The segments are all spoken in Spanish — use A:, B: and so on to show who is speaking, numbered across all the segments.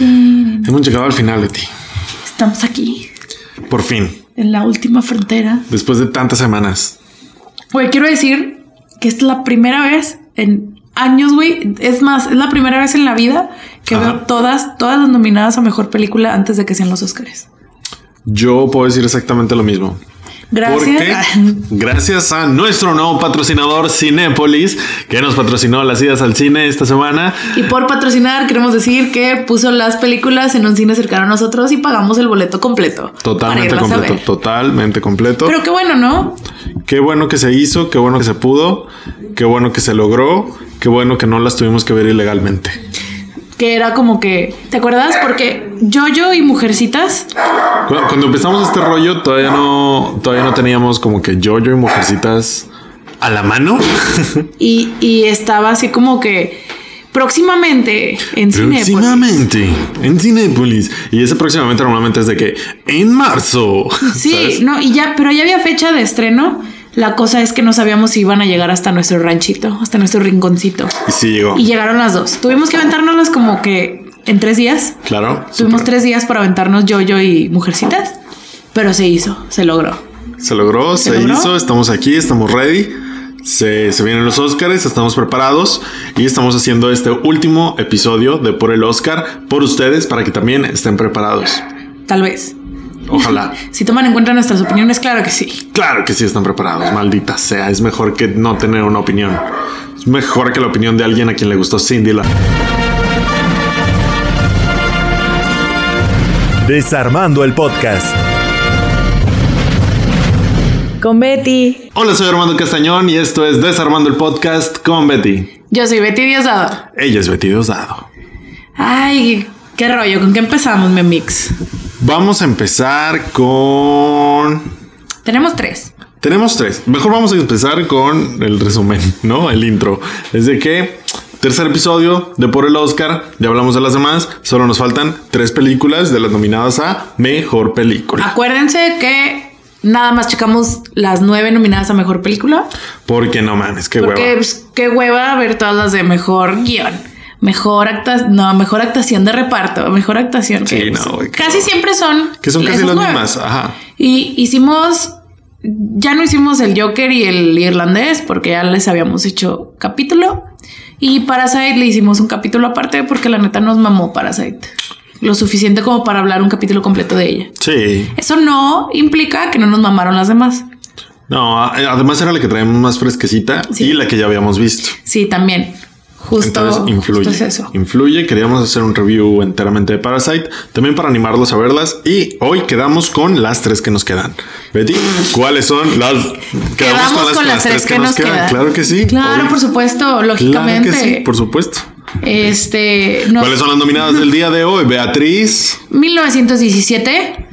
A: Hemos llegado al final, Leti.
B: Estamos aquí,
A: Por fin.
B: en la última frontera.
A: Después de tantas semanas.
B: Güey, quiero decir que es la primera vez en años, güey. Es más, es la primera vez en la vida que
A: Ajá.
B: veo todas, todas las nominadas a mejor película antes de que sean los Oscars.
A: Yo puedo decir exactamente lo mismo.
B: Gracias.
A: Porque gracias a nuestro nuevo patrocinador Cinépolis, que nos patrocinó las idas al cine esta semana.
B: Y por patrocinar, queremos decir que puso las películas en un cine cercano a nosotros y pagamos el boleto completo.
A: Totalmente
B: para irlas a
A: completo,
B: ver.
A: totalmente completo.
B: Pero qué bueno, ¿no?
A: Qué bueno que se hizo, qué bueno que se pudo, qué bueno que se logró, qué bueno que no las tuvimos que ver ilegalmente.
B: Que era como que, ¿te acuerdas? Porque Jojo y Mujercitas,
A: Cu- Cuando empezamos este rollo, todavía no, todavía no teníamos como que yo, yo y mujercitas a la mano.
B: y, y estaba así como que próximamente en cine. pues.
A: Próximamente en Cinépolis. Y ese próximamente normalmente es de que en marzo.
B: Sí,
A: ¿sabes?
B: no, y ya, pero ya había fecha de estreno. La cosa es que no sabíamos si iban a llegar hasta nuestro ranchito, hasta nuestro rinconcito.
A: Y sí llegó.
B: Y llegaron las dos. Tuvimos que aventárnoslas como que en tres días.
A: Claro.
B: Tuvimos
A: súper.
B: tres días para aventarnos yo-yo y mujercitas, pero se hizo, se logró.
A: Se logró, se,
B: ¿Se logró?
A: hizo, estamos aquí, estamos ready. Se, se vienen los Oscars, estamos preparados y estamos haciendo este último episodio de Por el Oscar por ustedes para que también estén preparados.
B: Tal vez.
A: Ojalá.
B: Si toman en cuenta nuestras opiniones, claro que sí.
A: Claro que sí están preparados, maldita sea. Es mejor que no tener una opinión. Es mejor que la opinión de alguien a quien le gustó Cindy. La...
C: Desarmando el podcast.
D: Con Betty.
A: Hola, soy Armando Castañón y esto es Desarmando el Podcast con Betty.
B: Yo soy Betty Diosdado.
A: Ella es Betty Diosdado.
B: Ay, qué rollo, ¿con qué empezamos, mi mix?
A: Vamos a empezar con...
B: Tenemos tres.
A: Tenemos tres. Mejor vamos a empezar con el resumen, ¿no? El intro. Es de que tercer episodio de Por el Oscar, ya hablamos de las demás, solo nos faltan tres películas de las nominadas a Mejor Película.
B: Acuérdense que nada más checamos las nueve nominadas a mejor película.
A: Porque no mames, qué
B: Ah. Porque
A: hueva.
B: pues, qué hueva ver todas las de mejor guión. Mejor acta, no, mejor actuación de reparto, mejor actuación.
A: Sí,
B: que,
A: no,
B: pues,
A: güey, qué
B: casi
A: hueva.
B: siempre son.
A: Que son casi
B: esas
A: las
B: nueve.
A: mismas, ajá.
B: Y hicimos, ya no hicimos el Joker y el irlandés porque ya les habíamos hecho capítulo. Y Parasite le hicimos un capítulo aparte porque la neta nos mamó Parasite. Lo suficiente como para hablar un capítulo completo de ella.
A: Sí.
B: Eso no implica que no nos mamaron las demás.
A: No, a- además era la que traíamos más fresquecita
B: Sí.
A: y la que ya habíamos visto.
B: Sí, también. Justo,
A: Entonces influye.
B: justo es eso.
A: Influye. Queríamos hacer un review enteramente de Parasite, también para animarlos a verlas. Y hoy quedamos con las tres que nos quedan. Betty, ¿cuáles son las? Quedamos,
B: Quedamos con, las tres que, nos quedan.
A: Claro que sí.
B: Claro,
A: Hoy-
B: por supuesto,
A: Claro
B: lógicamente.
A: que sí, por supuesto.
B: Este, nos-
A: ¿Cuáles son las nominadas del día de hoy? Beatriz.
B: 1917,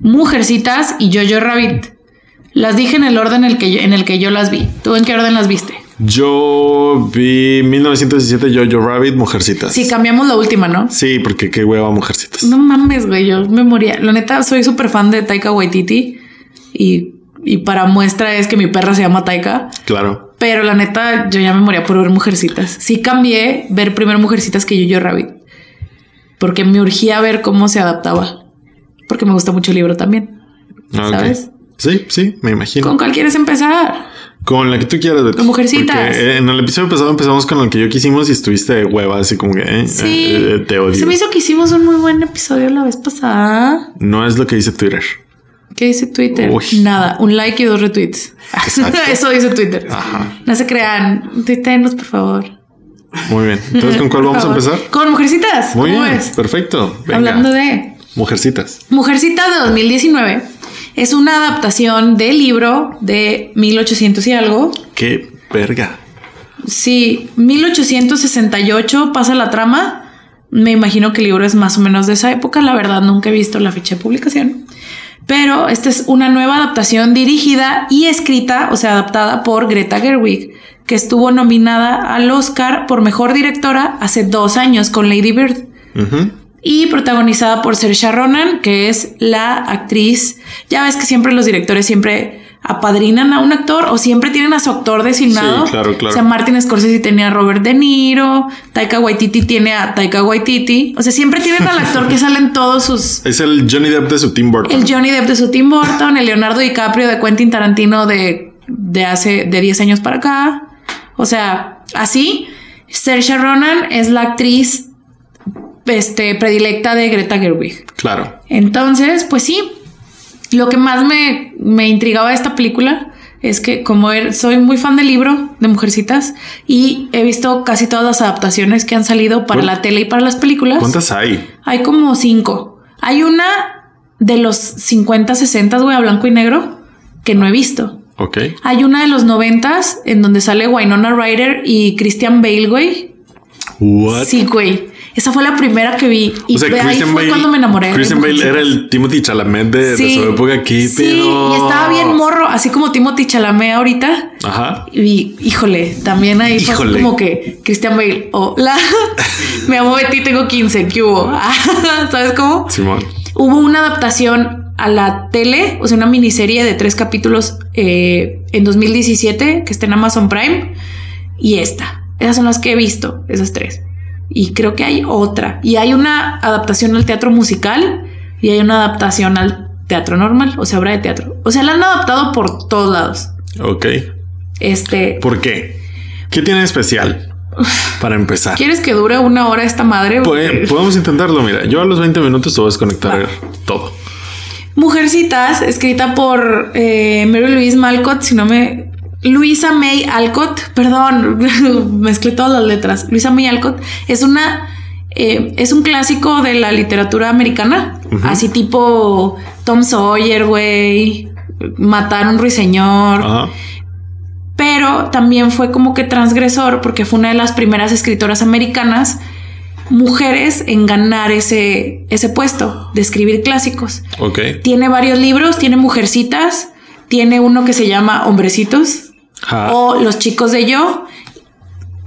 B: Mujercitas y Jojo Rabbit. Las dije en el orden en el que yo, en el que yo las vi. ¿Tú en qué orden las viste?
A: Yo vi 1917 Jojo Rabbit, Mujercitas.
B: Sí, cambiamos la última, ¿no?
A: Sí, porque qué hueva, Mujercitas.
B: No mames, güey, yo me moría. La neta, soy súper fan de Taika Waititi y, y para muestra es que mi perra se llama Taika.
A: Claro.
B: Pero la neta, yo ya me moría por ver mujercitas. Sí cambié ver primero mujercitas que Yo-Yo Rabbit. Porque me urgía ver cómo se adaptaba. Porque me gusta mucho el libro también.
A: Ah, ok.
B: ¿Sabes?
A: Sí, sí, me imagino.
B: ¿Con cuál quieres empezar?
A: Con la que tú quieras. Betty.
B: Con Mujercitas.
A: Porque, eh, en el episodio pasado empezamos con el que yo quisimos y estuviste de hueva, así como que eh,
B: Sí.
A: eh, eh, te odio.
B: Se me hizo que hicimos un muy buen episodio la vez pasada.
A: No es lo que dice Twitter.
B: ¿Qué dice Twitter?
A: Uy.
B: Nada, un like y dos retweets.
A: Exacto.
B: Eso dice Twitter.
A: Ajá.
B: No se crean. Tuítenos, por favor.
A: Muy bien. Entonces, ¿con cuál
B: Por
A: vamos a
B: favor.
A: empezar?
B: Con mujercitas.
A: Muy
B: ¿Cómo
A: bien.
B: ves?
A: Perfecto. Venga.
B: Hablando de
A: Mujercitas.
B: Mujercita de 2019 es una adaptación del libro de 1800 y algo.
A: Qué verga.
B: Sí, 1868 pasa la trama. Me imagino que el libro es más o menos de esa época. La verdad, nunca he visto la fecha de publicación. Pero esta es una nueva adaptación dirigida y escrita, o sea, adaptada por Greta Gerwig, que estuvo nominada al Oscar por Mejor Directora hace dos años con Lady Bird
A: Ujú.
B: y protagonizada por Saoirse Ronan, que es la actriz. Ya ves que siempre los directores siempre apadrinan a un actor o siempre tienen a su actor designado.
A: Sí, claro, claro.
B: O sea, Martin Scorsese tenía a Robert De Niro, Taika Waititi tiene a Taika Waititi. O sea, siempre tienen al actor que salen todos sus...
A: Es el Johnny Depp de su Tim Burton.
B: El Johnny Depp de su Tim Burton, el Leonardo DiCaprio de Quentin Tarantino de, de hace de 10 años para acá. O sea, así, Saoirse Ronan es la actriz este, predilecta de Greta Gerwig.
A: Claro.
B: Entonces, pues sí, lo que más me, me intrigaba de esta película es que como er- soy muy fan del libro de Mujercitas y he visto casi todas las adaptaciones que han salido para
A: ¿Cuán-
B: la tele y para las películas.
A: ¿Cuántas hay?
B: Hay como cinco. Hay una de los 50, 60, güey, a blanco y negro, que no he visto.
A: Ok.
B: Hay una de los 90 en donde sale Winona Ryder y Christian Bale, güey.
A: What?
B: Sí, güey. Esa fue la primera que vi. Y de ahí fue cuando me enamoré. de
A: Christian Bale
B: Mujercitas.
A: era el Timothy Chalamet de, de
B: Sí.
A: su época. Qué
B: Sí,
A: pedo.
B: y estaba bien morro, así como Timothy Chalamet ahorita.
A: Ajá.
B: Y híjole, también ahí fue así
A: Híjole.
B: como que Christian Bale, hola, me amo Betty, tengo 15, ¿qué hubo? ¿Sabes cómo?
A: Simón.
B: Hubo una adaptación a la tele, o sea, una miniserie de tres capítulos eh, en 2017 que está en Amazon Prime y esta. Esas son las que he visto, esas tres. Y creo que hay otra. Y hay una adaptación al teatro musical y hay una adaptación al teatro normal, o sea, obra de teatro. O sea, la han adaptado por todos lados.
A: Ok.
B: Este,
A: ¿Por qué? ¿Qué tiene de especial? Para empezar.
B: ¿quieres que dure una hora esta madre?
A: Pue- podemos intentarlo, mira. Yo a los 20 minutos te voy a desconectar todo.
B: Mujercitas, escrita por eh, Mary Louise Malcott, si no me... Luisa May Alcott, perdón, mezclé todas las letras. Luisa May Alcott es una... eh, es un clásico de la literatura americana,
A: Ujú.
B: así tipo Tom Sawyer, güey, Matar a un ruiseñor,
A: Ajá.
B: pero también fue como que transgresor porque fue una de las primeras escritoras americanas mujeres en ganar ese, ese puesto de escribir clásicos.
A: Ok.
B: Tiene varios libros, tiene Mujercitas, tiene uno que se llama Hombrecitos
A: Ajá.
B: o Los chicos de yo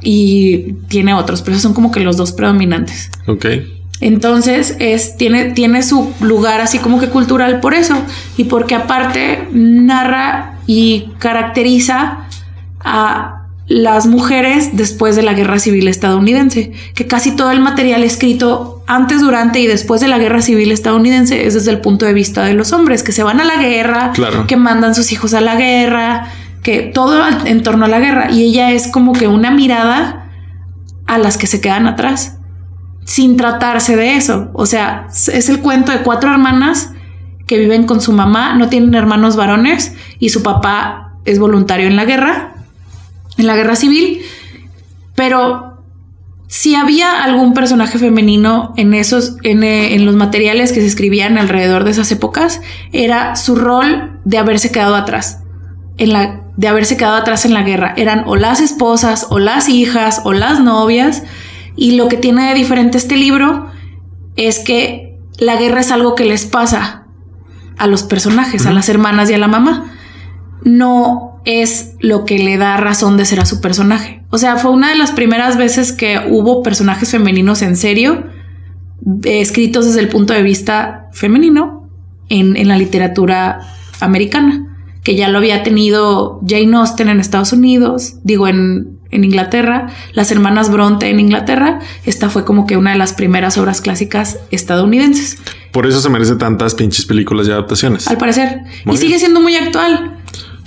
B: y tiene otros, pero esos son como que los dos predominantes.
A: Ok.
B: Entonces, es, tiene, tiene su lugar así como que cultural por eso. Y porque aparte narra y caracteriza a las mujeres después de la guerra civil estadounidense. Que casi todo el material escrito antes, durante y después de la guerra civil estadounidense es desde el punto de vista de los hombres, que se van a la guerra,
A: Claro.
B: que mandan sus hijos a la guerra, que todo al- en torno a la guerra. Y ella es como que una mirada a las que se quedan atrás sin tratarse de eso. O sea, es el cuento de cuatro hermanas que viven con su mamá, no tienen hermanos varones y su papá es voluntario en la guerra, en la guerra civil, pero si había algún personaje femenino en esos, en, eh, en los materiales que se escribían alrededor de esas épocas, era su rol de haberse quedado atrás, en la, de haberse quedado atrás en la guerra. Eran o las esposas, o las hijas, o las novias. Y lo que tiene de diferente este libro es que la guerra es algo que les pasa a los personajes, a las hermanas y a la mamá no es lo que le da razón de ser a su personaje. O sea, fue una de las primeras veces que hubo personajes femeninos en serio, eh, escritos desde el punto de vista femenino en, en la literatura americana, que ya lo había tenido Jane Austen en Estados Unidos, digo en, en Inglaterra, las hermanas Bronte en Inglaterra, esta fue como que una de las primeras obras clásicas estadounidenses.
A: Por eso se merece tantas pinches películas y adaptaciones.
B: Al parecer.
A: Pues, Muy
B: y sigue
A: bien.
B: siendo muy actual.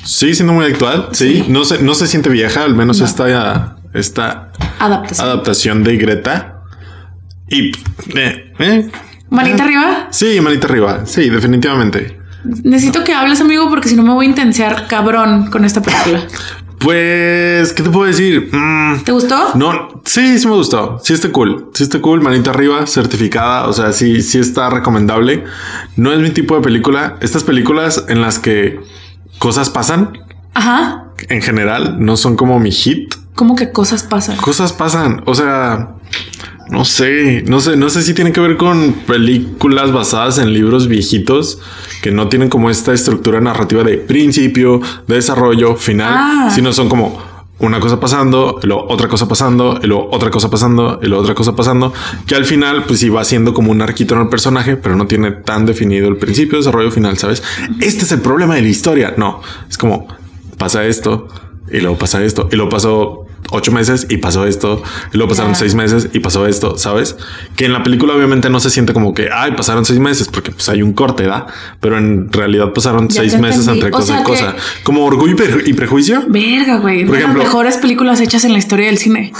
A: Sí, siendo muy actual. Sí. No, se, no se siente vieja, al menos esta, esta
B: Adaptación.
A: adaptación de Greta. Y. eh, eh.
B: Manita
A: Ah.
B: arriba.
A: Sí, manita arriba. Sí, definitivamente.
B: Necesito que hables, amigo, porque si no me voy a intensear cabrón con esta película.
A: Pues, ¿qué te puedo decir? Mm,
B: ¿Te gustó?
A: no, sí, sí me gustó. Sí está cool. Sí está cool. Manita arriba, certificada. O sea, sí, sí está recomendable. No es mi tipo de película. Estas películas en las que cosas pasan,
B: Ajá.
A: en general, no son como mi hit.
B: ¿Cómo que cosas pasan?
A: cosas pasan. O sea, no sé, no sé, no sé si tiene que ver con películas basadas en libros viejitos que no tienen como esta estructura narrativa de principio, desarrollo, final,
B: Ah.
A: sino son como una cosa pasando, y luego otra cosa pasando, y luego otra cosa pasando, y luego otra cosa pasando, que al final, pues sí va siendo como un arquito en el personaje, pero no tiene tan definido el principio, desarrollo final, ¿sabes? Este es el problema de la historia. No, es como pasa esto, y luego pasa esto, y luego pasó ocho meses y pasó esto, y luego pasaron
B: Ya.
A: seis meses y pasó esto, ¿sabes? Que en la película obviamente no se siente como que, ay, pasaron seis meses, porque pues hay un corte, ¿da? Pero en realidad pasaron
B: Ya
A: seis
B: te
A: meses
B: entendí.
A: entre
B: O
A: cosa y
B: sea
A: cosa.
B: que-
A: Como orgullo y, Pre- y prejuicio.
B: Verga, güey.
A: Por
B: Una de las
A: ejemplo-
B: mejores películas hechas en la historia del cine.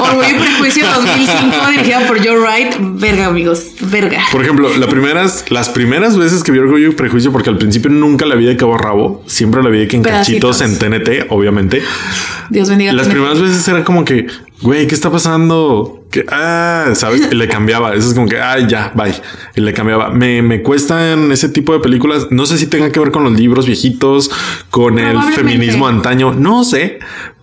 B: Orgullo y Prejuicio 2005, dirigida por Joe Wright. Verga, amigos. Verga.
A: Por ejemplo, la primeras, las primeras veces que vi Orgullo y Prejuicio, porque al principio nunca la vi de cabo a rabo, siempre la vi de que en
B: Pedacitos.
A: cachitos, en TNT, obviamente.
B: Dios bendiga.
A: Las
B: Tenet.
A: primeras veces era como que, güey, ¿qué está pasando? Que, ah, ¿sabes? Y le cambiaba. Eso es como que, ah, ya, bye. Y le cambiaba. Me, me cuestan ese tipo de películas. No sé si tenga que ver con los libros viejitos, con el
B: Probablemente.
A: feminismo antaño. No sé.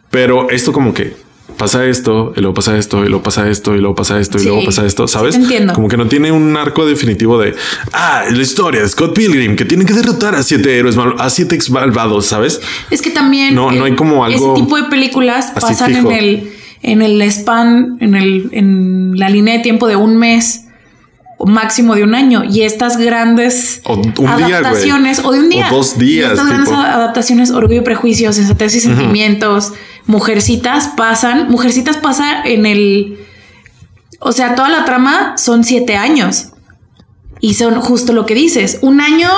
A: Pero esto como que pasa esto, y luego pasa esto, y luego pasa esto, y luego pasa esto, y
B: Sí.
A: luego pasa esto,
B: Sí,
A: ¿sabes?
B: te entiendo.
A: Como que no tiene un arco definitivo de, ah, la historia de Scott Pilgrim, que tiene que derrotar a siete héroes, mal- a siete ex malvados, ¿sabes?
B: Es que también. eh,
A: No, no hay como algo
B: Ese tipo de películas
A: así
B: pasan
A: fijo.
B: en el. En el span, en, el, en la línea de tiempo de un mes o máximo de un año. Y estas grandes
A: O un día, güey.
B: adaptaciones, o de un día.
A: O dos
B: Y
A: días,
B: estas grandes
A: tipo.
B: a- adaptaciones, orgullo y prejuicio, sensatez y sentimientos, mujercitas pasan. Mujercitas pasa en el. O sea, toda la trama son siete años. Y son justo lo que dices. Un año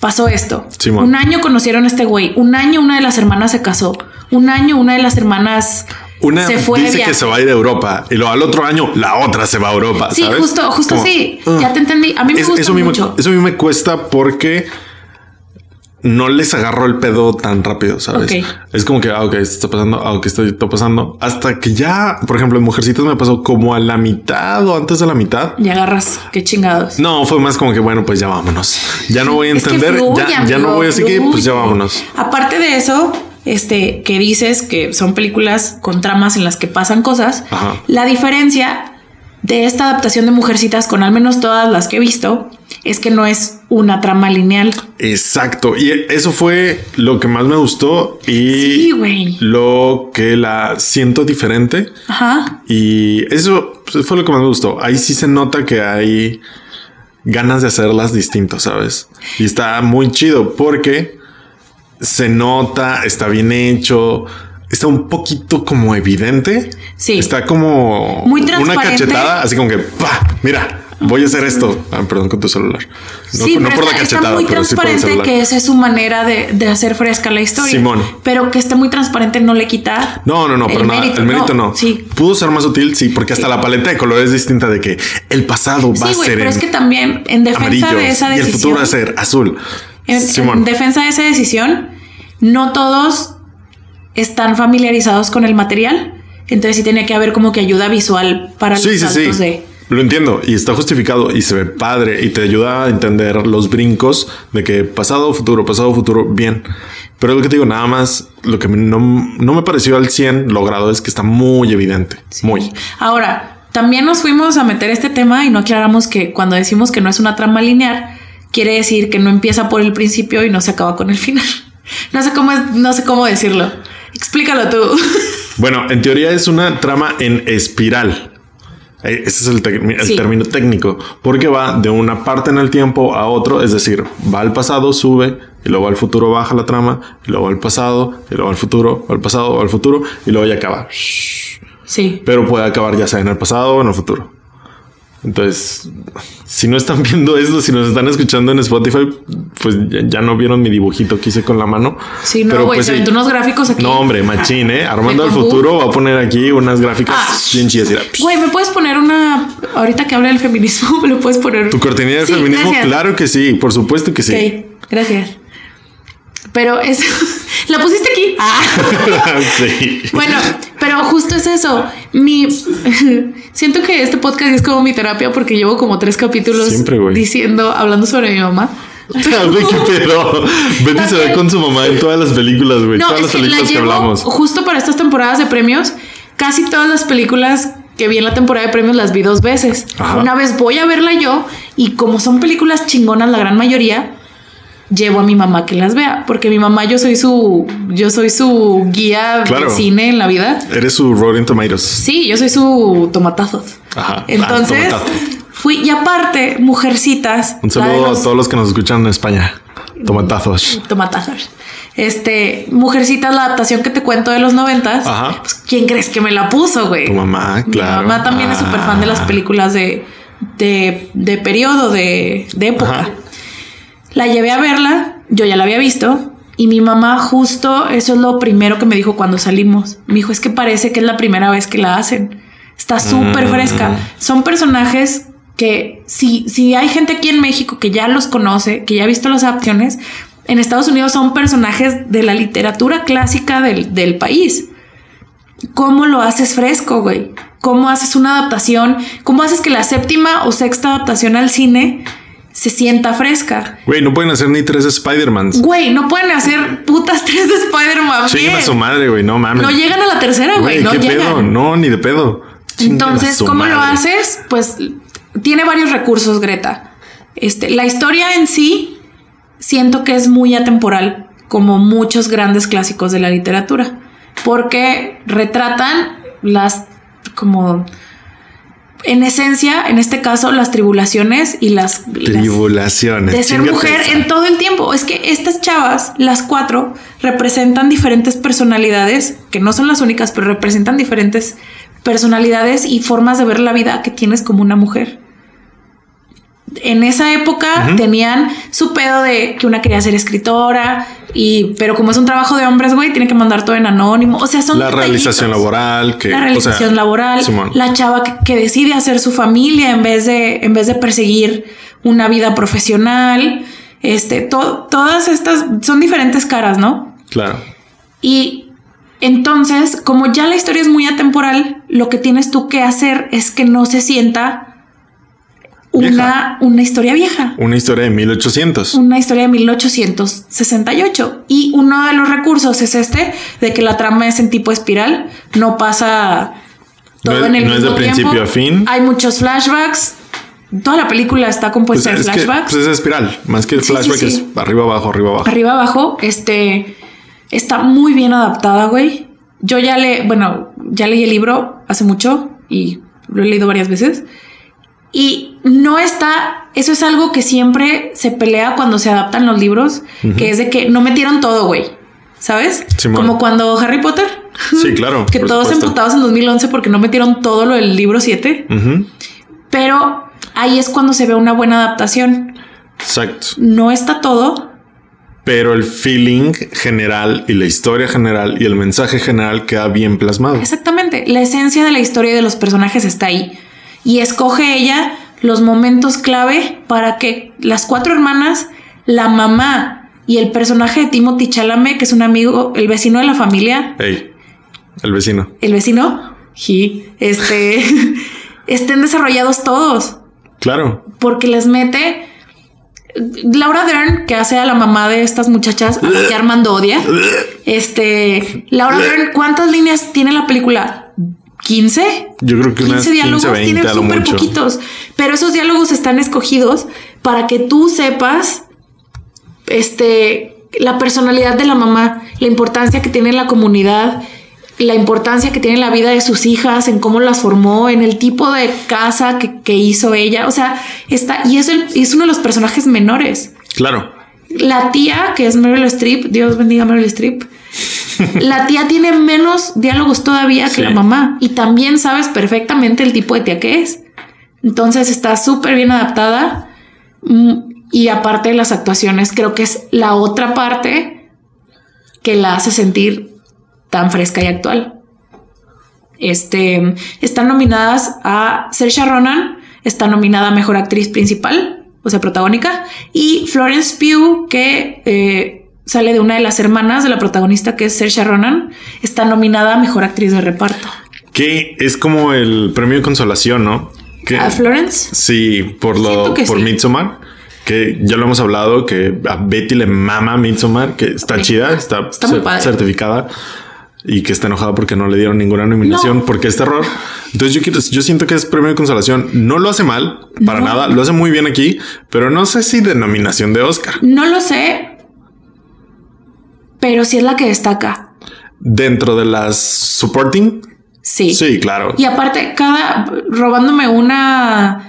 B: pasó esto.
A: Simón.
B: un año conocieron a este güey. Un año una de las hermanas se casó. Un año una de las hermanas
A: Una
B: se fue de
A: dice
B: viaje.
A: que se va a ir a Europa y luego al otro año la otra se va a Europa.
B: Sí,
A: ¿sabes?
B: justo, justo
A: Como,
B: sí.
A: "Ugh".
B: Ya te entendí. A mí me
A: Es-
B: gusta
A: eso, a mí me-
B: mucho.
A: eso a mí me cuesta porque no les agarro el pedo tan rápido, ¿sabes?
B: Ok.
A: Es como que, ah, ok, esto está pasando, ah, ok, esto está pasando. Hasta que ya, por ejemplo, en Mujercitas me pasó como a la mitad o antes de la mitad.
B: Y agarras, qué chingados.
A: No, fue más como que, bueno, pues ya vámonos. Ya no voy a
B: Es que
A: entender,
B: fluye,
A: ya, ya no
B: amigo,
A: voy así que, pues ya
B: fluye.
A: vámonos.
B: Aparte de eso, este, que dices que son películas con tramas en las que pasan cosas,
A: Ajá.
B: la diferencia de esta adaptación de Mujercitas con al menos todas las que he visto es que no es una trama lineal.
A: Exacto. Y eso fue lo que más me gustó
B: Sí,
A: y
B: güey.
A: lo que la siento diferente.
B: Ajá.
A: Y eso pues, fue lo que más me gustó. Ahí sí se nota que hay ganas de hacerlas distintas, ¿sabes? Y está muy chido porque se nota, está bien hecho, está un poquito como evidente.
B: Sí.
A: Está como
B: Muy
A: una
B: transparente.
A: cachetada, así como que, ¡pa! Mira, voy a hacer esto. Ah, perdón, con tu celular. No,
B: sí,
A: no
B: pero
A: por la
B: está, está
A: cachetada,
B: muy
A: pero sí por el
B: transparente
A: celular.
B: que esa es su manera de, de hacer fresca la historia.
A: Simón.
B: Pero que esté muy transparente no le quita.
A: No, no, no,
B: el
A: pero nada, el mérito no.
B: Sí.
A: Pudo ser más sutil, sí, porque hasta
B: Sí.
A: la paleta de colores es distinta de que el pasado va
B: Sí,
A: a
B: güey,
A: ser
B: pero
A: en
B: es que también en defensa
A: amarillo
B: de esa
A: y el
B: decisión.
A: futuro va a ser azul.
B: En,
A: Simón.
B: en defensa de esa decisión, no todos están familiarizados con el material. Entonces sí tenía que haber como que ayuda visual para
A: sí,
B: los
A: sí, sí.
B: saltos de.
A: Lo entiendo y está justificado y se ve padre y te ayuda a entender los brincos de que pasado, futuro, pasado, futuro, bien. Pero lo que te digo, nada más, lo que no, no me pareció al 100 logrado es que está muy evidente, muy.
B: Ahora, también nos fuimos a meter este tema y no aclaramos que cuando decimos que no es una trama lineal, quiere decir que no empieza por el principio y no se acaba con el final. No sé cómo, es- no sé cómo decirlo. Explícalo tú.
A: Bueno, en teoría es una trama en espiral. Eh, Ese es el, tec- el
B: Sí.
A: término técnico, porque va de una parte en el tiempo a otro, es decir, va al pasado, sube, y luego al futuro baja la trama, y luego al pasado, y luego al futuro, al pasado, al futuro, y luego ya acaba.
B: Sí.
A: Pero puede acabar ya sea en el pasado o en el futuro. Entonces, si no están viendo esto, si nos están escuchando en Spotify, pues ya, ya no vieron mi dibujito que hice con la mano.
B: Sí, no,
A: Pero,
B: güey,
A: pues,
B: se
A: sí.
B: aventó unos gráficos aquí.
A: No, hombre, machín, ¿eh? Armando al
B: Con
A: futuro va a poner aquí unas gráficas
B: Ah.
A: bien chidas. mira.
B: Güey, ¿me puedes poner una. Ahorita que habla del feminismo, ¿me lo puedes poner?
A: ¿Tu cortinilla del
B: Sí,
A: feminismo?
B: gracias.
A: Claro que sí, por supuesto que sí.
B: Ok, gracias. Pero es. la pusiste aquí. Ah.
A: sí.
B: bueno, pero justo es eso. Mi. Siento que este podcast es como mi terapia porque llevo como tres capítulos
A: Siempre, güey.
B: diciendo, hablando sobre mi mamá.
A: Güey, qué pedo. Betty se ve
B: También-
A: con su mamá en todas las películas, güey.
B: No, es
A: todas las
B: que la
A: películas que
B: llevo
A: hablamos.
B: justo para estas temporadas de premios. Casi todas las películas que vi en la temporada de premios las vi dos veces.
A: Ajá.
B: Una vez voy a verla yo y como son películas chingonas la gran mayoría, llevo a mi mamá que las vea, porque mi mamá yo soy su yo soy su guía de
A: Claro.
B: cine en la vida.
A: Eres su Rotten Tomatoes.
B: Sí, yo soy su tomatazos.
A: Ajá.
B: Entonces
A: Ah, tomatazos.
B: fui y aparte, mujercitas.
A: Un
B: la de
A: saludo
B: los
A: a todos los que nos escuchan en España. Tomatazos.
B: Tomatazos. Este, mujercitas, la adaptación que te cuento de los noventas.
A: Ajá.
B: Pues, ¿Quién crees que me la puso, güey?
A: Tu mamá, claro.
B: Eh, Mi mamá también es
A: Ah.
B: súper fan de las películas de, de, de periodo, de, de época.
A: Ajá.
B: La llevé a verla, yo ya la había visto, y mi mamá justo, eso es lo primero que me dijo cuando salimos. Me dijo, es que parece que es la primera vez que la hacen. Está súper
A: Mm.
B: fresca. Son personajes que si, si hay gente aquí en México que ya los conoce, que ya ha visto las adaptaciones, en Estados Unidos son personajes de la literatura clásica del, del país. ¿Cómo lo haces fresco, güey? ¿Cómo haces una adaptación? ¿Cómo haces que la séptima o sexta adaptación al cine se sienta fresca?
A: Güey, no pueden hacer ni tres Spider-Mans.
B: Güey, no pueden hacer putas tres de Spider-Man.
A: Chinguen a
B: bien.
A: su madre, güey. No mames.
B: No llegan a la tercera, güey.
A: Güey,
B: No
A: ¿qué
B: llegan.
A: pedo? No, ni de pedo. Chinguen a
B: Entonces,
A: su
B: ¿cómo lo
A: madre.
B: haces? Pues tiene varios recursos, Greta. Este, la historia en sí siento que es muy atemporal, como muchos grandes clásicos de la literatura, porque retratan las como en esencia, en este caso, las tribulaciones y las, las-
A: Tribulaciones.
B: de ser
A: Chíngate
B: mujer
A: esa.
B: en todo el tiempo. Es que estas chavas, las cuatro, representan diferentes personalidades, que no son las únicas, pero representan diferentes personalidades y formas de ver la vida que tienes como una mujer. En esa época
A: Ujú.
B: tenían su pedo de que una quería ser escritora y pero como es un trabajo de hombres, güey, tiene que mandar todo en anónimo. O sea, son
A: la realización
B: detallitos
A: laboral. Que,
B: la realización
A: o sea,
B: laboral,
A: Simón.
B: la chava que, que decide hacer su familia en vez de, en vez de perseguir una vida profesional, este, to- todas estas son diferentes caras, ¿no?
A: Claro.
B: Y entonces, como ya la historia es muy atemporal, lo que tienes tú que hacer es que no se sienta una,
A: Vieja.
B: una historia vieja
A: Una historia de 1800.
B: una historia de 1868. Y uno de los recursos es este, de que la trama es en tipo espiral, no pasa
A: No
B: todo
A: es-
B: en el
A: no es de
B: mismo tiempo.
A: principio a fin.
B: Hay muchos flashbacks. Toda la película está
A: Pues
B: compuesta
A: es
B: de
A: que
B: flashbacks.
A: pues es espiral. Más que el
B: Sí, sí,
A: flashback
B: sí.
A: es arriba, abajo, arriba, abajo.
B: Arriba abajo, este está muy bien adaptada, güey. Yo ya le, bueno, ya leí el libro hace mucho y lo he leído varias veces. Y no está, eso es algo que siempre se pelea cuando se adaptan los libros, que es de que no metieron todo, güey. ¿Sabes?
A: Simón.
B: Como cuando Harry Potter.
A: Sí, claro,
B: que
A: por
B: todos
A: supuesto.
B: emputados en 2011 porque no metieron todo lo del libro 7.
A: Ujú.
B: Pero ahí es cuando se ve una buena adaptación.
A: Exacto.
B: No está todo,
A: Pero el feeling general y la historia general y el mensaje general queda bien plasmado.
B: Exactamente. La esencia de la historia y de los personajes está ahí. Y escoge ella los momentos clave para que las cuatro hermanas, la mamá y el personaje de Timothy Chalamet, que es un amigo, el vecino de la familia,
A: Ey, el vecino.
B: el vecino, he, este, estén desarrollados todos
A: Claro.
B: porque les mete Laura Dern, que hace a la mamá de estas muchachas, a la que Armando odia. Este, Laura Dern, ¿cuántas líneas tiene la película? ¿15?
A: Yo creo que unas
B: 15 diálogos
A: 15, 20
B: tienen
A: a lo
B: súper
A: mucho.
B: poquitos, pero esos diálogos están escogidos para que tú sepas este la personalidad de la mamá, la importancia que tiene en la comunidad, la importancia que tiene en la vida de sus hijas, en cómo las formó, en el tipo de casa que, que hizo ella. O sea, está, y es, el- es uno de los personajes menores.
A: Claro.
B: La tía, que es Meryl Streep, Dios bendiga a Meryl Streep. La tía tiene menos diálogos todavía que
A: Sí.
B: la mamá y también sabes perfectamente el tipo de tía que es. Entonces está súper bien adaptada mm, y aparte de las actuaciones, creo que es la otra parte que la hace sentir tan fresca y actual. Este, están nominadas a Saoirse Ronan, está nominada a Mejor Actriz Principal, o sea, protagónica, y Florence Pugh, que eh, sale de una de las hermanas de la protagonista, que es Saoirse Ronan, está nominada a Mejor Actriz de Reparto.
A: Que es como el premio de consolación, ¿no? Que,
B: A Florence,
A: sí, por
B: Siento
A: lo
B: que
A: por
B: sí.
A: Midsommar, que ya lo hemos hablado que a Betty le mama Midsommar, que está
B: Ok.
A: chida, está,
B: Está muy padre.
A: certificada. y que está enojada porque no le dieron ninguna nominación
B: No.
A: porque es terror. Entonces yo, quiero- yo siento que es premio de consolación. No lo hace mal, para
B: No.
A: nada, lo hace muy bien aquí, pero no sé si de nominación de Oscar.
B: No lo sé, pero sí es la que destaca.
A: Dentro de las supporting,
B: Sí.
A: sí, claro.
B: Y aparte, cada robándome una,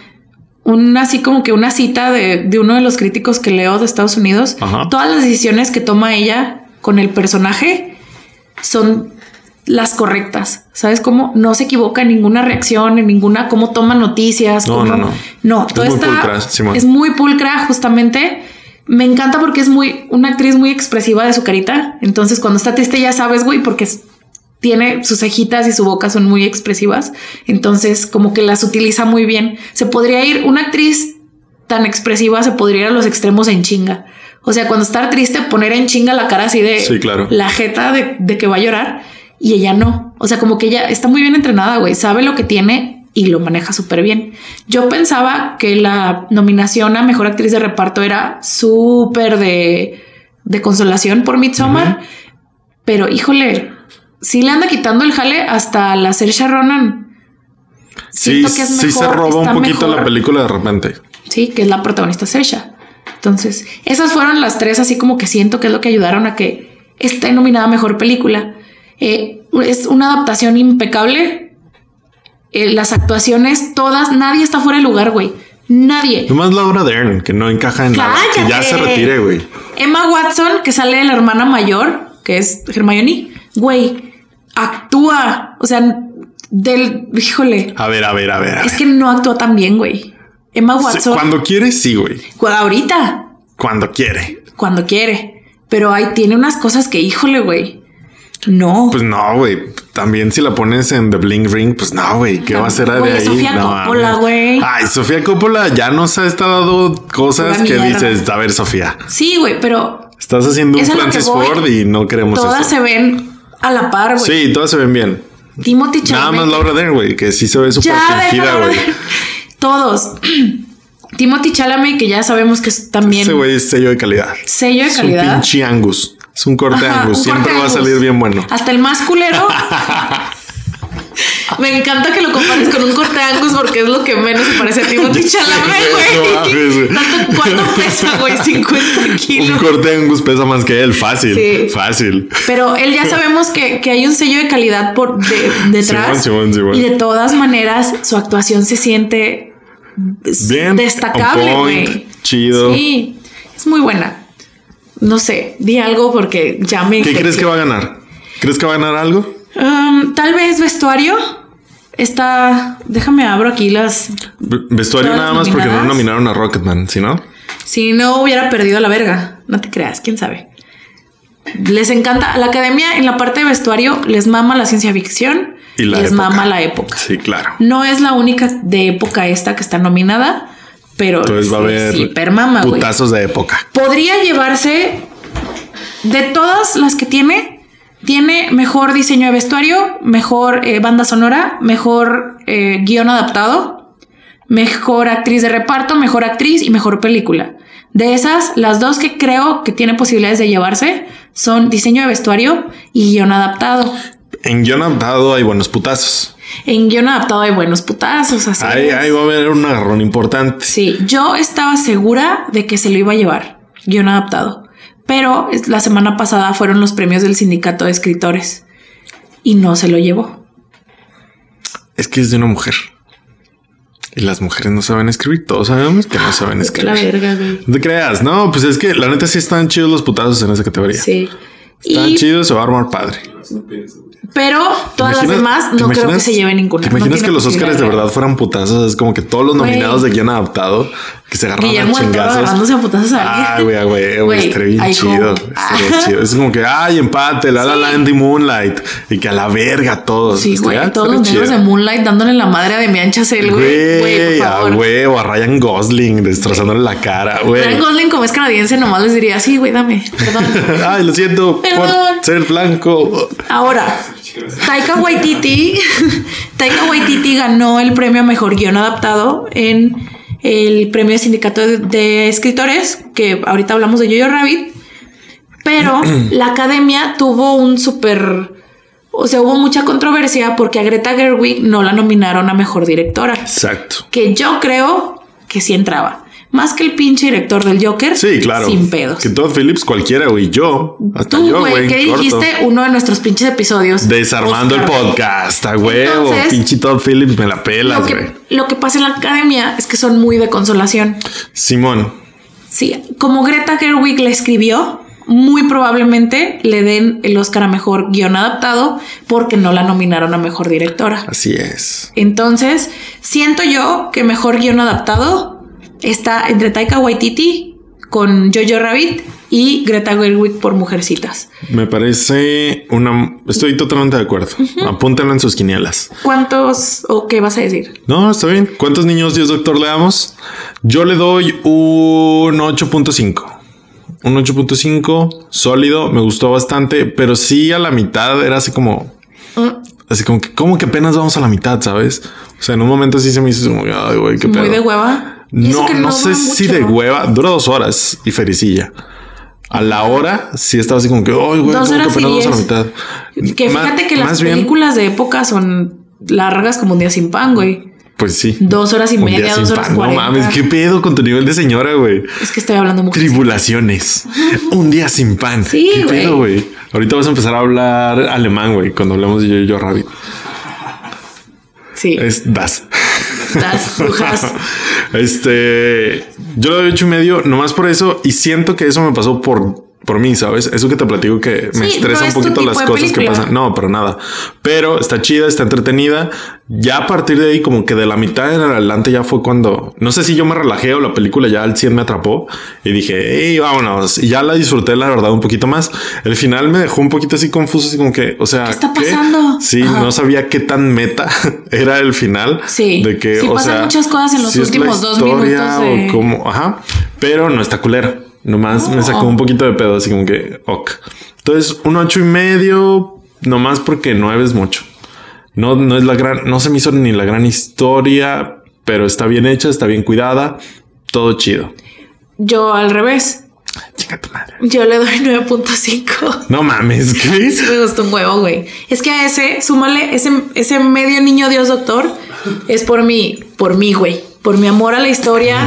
B: una así como que una cita de, de uno de los críticos que leo de Estados Unidos,
A: Ajá.
B: todas las decisiones que toma ella con el personaje son las correctas. ¿Sabes cómo? No se equivoca en ninguna reacción, en ninguna, cómo toma noticias.
A: No,
B: cómo-
A: no, no.
B: No,
A: Es
B: todo
A: muy
B: está-
A: pulcra, Simón.
B: es muy pulcra, justamente. Me encanta porque es muy una actriz muy expresiva de su carita. Entonces, cuando está triste, ya sabes, güey, porque es- tiene sus cejitas y su boca son muy expresivas. Entonces, como que las utiliza muy bien. Se podría ir una actriz tan expresiva, se podría ir a los extremos en chinga. O sea, cuando está triste, poner en chinga la cara así de
A: Sí, claro.
B: la jeta de, de que va a llorar y ella no. O sea, como que ella está muy bien entrenada, güey, sabe lo que tiene y lo maneja súper bien. Yo pensaba que la nominación a mejor actriz de reparto era súper de, de consolación por Midsommar, pero híjole, sí le anda quitando el jale hasta la Saoirse Ronan.
A: Sí,
B: Siento que es
A: sí se
B: mejor,
A: roba un
B: está
A: poquito
B: mejor.
A: la película de repente.
B: Sí, que es la protagonista Sersha. Entonces, esas fueron las tres, así como que siento que es lo que ayudaron a que esté nominada a mejor película. Eh, es una adaptación impecable. Eh, las actuaciones, todas, nadie está fuera de lugar, güey. Nadie.
A: Nomás Laura Dern, que no encaja en nada, que ya se
B: ¡Cállate!
A: retire, güey.
B: Emma Watson, que sale de la hermana mayor, que es Hermione, güey, actúa. O sea, del. Híjole.
A: A ver, a ver, a ver. a
B: Es
A: ver.
B: que no actúa tan bien, güey. Emma
A: Sí,
B: Watson.
A: Cuando quiere, sí, güey.
B: Ahorita.
A: Cuando quiere.
B: cuando quiere. Pero ahí tiene unas cosas que, híjole, güey. No.
A: Pues no, güey. También si la pones en The Bling Ring, pues no, güey. ¿Qué va a hacer de
B: Güey,
A: ahí?
B: Sofía
A: No,
B: Coppola,
A: mames.
B: güey.
A: Ay, Sofía Coppola ya nos ha estado dando cosas
B: Pura
A: que
B: mierda.
A: dices, a ver, Sofía,
B: sí, güey, pero
A: estás haciendo un
B: Es a lo que
A: Francis
B: voy.
A: Ford y no queremos
B: todas
A: eso.
B: se ven a la par, güey.
A: Sí, todas se ven bien.
B: Timothy
A: Nada
B: Chalamet.
A: más Laura Dern, güey, que sí se ve súper
B: Ya,
A: fingida,
B: déjalo
A: güey.
B: hablar. Todos. Timothy Chalamet, que ya sabemos que es también
A: Ese güey es sello de calidad.
B: sello de
A: Es un
B: calidad.
A: pinche Angus. Es un corte
B: Ajá,
A: Angus.
B: un
A: Siempre
B: corte
A: va a
B: Angus.
A: salir bien bueno.
B: Hasta el más culero. Me encanta que lo compares con un corte Angus porque es lo que menos se parece a Timothy Chalamet,
A: güey, no mames,
B: güey.
A: güey.
B: ¿Tanto- ¿Cuánto pesa, güey? 50
A: Un
B: kilos.
A: corte Angus pesa más que él. Fácil.
B: Sí.
A: Fácil.
B: Pero él ya sabemos que, que hay un sello de calidad por de- detrás.
A: Simón, Simón, Simón.
B: Y de todas maneras, su actuación se siente es
A: Bien,
B: destacable,
A: on point,
B: güey.
A: chido.
B: Sí, es muy buena. No sé, di algo porque ya me.
A: ¿Qué crees que va a ganar? ¿Crees que va a ganar algo?
B: Um, tal vez vestuario. Está. Déjame abro aquí las.
A: V- Vestuario
B: Todas
A: nada más porque no
B: nominadas.
A: nominaron a Rocketman, ¿sí no?
B: Si no hubiera perdido la verga. No te creas, quién sabe. Les encanta. La academia en la parte de vestuario les mama la ciencia ficción.
A: Y la
B: les
A: época.
B: mama la época.
A: Sí, claro.
B: No es la única de época esta que está nominada, pero
A: Entonces va a
B: sí,
A: haber
B: sí, permama, güey.
A: putazos de época.
B: Podría llevarse de todas las que tiene, tiene mejor diseño de vestuario, mejor eh, banda sonora, mejor eh, guión adaptado, mejor actriz de reparto, mejor actriz y mejor película. De esas, las dos que creo que tiene posibilidades de llevarse son diseño de vestuario y guión adaptado.
A: En guión adaptado hay buenos putazos.
B: En guión adaptado hay buenos putazos, así.
A: Ahí,
B: es.
A: ahí va a haber un agarrón importante.
B: Sí, yo estaba segura de que se lo iba a llevar, guión adaptado. Pero es- la semana pasada fueron los premios del sindicato de escritores y no se lo llevó.
A: Es que es de una mujer. Y las mujeres no saben escribir. Todos sabemos que no saben
B: Ah, La
A: escribir.
B: verga, güey.
A: No te creas. No, pues es que la neta sí están chidos los putazos en esa categoría.
B: Sí.
A: Están
B: Y-
A: chidos, se va a armar padre.
B: pero
A: ¿Te
B: todas
A: imaginas-
B: las demás
A: te
B: no creo que
A: imaginas-
B: se lleve ninguna.
A: ¿Te
B: No
A: imaginas
B: tiene
A: que los Óscares de
B: posibilidad
A: verdad fueran putazos? Es como que todos los
B: Güey.
A: nominados de guión adaptado que se agarran a
B: Guillermo del Toro
A: chingazos.
B: agarrándose a putazos a
A: Ah,
B: alguien.
A: güey, ah, güey, güey,
B: Güey,
A: estaría bien
B: I
A: chido.
B: hope.
A: estaría
B: Ah.
A: chido. Es como que, ay, empate, la la
B: Sí.
A: land y Moonlight. Y que a la verga todos.
B: Sí, güey.
A: Estaría-
B: Todos
A: estaría
B: los negros
A: chido.
B: de Moonlight dándole la madre a Demian Chazelle, güey. Güey,
A: Güey,
B: por
A: a
B: favor.
A: huevo, a Ryan Gosling destrozándole la cara, güey.
B: Ryan Gosling, como es canadiense, nomás les diría, sí, güey, dame, perdón.
A: Ay, lo siento
B: Perdón.
A: por ser blanco.
B: Ahora, Taika Waititi, Taika Waititi ganó el premio a mejor guión adaptado en el premio de sindicato de, de escritores, que ahorita hablamos de Jojo Rabbit, pero la academia tuvo un súper o sea, hubo mucha controversia porque a Greta Gerwig no la nominaron a mejor directora,
A: Exacto.
B: que yo creo que sí entraba. Más que el pinche director del Joker.
A: Sí, claro.
B: Sin pedos.
A: Que Todd Phillips, cualquiera, güey. Yo, hasta
B: Tú,
A: yo,
B: güey,
A: güey.
B: ¿qué
A: corto.
B: dijiste? Uno de nuestros pinches episodios.
A: Desarmando el
B: Oscar.
A: podcast, a huevo.
B: Entonces,
A: Pinche Todd Phillips, me la pelas,
B: Lo
A: güey.
B: que, lo que pasa en la academia es que son muy de consolación.
A: Simón,
B: Sí, como Greta Gerwig le escribió, muy probablemente le den el Oscar a mejor guión adaptado porque no la nominaron a mejor directora.
A: así es.
B: Entonces, siento yo que mejor guión adaptado está entre Taika Waititi con Jojo Rabbit y Greta Gerwig por Mujercitas.
A: Me parece una. Estoy totalmente de acuerdo. Apúntalo en sus quinielas.
B: ¿Cuántos o qué vas a decir?
A: No, está bien. ¿Cuántos niños Dios Doctor le damos? Yo le doy un 8.5. Un 8.5 sólido, me gustó bastante, pero sí a la mitad era así como,
B: Mm,
A: así como que, como que apenas vamos a la mitad, sabes? O sea, en un momento sí se me hizo como, ay, güey, qué
B: Muy
A: pedo.
B: de hueva. Y eso
A: No,
B: que
A: no, sé
B: dura
A: si
B: mucho,
A: de
B: ¿no?
A: hueva. Dura dos horas y fericilla. A la hora sí estaba así como que, ay, güey,
B: Dos
A: como que
B: horas y
A: apenas vamos a la
B: diez.
A: mitad.
B: Que
A: Ma-
B: fíjate que las
A: más bien,
B: películas de época son largas como un día sin pan, güey.
A: pues sí.
B: Dos horas y
A: Un
B: media,
A: día
B: dos
A: sin
B: horas
A: pan. No
B: cuarenta.
A: mames, qué pedo con tu nivel de señora, güey.
B: Es que estoy hablando mucho.
A: Tribulaciones. Un día sin pan.
B: Sí,
A: ¿Qué
B: güey.
A: pedo, güey? Ahorita vas a empezar a hablar alemán, güey, cuando hablemos de yo y yo Rabbit.
B: Sí.
A: Es das.
B: Das, ujas.
A: este, yo lo doy ocho y medio, nomás por eso, y siento que eso me pasó por, por mí, ¿sabes? Eso que te platico que me
B: Sí, no
A: estresa un
B: es tu
A: poquito
B: tipo
A: las
B: de
A: cosas que
B: película.
A: pasan. No, para nada. Pero está chida, está entretenida. Ya a partir de ahí, como que de la mitad en adelante ya fue cuando, no sé si yo me relajé o la película ya al 100 me atrapó y dije, hey, vámonos. Y ya la disfruté, la verdad, un poquito más. El final me dejó un poquito así confuso, así como que, o sea,
B: ¿Qué está pasando?
A: Sí,
B: Ajá.
A: no sabía qué tan meta era el final.
B: Sí.
A: De que,
B: Sí
A: o
B: pasan
A: sea,
B: muchas cosas en los
A: si es la
B: últimos dos
A: historia
B: minutos de-
A: O como, ajá. Pero no está culera. Nomás me sacó un poquito de pedo, así como que, ok. Entonces, un ocho y medio, nomás porque nueve es mucho. No, no es la gran, no se me hizo ni la gran historia, pero está bien hecha, está bien cuidada, todo chido.
B: Yo al revés.
A: Chica tu madre.
B: Yo le doy 9.5.
A: No mames, ¿qué?
B: Sí me gustó un huevo, güey. Es que a ese, súmale, ese, ese medio niño Dios doctor es por mí, por mí, güey. Por mi amor a la historia,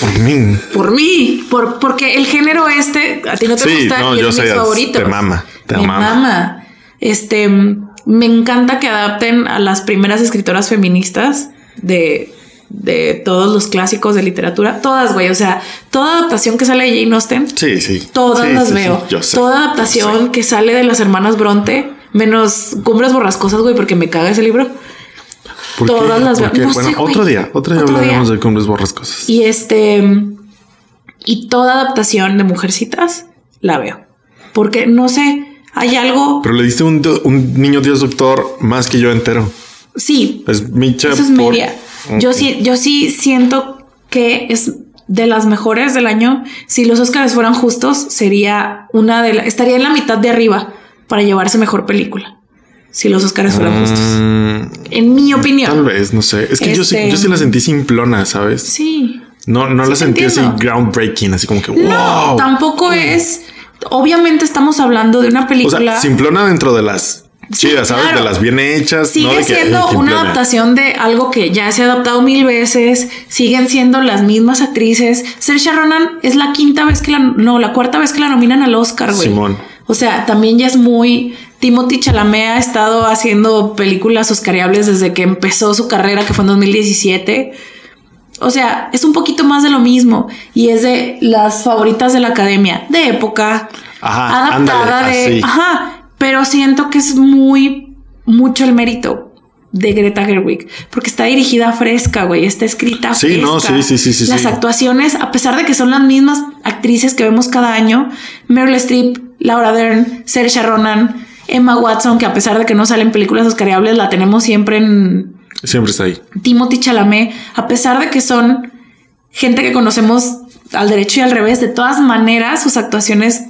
A: Por mí.
B: por mí, por, porque el género este a ti no te
A: Sí,
B: gusta y
A: no,
B: es
A: yo
B: de
A: sé,
B: mis favoritos.
A: te mama, te
B: me
A: mama.
B: mama. Este, mm, me encanta que adapten a las primeras escritoras feministas de, de todos los clásicos de literatura, todas, güey. O sea, toda adaptación que sale de Jane Austen,
A: Sí, sí.
B: todas
A: Sí,
B: las
A: sí, sí,
B: veo.
A: yo sé.
B: Toda adaptación que sale de las hermanas Bronte, menos Cumbres Borrascosas, güey, porque me caga ese libro.
A: ¿Por qué?
B: Todas las veo.
A: ¿Por qué?
B: No
A: bueno,
B: sé, güey.
A: otro día, otro día
B: Otro
A: hablaremos
B: día.
A: de cumbres borrascosas.
B: Y este. Y toda adaptación de Mujercitas la veo. Porque no sé, hay algo.
A: Pero le diste un, do- un niño Dios doctor más que yo entero.
B: Sí,
A: Es Micha.
B: eso es
A: por-
B: media. Yo sí, yo sí siento que es de las mejores del año. Si los Oscars fueran justos, sería una de la- estaría en la mitad de arriba para llevarse mejor película. Si los Oscars fueran justos.
A: Mm,
B: En mi
A: tal
B: opinión.
A: vez, no sé. Es que yo, sí,
B: Este-
A: yo sí la sentí simplona, ¿sabes?
B: Sí.
A: No, no
B: Sí
A: la
B: te
A: sentí así
B: entiendo.
A: groundbreaking, así como que
B: No,
A: wow. Mm.
B: tampoco es. Obviamente estamos hablando de una
A: o
B: película.
A: sea, simplona dentro de las
B: Sí,
A: chidas, ¿sabes?
B: claro.
A: De las bien hechas. no
B: Sigue
A: de que,
B: siendo
A: "Ay,
B: una
A: simplona".
B: adaptación de algo que ya se ha adaptado mil veces, siguen siendo las mismas actrices. Saoirse Ronan es la quinta vez que la no, la cuarta vez que la nominan al Oscar, güey.
A: Simón.
B: O sea, también ya es muy Timothy Chalamet ha estado haciendo películas oscariables desde que empezó su carrera, que fue en 2017. O sea, es un poquito más de lo mismo y es de las favoritas de la academia, de época,
A: Ajá,
B: adaptada
A: ándale,
B: de,
A: así.
B: ajá, pero siento que es muy mucho el mérito de Greta Gerwig, porque está dirigida fresca, güey, está escrita
A: Sí,
B: fresca.
A: no, sí, sí, sí, sí,
B: Las
A: sí.
B: actuaciones, a pesar de que son las mismas actrices que vemos cada año, Meryl Streep, Laura Dern, Saoirse Ronan, Emma Watson, que a pesar de que no salen películas oscariables, la tenemos siempre en
A: Siempre está ahí.
B: Timothy Chalamet, a pesar de que son gente que conocemos al derecho y al revés, de todas maneras sus actuaciones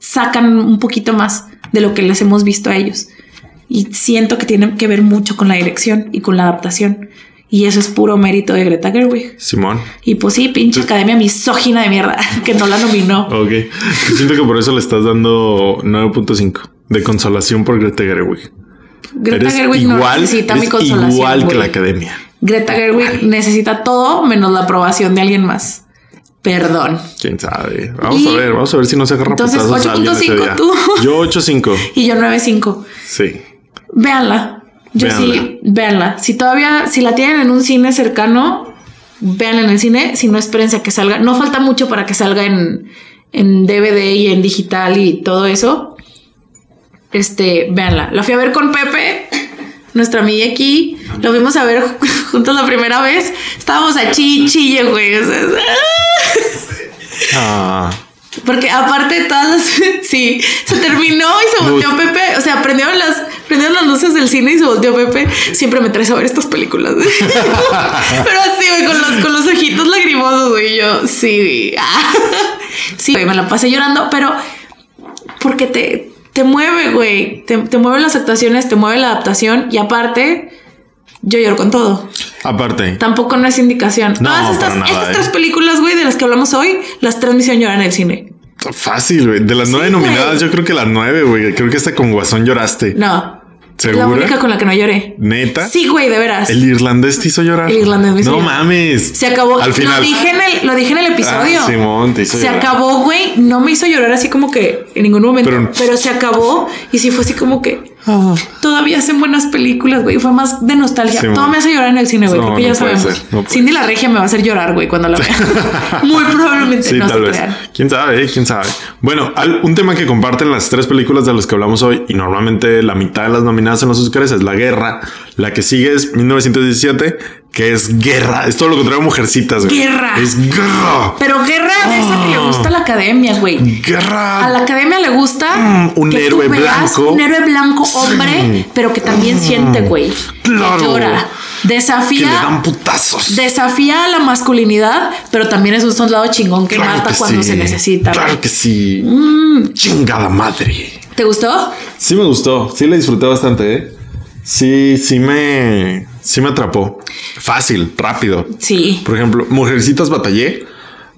B: sacan un poquito más de lo que les hemos visto a ellos. Y siento que tienen que ver mucho con la dirección y con la adaptación. Y eso es puro mérito de Greta Gerwig.
A: Simón.
B: Y pues sí, pinche academia misógina de mierda que no la nominó.
A: Ok. Siento que por eso le estás dando 9.5. de consolación por Greta Gerwig.
B: Greta
A: Eres
B: Gerwig no
A: igual,
B: necesita mi
A: eres
B: consolación,
A: Igual que
B: güey.
A: la academia.
B: Greta Gerwig necesita todo menos la aprobación de alguien más. Perdón.
A: Quién sabe. Vamos
B: Y-
A: a ver, vamos a ver si no se agarra
B: Entonces,
A: putazos a alguien ese
B: 8.5
A: día.
B: tú.
A: Yo 8.5.
B: Y yo 9.5.
A: Sí.
B: Véanla. Yo sí, véanla. Si todavía, si la tienen en un cine cercano, véanla en el cine. Si no, espérense a que salga. No falta mucho para que salga en, en DVD y en digital y todo eso. Este, véanla. La fui a ver con Pepe, nuestra amiga aquí. Lo vimos a ver juntos la primera vez. Estábamos a chi chille, güey. O sea,
A: Ah,
B: Porque aparte de todas las... Sí, se terminó y se volteó Pepe. O sea, prendieron las, prendieron las luces del cine y se volteó Pepe. Siempre me traes a ver estas películas. Pero así, güey, con los, con los ojitos lagrimosos, güey. y Yo, sí, güey. Sí, güey, me la pasé llorando, pero... Porque te, te mueve, güey. Te, te mueven las actuaciones, te mueve la adaptación. Y aparte, yo lloro con todo.
A: aparte.
B: Tampoco no es indicación.
A: No,
B: Todas estas,
A: para nada,
B: estas
A: eh.
B: tres películas, güey, de las que hablamos hoy, las tres me hicieron llorar en el cine.
A: Fácil, güey. De las nueve
B: güey.
A: nominadas, yo creo que las nueve, güey. Creo que hasta con Guasón lloraste.
B: No.
A: ¿Segura?
B: La única con la que no lloré.
A: ¿Neta?
B: Sí, güey, de veras.
A: El irlandés te hizo llorar.
B: El irlandés me hizo
A: No
B: llorar.
A: mames.
B: Se acabó.
A: Al final.
B: Lo dije en el, lo dije en el episodio.
A: Ah, Simón, te hizo
B: se
A: llorar.
B: acabó, güey. No me hizo llorar así como que en ningún momento.
A: Pero-
B: Pero, se acabó. Y sí fue así como que
A: Ah.
B: todavía hacen buenas películas, güey. Fue más de nostalgia.
A: Sí,
B: Todo
A: man.
B: me hace llorar en el cine, güey.
A: No,
B: porque
A: no
B: ya
A: puede
B: sabemos.
A: ser, no puede
B: Cindy la regia me va a hacer llorar, güey, cuando la vea. Muy probablemente
A: Sí,
B: no se
A: tal vez.
B: crean.
A: Quién sabe, eh? quién sabe. Bueno, al- un tema que comparten las tres películas de las que hablamos hoy, y normalmente la mitad de las nominadas en los Oscars es La Guerra. La que sigue es 1917, que es guerra. Es todo lo contrario a mujercitas. güey.
B: Guerra.
A: Es guerra.
B: Pero guerra de esa que
A: Ah.
B: le gusta a la academia, güey.
A: Guerra.
B: A la academia le gusta
A: Mm, un
B: que tú
A: héroe
B: veas
A: blanco.
B: Un héroe blanco, hombre,
A: Sí. Mm,
B: pero que también siente, güey.
A: Claro.
B: Que llora.
A: Que le dan
B: Desafía.
A: putazos.
B: Desafía a la masculinidad, pero también es un soldado chingón que
A: Claro
B: mata
A: que
B: cuando
A: sí.
B: se necesita. güey. Mm.
A: Claro que sí. Chingada madre.
B: ¿Te gustó?
A: Sí me gustó, sí le disfruté bastante, ¿eh? Sí, sí me, sí me atrapó. Fácil, rápido.
B: Sí.
A: Por ejemplo, Mujercitas batallé.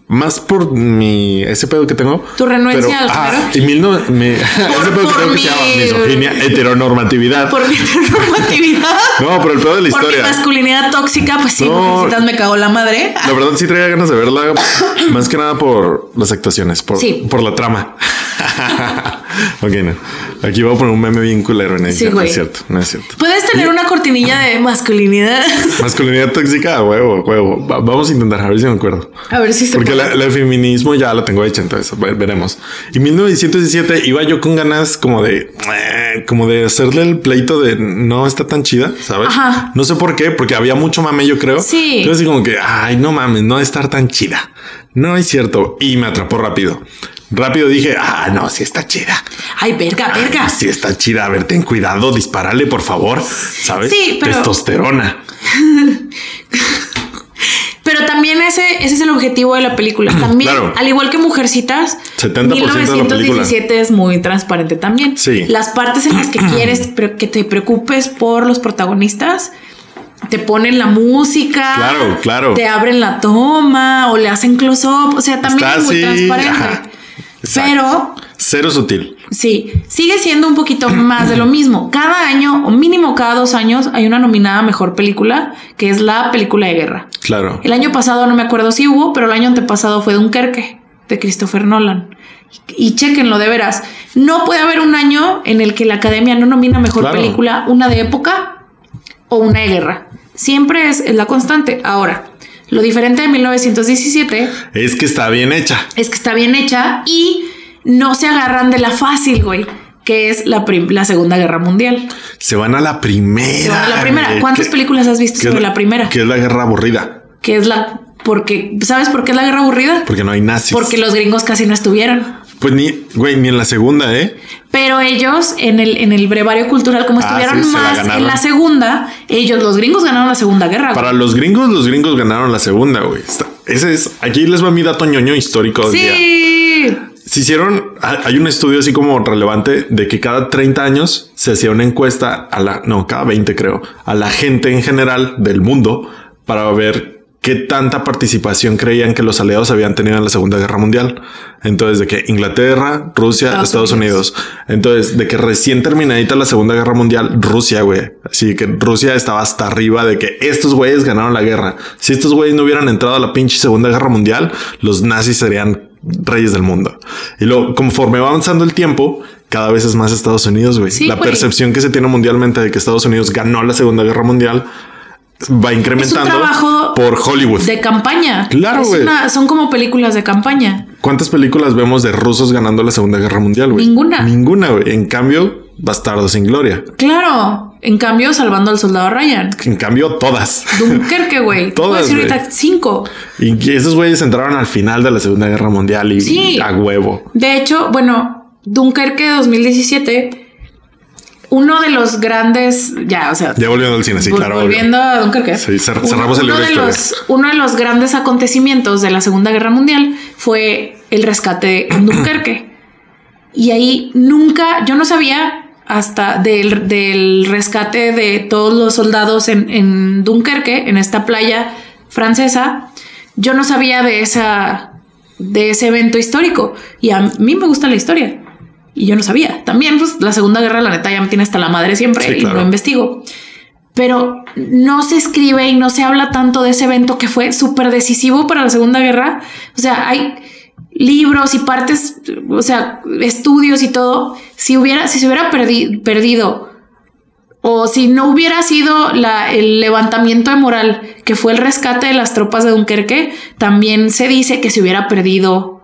A: Más por mi... Ese pedo que tengo.
B: Tu renuencia al
A: ah, y
B: género.
A: mil no- mi- Ese pedo que
B: por
A: tengo que
B: mi-
A: se llama misoginia, heteronormatividad.
B: Por mi normatividad.
A: No, por el pedo de la
B: Por mi
A: historia.
B: masculinidad tóxica, pues sí,
A: No.
B: mujercitas me cagó la madre.
A: La verdad sí traía ganas de verla. más que nada por las actuaciones, por,
B: Sí.
A: por la trama. ok, no. Aquí voy a poner un meme bien culero en
B: Sí,
A: edición. no
B: güey.
A: es cierto, no es cierto.
B: Puedes tener una cortinilla de masculinidad.
A: Masculinidad tóxica, a huevo, a huevo. Va- vamos a intentar, a ver si me acuerdo.
B: A ver si se
A: Porque
B: puede.
A: la, la de feminismo ya la tengo hecha, entonces ve- veremos. Y 1917 iba yo con ganas como de, eh, como de hacerle el pleito de no está tan chida, ¿sabes?
B: Ajá.
A: No sé por qué, porque había mucho mame, yo creo.
B: Sí.
A: Entonces así como que, ay, no mames, no estar tan chida. No es cierto. Y me atrapó rápido. Rápido dije, ah, no, sí está chida.
B: Ay, verga, verga.
A: Sí está chida. A ver, ten cuidado, disparale, por favor. ¿Sabes?
B: Sí, pero-
A: Testosterona.
B: Pero también ese, ese es el objetivo de la película. También,
A: Claro.
B: al igual que Mujercitas,
A: 70% de la película.
B: 1917 es muy transparente también.
A: Sí.
B: Las partes en las que quieres pre- que te preocupes por los protagonistas, te ponen la música.
A: Claro, claro.
B: Te abren la toma o le hacen close-up. O sea, también
A: Está
B: es muy
A: así,
B: transparente.
A: ajá, exacto.
B: Pero
A: Cero sutil.
B: Sí, sigue siendo un poquito más de lo mismo. Cada año, o mínimo cada dos años, hay una nominada a mejor película, que es la película de guerra.
A: Claro.
B: El año pasado no me acuerdo si hubo, pero el año antepasado fue Dunkerque, de Christopher Nolan. Y chequenlo de veras. No puede haber un año en el que la academia no nomina mejor
A: Claro.
B: película una de época o una de guerra. Siempre es, es la constante. Ahora, lo diferente de 1917
A: Es que está bien hecha.
B: es que está bien hecha y no se agarran de la fácil, güey, que es la, prim- la Segunda Guerra Mundial.
A: Se van a la primera.
B: Se van a la primera.
A: güey.
B: ¿Cuántas
A: ¿Qué-
B: películas has visto
A: qué es
B: sobre la primera?
A: eh, Que es la guerra aburrida.
B: Que es la... Porque, ¿sabes por qué es la guerra aburrida?
A: Porque no hay nazis.
B: Porque los gringos casi no estuvieron.
A: Pues ni, güey, ni en la segunda, ¿eh?
B: Pero ellos en el, en el brevario cultural, como
A: Ah,
B: estuvieron
A: sí, se la
B: más
A: ganaron.
B: en la segunda, ellos, los gringos ganaron la segunda guerra.
A: Para los gringos, los gringos ganaron la segunda, güey. Está- ese es. Aquí les va mi dato ñoño histórico del
B: güey.
A: día.
B: sí.
A: Se hicieron, ha- hay un estudio así como relevante de que cada 30 años se hacía una encuesta a la, no, cada 20 creo, a la gente en general del mundo para ver qué tanta participación creían que los aliados habían tenido en la Segunda Guerra Mundial. Entonces, de que Inglaterra, Rusia, Estados,
B: Estados
A: Unidos. Entonces, de que recién terminadita la Segunda Guerra Mundial, Rusia, güey. Así que Rusia estaba hasta arriba de que estos güeyes ganaron la guerra. Si estos güeyes no hubieran entrado a la pinche Segunda Guerra Mundial, los nazis serían reyes del mundo. Y luego, conforme va avanzando el tiempo, cada vez es más Estados Unidos, güey.
B: Sí,
A: la
B: güey.
A: percepción que se tiene mundialmente de que Estados Unidos ganó la Segunda Guerra Mundial va incrementando
B: trabajo
A: por Hollywood.
B: De campaña.
A: Pues, Claro,
B: Es
A: güey.
B: una- Son como películas de campaña.
A: ¿Cuántas películas vemos de rusos ganando la Segunda Guerra Mundial, güey?
B: Ninguna.
A: Ninguna, güey. En cambio, Bastardos sin Gloria.
B: Claro. En cambio, salvando al soldado Ryan.
A: En cambio, todas.
B: Dunkerque, güey. Te puedo
A: Todas,
B: decir
A: güey.
B: ahorita cinco.
A: Y que esos güeyes entraron al final de la Segunda Guerra Mundial y
B: Sí.
A: a huevo.
B: De hecho, bueno, Dunkerque 2017, uno de los grandes, ya, o sea,
A: Ya volviendo al cine, sí,
B: vol-
A: claro. obvio.
B: volviendo a Dunkerque.
A: Sí, cer-
B: uno-
A: cerramos el libro
B: uno
A: de
B: de,
A: historia.
B: los, uno de los grandes acontecimientos de la Segunda Guerra Mundial fue el rescate en Dunkerque. Y ahí nunca, yo no sabía hasta del, del rescate de todos los soldados en, en Dunkerque, en esta playa francesa, yo no sabía de esa de ese evento histórico. Y a mí me gusta la historia. Y yo no sabía. También, pues, la Segunda Guerra, la neta, ya me tiene hasta la madre siempre
A: Sí,
B: y
A: claro.
B: no investigo. Pero no se escribe y no se habla tanto de ese evento que fue súper decisivo para la Segunda Guerra. O sea, hay libros y partes, o sea, estudios y todo. Si hubiera, si se hubiera perdi- perdido o si no hubiera sido la- el levantamiento de moral, que fue el rescate de las tropas de Dunkerque, también se dice que se hubiera perdido,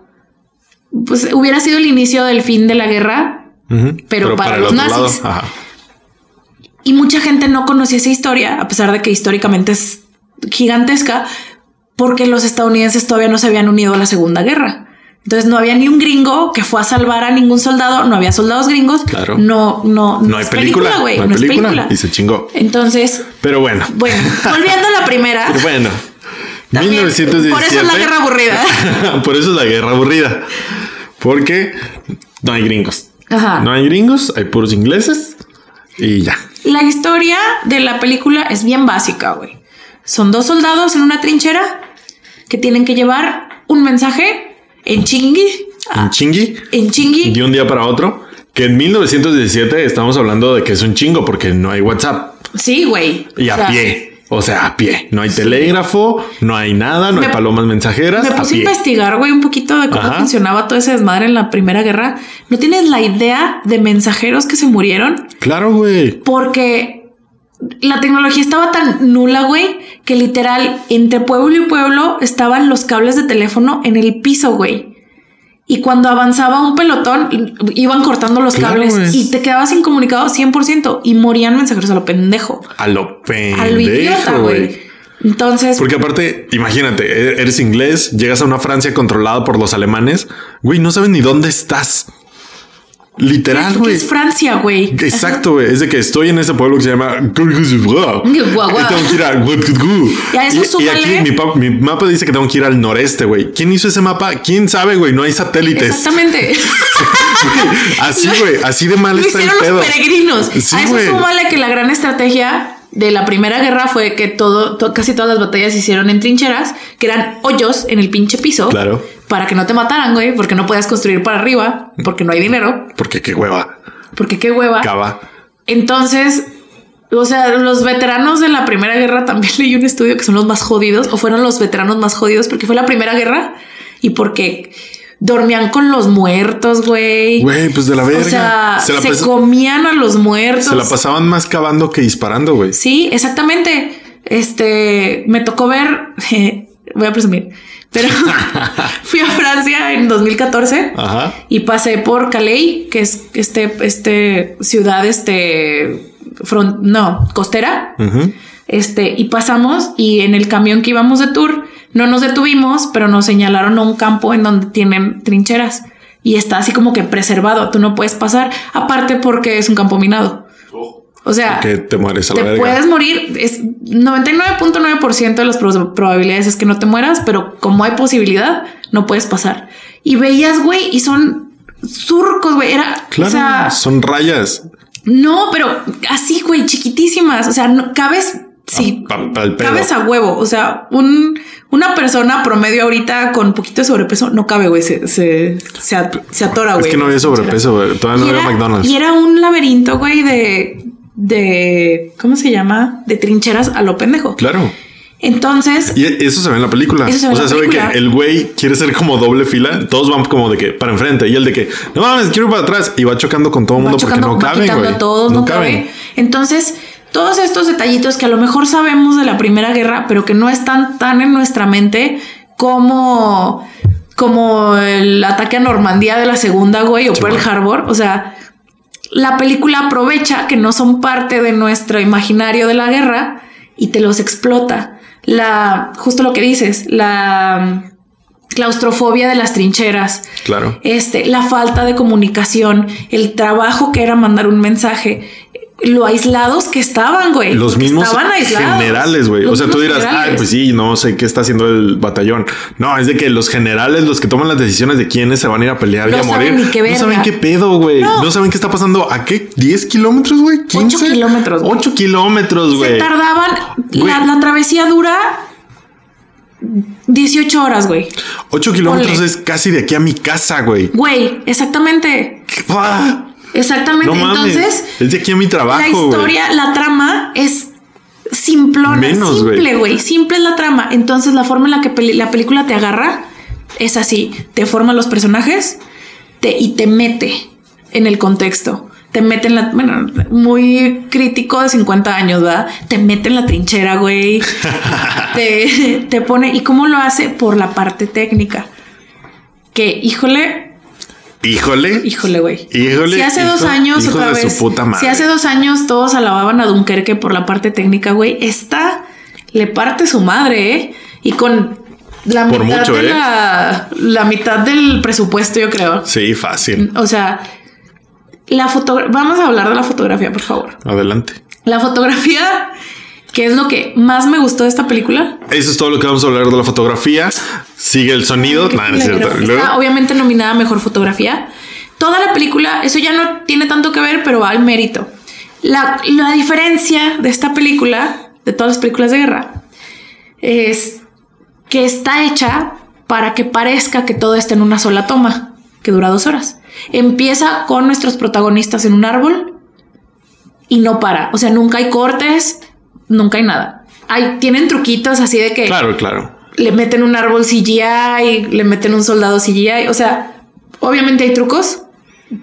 B: pues hubiera sido el inicio del fin de la guerra.
A: Ujú.
B: Pero para
A: el
B: los
A: otro
B: nazis.
A: lado, ajá.
B: Y mucha gente no conocía esa historia, a pesar de que históricamente es gigantesca, porque los estadounidenses todavía no se habían unido a la Segunda Guerra. Entonces no había ni un gringo que fue a salvar a ningún soldado, no había soldados gringos.
A: Claro.
B: No, no,
A: No hay
B: es
A: película,
B: güey,
A: no hay
B: es
A: película. Y se chingó.
B: Entonces,
A: Pero bueno,
B: bueno, volviendo a la primera.
A: pero bueno.
B: También,
A: 1917.
B: Por eso es la guerra aburrida.
A: Por eso es la guerra aburrida. Porque no hay gringos.
B: Ajá.
A: No hay gringos, hay puros ingleses y ya.
B: La historia de la película es bien básica, güey. Son dos soldados en una trinchera que tienen que llevar un mensaje en chingui.
A: Un chingui
B: En
A: de
B: chingui.
A: un día para otro. Que en 1917 estamos hablando de que es un chingo porque no hay WhatsApp
B: Sí, güey.
A: y
B: O
A: a
B: sea,
A: pie. O sea, a pie. No hay telégrafo, no hay nada, no
B: Me-
A: hay palomas mensajeras.
B: Me
A: a
B: puse a
A: pie.
B: investigar, güey, un poquito de cómo
A: Ajá.
B: funcionaba todo ese desmadre en la Primera Guerra. ¿No tienes la idea de mensajeros que se murieron?
A: Claro, güey.
B: porque la tecnología estaba tan nula, güey, que literal entre pueblo y pueblo estaban los cables de teléfono en el piso, güey. Y cuando avanzaba un pelotón, i- iban cortando los
A: Claro,
B: cables
A: güey.
B: y te quedabas incomunicado 100% y morían mensajeros a lo pendejo.
A: A lo pendejo,
B: A lo idiota, güey. Entonces,
A: Porque aparte, imagínate, e- eres inglés, llegas a una Francia controlada por los alemanes, güey, no sabes ni dónde estás. Literal,
B: porque
A: güey.
B: es Francia, güey.
A: Exacto, güey. Es de que estoy en ese pueblo que se llama Gurguzubra. Y
B: Guau, guau.
A: tengo que ir a Gurguzgu.
B: Y a eso
A: Y, y
B: súmale-
A: aquí mi, pa- mi mapa dice que tengo que ir al noreste, güey. ¿Quién hizo ese mapa? ¿Quién sabe, güey? No hay satélites.
B: Exactamente.
A: Así, güey. Así de mal
B: Lo
A: está el
B: hicieron
A: pedo.
B: los peregrinos.
A: Sí,
B: a eso
A: güey.
B: súmale que la gran estrategia de la primera guerra fue que todo, to- casi todas las batallas se hicieron en trincheras, que eran hoyos en el pinche piso.
A: Claro.
B: Para que no te mataran, güey, porque no podías construir para arriba, porque no hay dinero,
A: Porque qué hueva.
B: porque qué hueva.
A: Cava.
B: Entonces, o sea, los veteranos de la primera guerra también leí un estudio que son los más jodidos, o fueron los veteranos más jodidos porque fue la primera guerra y porque dormían con los muertos, güey.
A: Güey, pues de la verga.
B: O sea,
A: Se
B: se,
A: la pas-
B: comían a los muertos.
A: Se la pasaban más cavando que disparando, güey.
B: Sí, exactamente. Este, me tocó ver, voy a presumir, pero fui a Francia en 2014
A: Ajá.
B: y pasé por Calais, que es este, este ciudad, este, fron- no, costera.
A: Ujú.
B: Este, y pasamos y en el camión que íbamos de tour no nos detuvimos, pero nos señalaron a un campo en donde tienen trincheras y está así como que preservado, tú no puedes pasar, aparte porque es un campo minado. O sea,
A: Que te mueres a la
B: Ah. te
A: verga.
B: puedes morir, es 99.9% de las pro- probabilidades es que no te mueras, pero como hay posibilidad, no puedes pasar. Y veías, güey, y son surcos, güey, era,
A: Claro,
B: o sea,
A: son rayas.
B: no, pero así, güey, chiquitísimas. O sea, no, cabes Sí,
A: Pa- pa- el pedo.
B: cabes a huevo. O sea, un, una persona promedio ahorita con poquito de sobrepeso no cabe, güey. Se, se, se, at- se atora,
A: Es
B: Ah, güey.
A: que no había sobrepeso, güey. Todavía no
B: Y
A: había
B: era-
A: McDonald's.
B: Y era un laberinto, güey, de, de. ¿Cómo se llama? De trincheras a lo pendejo.
A: Claro.
B: Entonces,
A: Y e, eso se ve en la película.
B: Eso se ve
A: o
B: en
A: sea,
B: la
A: se ve
B: película.
A: que el güey quiere ser como doble fila. Todos van como de que para enfrente. Y el de que no mames, quiero ir para atrás. Y va chocando con todo el
B: va
A: mundo
B: chocando,
A: porque no
B: va
A: caben,
B: quitando
A: güey.
B: a todos, no, cabe. Entonces, todos estos detallitos que a lo mejor sabemos de la Primera Guerra, pero que no están tan en nuestra mente como, como el ataque a Normandía de la Segunda, güey, o Pearl Harbor. O sea, la película aprovecha que no son parte de nuestro imaginario de la guerra y te los explota. La, justo lo que dices, la mm, claustrofobia de las trincheras,
A: Claro.
B: este, la falta de comunicación, el trabajo que era mandar un mensaje, lo aislados que estaban, güey.
A: Los
B: porque
A: mismos
B: estaban aislados.
A: generales, güey.
B: Los
A: O sea, tú
B: mismos
A: dirás,
B: generales.
A: ay, pues sí, no sé qué está haciendo el batallón. No, es de que los generales, los que toman las decisiones de quiénes se van a ir a pelear
B: No
A: y a
B: saben
A: morir,
B: ni qué
A: no
B: verga.
A: saben qué pedo, güey.
B: No.
A: No. saben qué está pasando. ¿A qué? ¿10 kilómetros, güey? ¿15?
B: kilómetros, güey.
A: 8 kilómetros,
B: Se
A: güey.
B: tardaban, la,
A: Güey.
B: la travesía dura 18 horas, güey.
A: 8 kilómetros
B: Ponle.
A: es casi de aquí a mi casa, güey.
B: Güey, exactamente.
A: ¡Ah!
B: Exactamente.
A: No mames.
B: Entonces,
A: es de aquí a mi trabajo.
B: la historia, la trama es simplona,
A: Menos,
B: simple,
A: güey.
B: güey. Simple es la trama. Entonces, la forma en la que peli- la película te agarra es así: te forma los personajes te- y te mete en el contexto. Te mete en la. Bueno, muy crítico de 50 años, ¿verdad? Te mete en la trinchera, güey. te, te pone. ¿Y cómo lo hace? Por la parte técnica. Que, híjole,
A: güey. Híjole.
B: Híjole, güey.
A: Híjole,
B: Si hace
A: hijo-
B: dos años
A: hijo
B: otra
A: de su
B: vez.
A: puta madre.
B: Si hace dos años todos alababan a Dunkerque por la parte técnica, güey. Esta le parte su madre, ¿eh? Y con la
A: Por
B: mitad
A: mucho,
B: de
A: ¿eh?
B: la, la mitad del presupuesto, yo creo.
A: Sí, fácil.
B: O sea, la foto vamos a hablar de la fotografía, por favor.
A: Adelante.
B: La fotografía, que es lo que más me gustó de esta película.
A: Eso es todo lo que vamos a hablar de la fotografía. Sigue el sonido.
B: Qué
A: Nah, no es
B: culero.
A: cierto.
B: Está
A: Luego-
B: obviamente nominada a mejor fotografía. Toda la película, eso ya no tiene tanto que ver, pero va al mérito. La, la diferencia de esta película, de todas las películas de guerra, es que está hecha para que parezca que todo está en una sola toma, que dura dos horas. Empieza con nuestros protagonistas en un árbol y no para. O sea, nunca hay cortes, nunca hay nada. Hay, tienen truquitos así de que
A: Claro, claro.
B: le meten un árbol CGI, le meten un soldado CGI. O sea, obviamente hay trucos,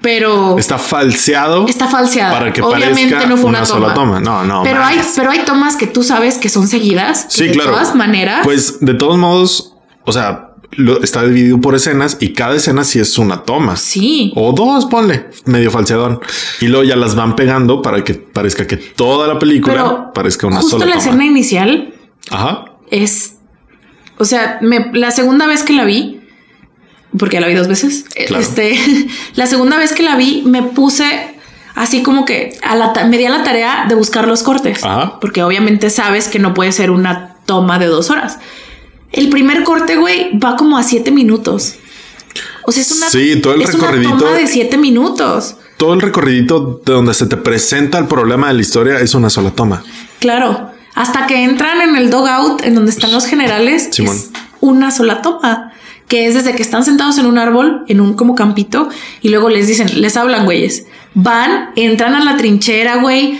B: pero está,
A: Está falseado.
B: falseado.
A: Para que
B: obviamente
A: parezca
B: no fue una,
A: una sola toma. No, no,
B: Pero hay,
A: mames.
B: pero hay tomas que tú sabes que son seguidas.
A: Sí,
B: de
A: claro.
B: todas maneras.
A: Pues de todos modos, o sea, lo- está dividido por escenas y cada escena sí es una toma.
B: sí.
A: O dos, ponle, medio falseadón. Y luego ya las van pegando para que parezca que toda la película
B: Pero
A: parezca una
B: justo
A: sola
B: la
A: toma.
B: escena inicial
A: Ajá.
B: es. O sea, me- la segunda vez que la vi, porque la vi dos veces, eh,
A: Claro.
B: este, la segunda vez que la vi me puse así como que a la ta- me di a la tarea de buscar los cortes,
A: Ajá.
B: porque obviamente sabes que no puede ser una toma de dos horas. El primer corte, güey, va como a siete minutos. O sea, es una,
A: Sí, todo el
B: es una
A: recorridito.
B: toma de siete minutos.
A: Todo el recorridito de donde se te presenta el problema de la historia es una sola toma.
B: Claro, hasta que entran en el dogout, en donde están los generales,
A: Simón.
B: es una sola toma, que es desde que están sentados en un árbol, en un como campito, y luego les dicen, les hablan, güeyes. Van, entran a la trinchera, güey.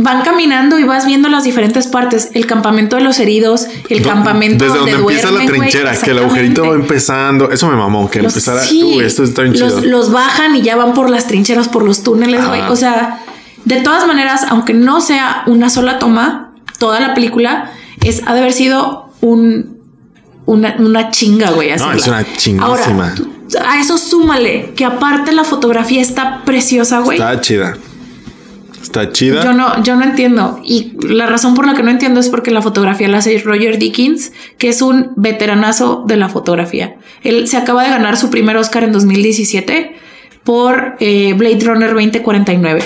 B: Van caminando y vas viendo las diferentes partes, el campamento de los heridos, el
A: Do-
B: campamento
A: Desde donde,
B: donde,
A: empieza la
B: duermen, güey,
A: trinchera, que el agujerito va
B: exactamente.
A: empezando. Eso me mamó, que
B: Los-
A: empezara.
B: sí,
A: Uy, esto está bien
B: los,
A: chido.
B: los bajan y ya van por las trincheras, por los túneles, güey.
A: Ajá.
B: O sea, de todas maneras, aunque no sea una sola toma, toda la película es ha de haber sido un una, una chinga, güey. hacerla.
A: es una chinguísima.
B: Ahora, tú- a eso súmale que aparte la fotografía está preciosa, güey.
A: Está chida. Está chida.
B: Yo no, yo no entiendo. Y la razón por la que no entiendo es porque la fotografía la hace Roger Dickens, que es un veteranazo de la fotografía. Él se acaba de ganar su primer Oscar en 2017 por eh, Blade Runner 2049.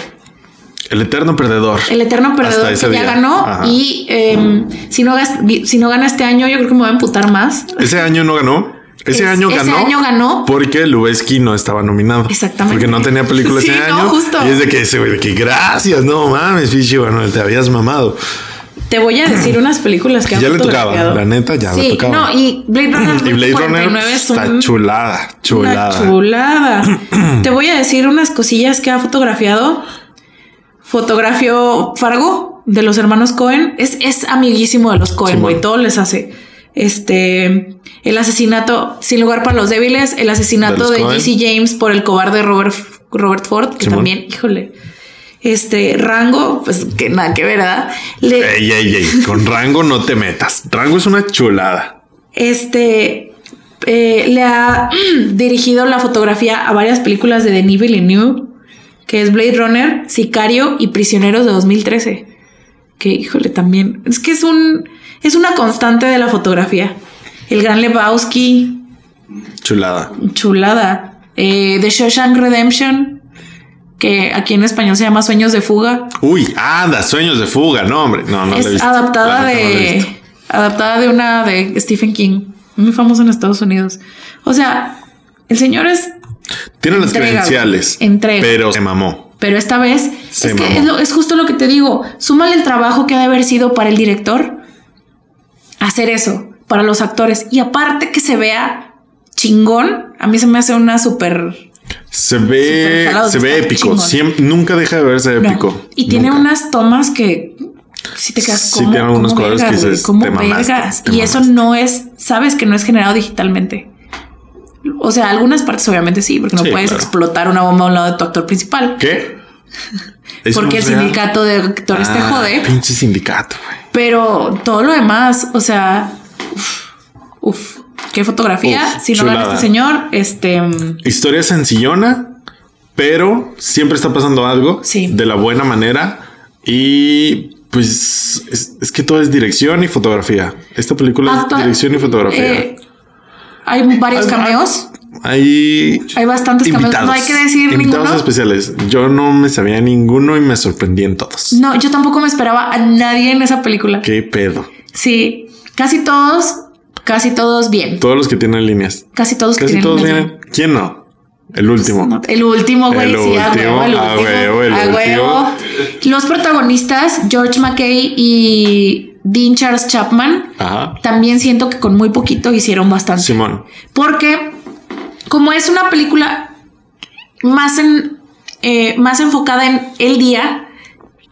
A: El eterno perdedor.
B: El eterno
A: Hasta
B: perdedor
A: ese
B: que ya
A: día.
B: ganó.
A: Ajá.
B: Y em, si, no gas- si no gana este año, yo creo que me voy a emputar más.
A: Ese año no ganó. Ese
B: Es-
A: año
B: ese
A: ganó.
B: año ganó.
A: Porque Lubeski no estaba nominado.
B: Exactamente.
A: Porque no tenía película
B: Sí,
A: ese
B: no,
A: año.
B: justo.
A: Y es de que ese güey, de que gracias, no mames, Fichi, bueno, te habías mamado.
B: Te voy a decir unas películas que han
A: Ya le tocaba,
B: fotografiado.
A: la neta, ya le
B: Sí,
A: tocaba.
B: no, y Blade Runner
A: Y Blade Runner
B: 49 es
A: está
B: un-
A: chulada, chulada.
B: Una chulada. Te voy a decir unas cosillas que ha fotografiado. Fotografió Fargo de los hermanos Cohen. Es, es amiguísimo de los Cohen,
A: Simón.
B: güey. Todo les hace. Este. El asesinato, sin lugar para los débiles, el asesinato
A: De
B: de
A: los Coen.
B: Jesse James por el cobarde Robert, Robert Ford, que
A: Simón.
B: también, híjole. Este rango, pues que nada que ver, ¿verdad? Le-
A: Ey, ey, ey, con Rango no te metas. Rango es una chulada.
B: Este eh, le ha dirigido la fotografía a varias películas de Denis Villeneuve, que es Blade Runner, Sicario y Prisioneros de 2013. Que híjole, también es que es un es una constante de la fotografía. El Gran Lebowski,
A: Chulada.
B: chulada. Eh, The Shawshank Redemption, que aquí en español se llama Sueños de Fuga.
A: Uy, anda, sueños de fuga. No, hombre, no, no la he
B: es
A: visto.
B: adaptada
A: La neta no la he
B: de
A: visto.
B: adaptada de una de Stephen King, muy famoso en Estados Unidos. O sea, el señor es,
A: Tiene las
B: Entrega, güey.
A: credenciales.
B: Entrega.
A: Pero se mamó.
B: pero esta vez
A: Se
B: es, que
A: mamó.
B: es, lo- es justo lo que te digo. Súmale el trabajo que ha de haber sido para el director hacer eso para los actores y aparte que se vea chingón. A mí se me hace una súper
A: Se
B: Súper
A: ve,
B: jalado,
A: se ve
B: está
A: épico.
B: chingón.
A: Siem- nunca deja de verse
B: No.
A: épico.
B: Y tiene
A: Nunca.
B: unas tomas que si te quedas
A: Sí,
B: como
A: tiene algunos cuadros que dices,
B: como
A: "Te mamaste, te
B: y eso
A: mamaste".
B: no es, sabes que no es generado digitalmente. O sea, algunas partes obviamente sí, porque no
A: Sí,
B: puedes
A: claro.
B: explotar una bomba a un lado de tu actor principal.
A: ¿Qué?
B: Porque el sindicato de actores te jode.
A: Ah, Pinche sindicato, güey.
B: Pero todo lo demás, o sea, uff, qué fotografía.
A: Uf,
B: si no gana
A: chulada.
B: este señor, este mm,
A: Historia sencillona, pero siempre está pasando algo
B: Sí.
A: de la buena manera. Y pues es, es que todo es dirección y fotografía. Esta película
B: actua-
A: es dirección y fotografía.
B: eh, hay varios
A: Ah, ah,
B: cameos.
A: Hay
B: Hay bastantes
A: invitados.
B: cameos. pues, No hay que decir
A: invitados
B: ninguno.
A: especiales. Yo no me sabía ninguno y me sorprendí en todos.
B: No, yo tampoco me esperaba a nadie en esa película.
A: Qué pedo.
B: Sí, casi todos, casi todos bien.
A: Todos los que tienen líneas.
B: Casi todos que
A: Casi
B: tienen
A: todos
B: una-
A: vienen. ¿Quién no? El último.
B: No, El último, güey.
A: El
B: sí, a
A: último,
B: huevo, el
A: a
B: último,
A: huevo, el
B: a huevo. Los protagonistas, George McKay y Dean Charles Chapman,
A: Ajá.
B: también siento que con muy poquito hicieron bastante.
A: Simón.
B: Porque como es una película más en eh, más enfocada en el día,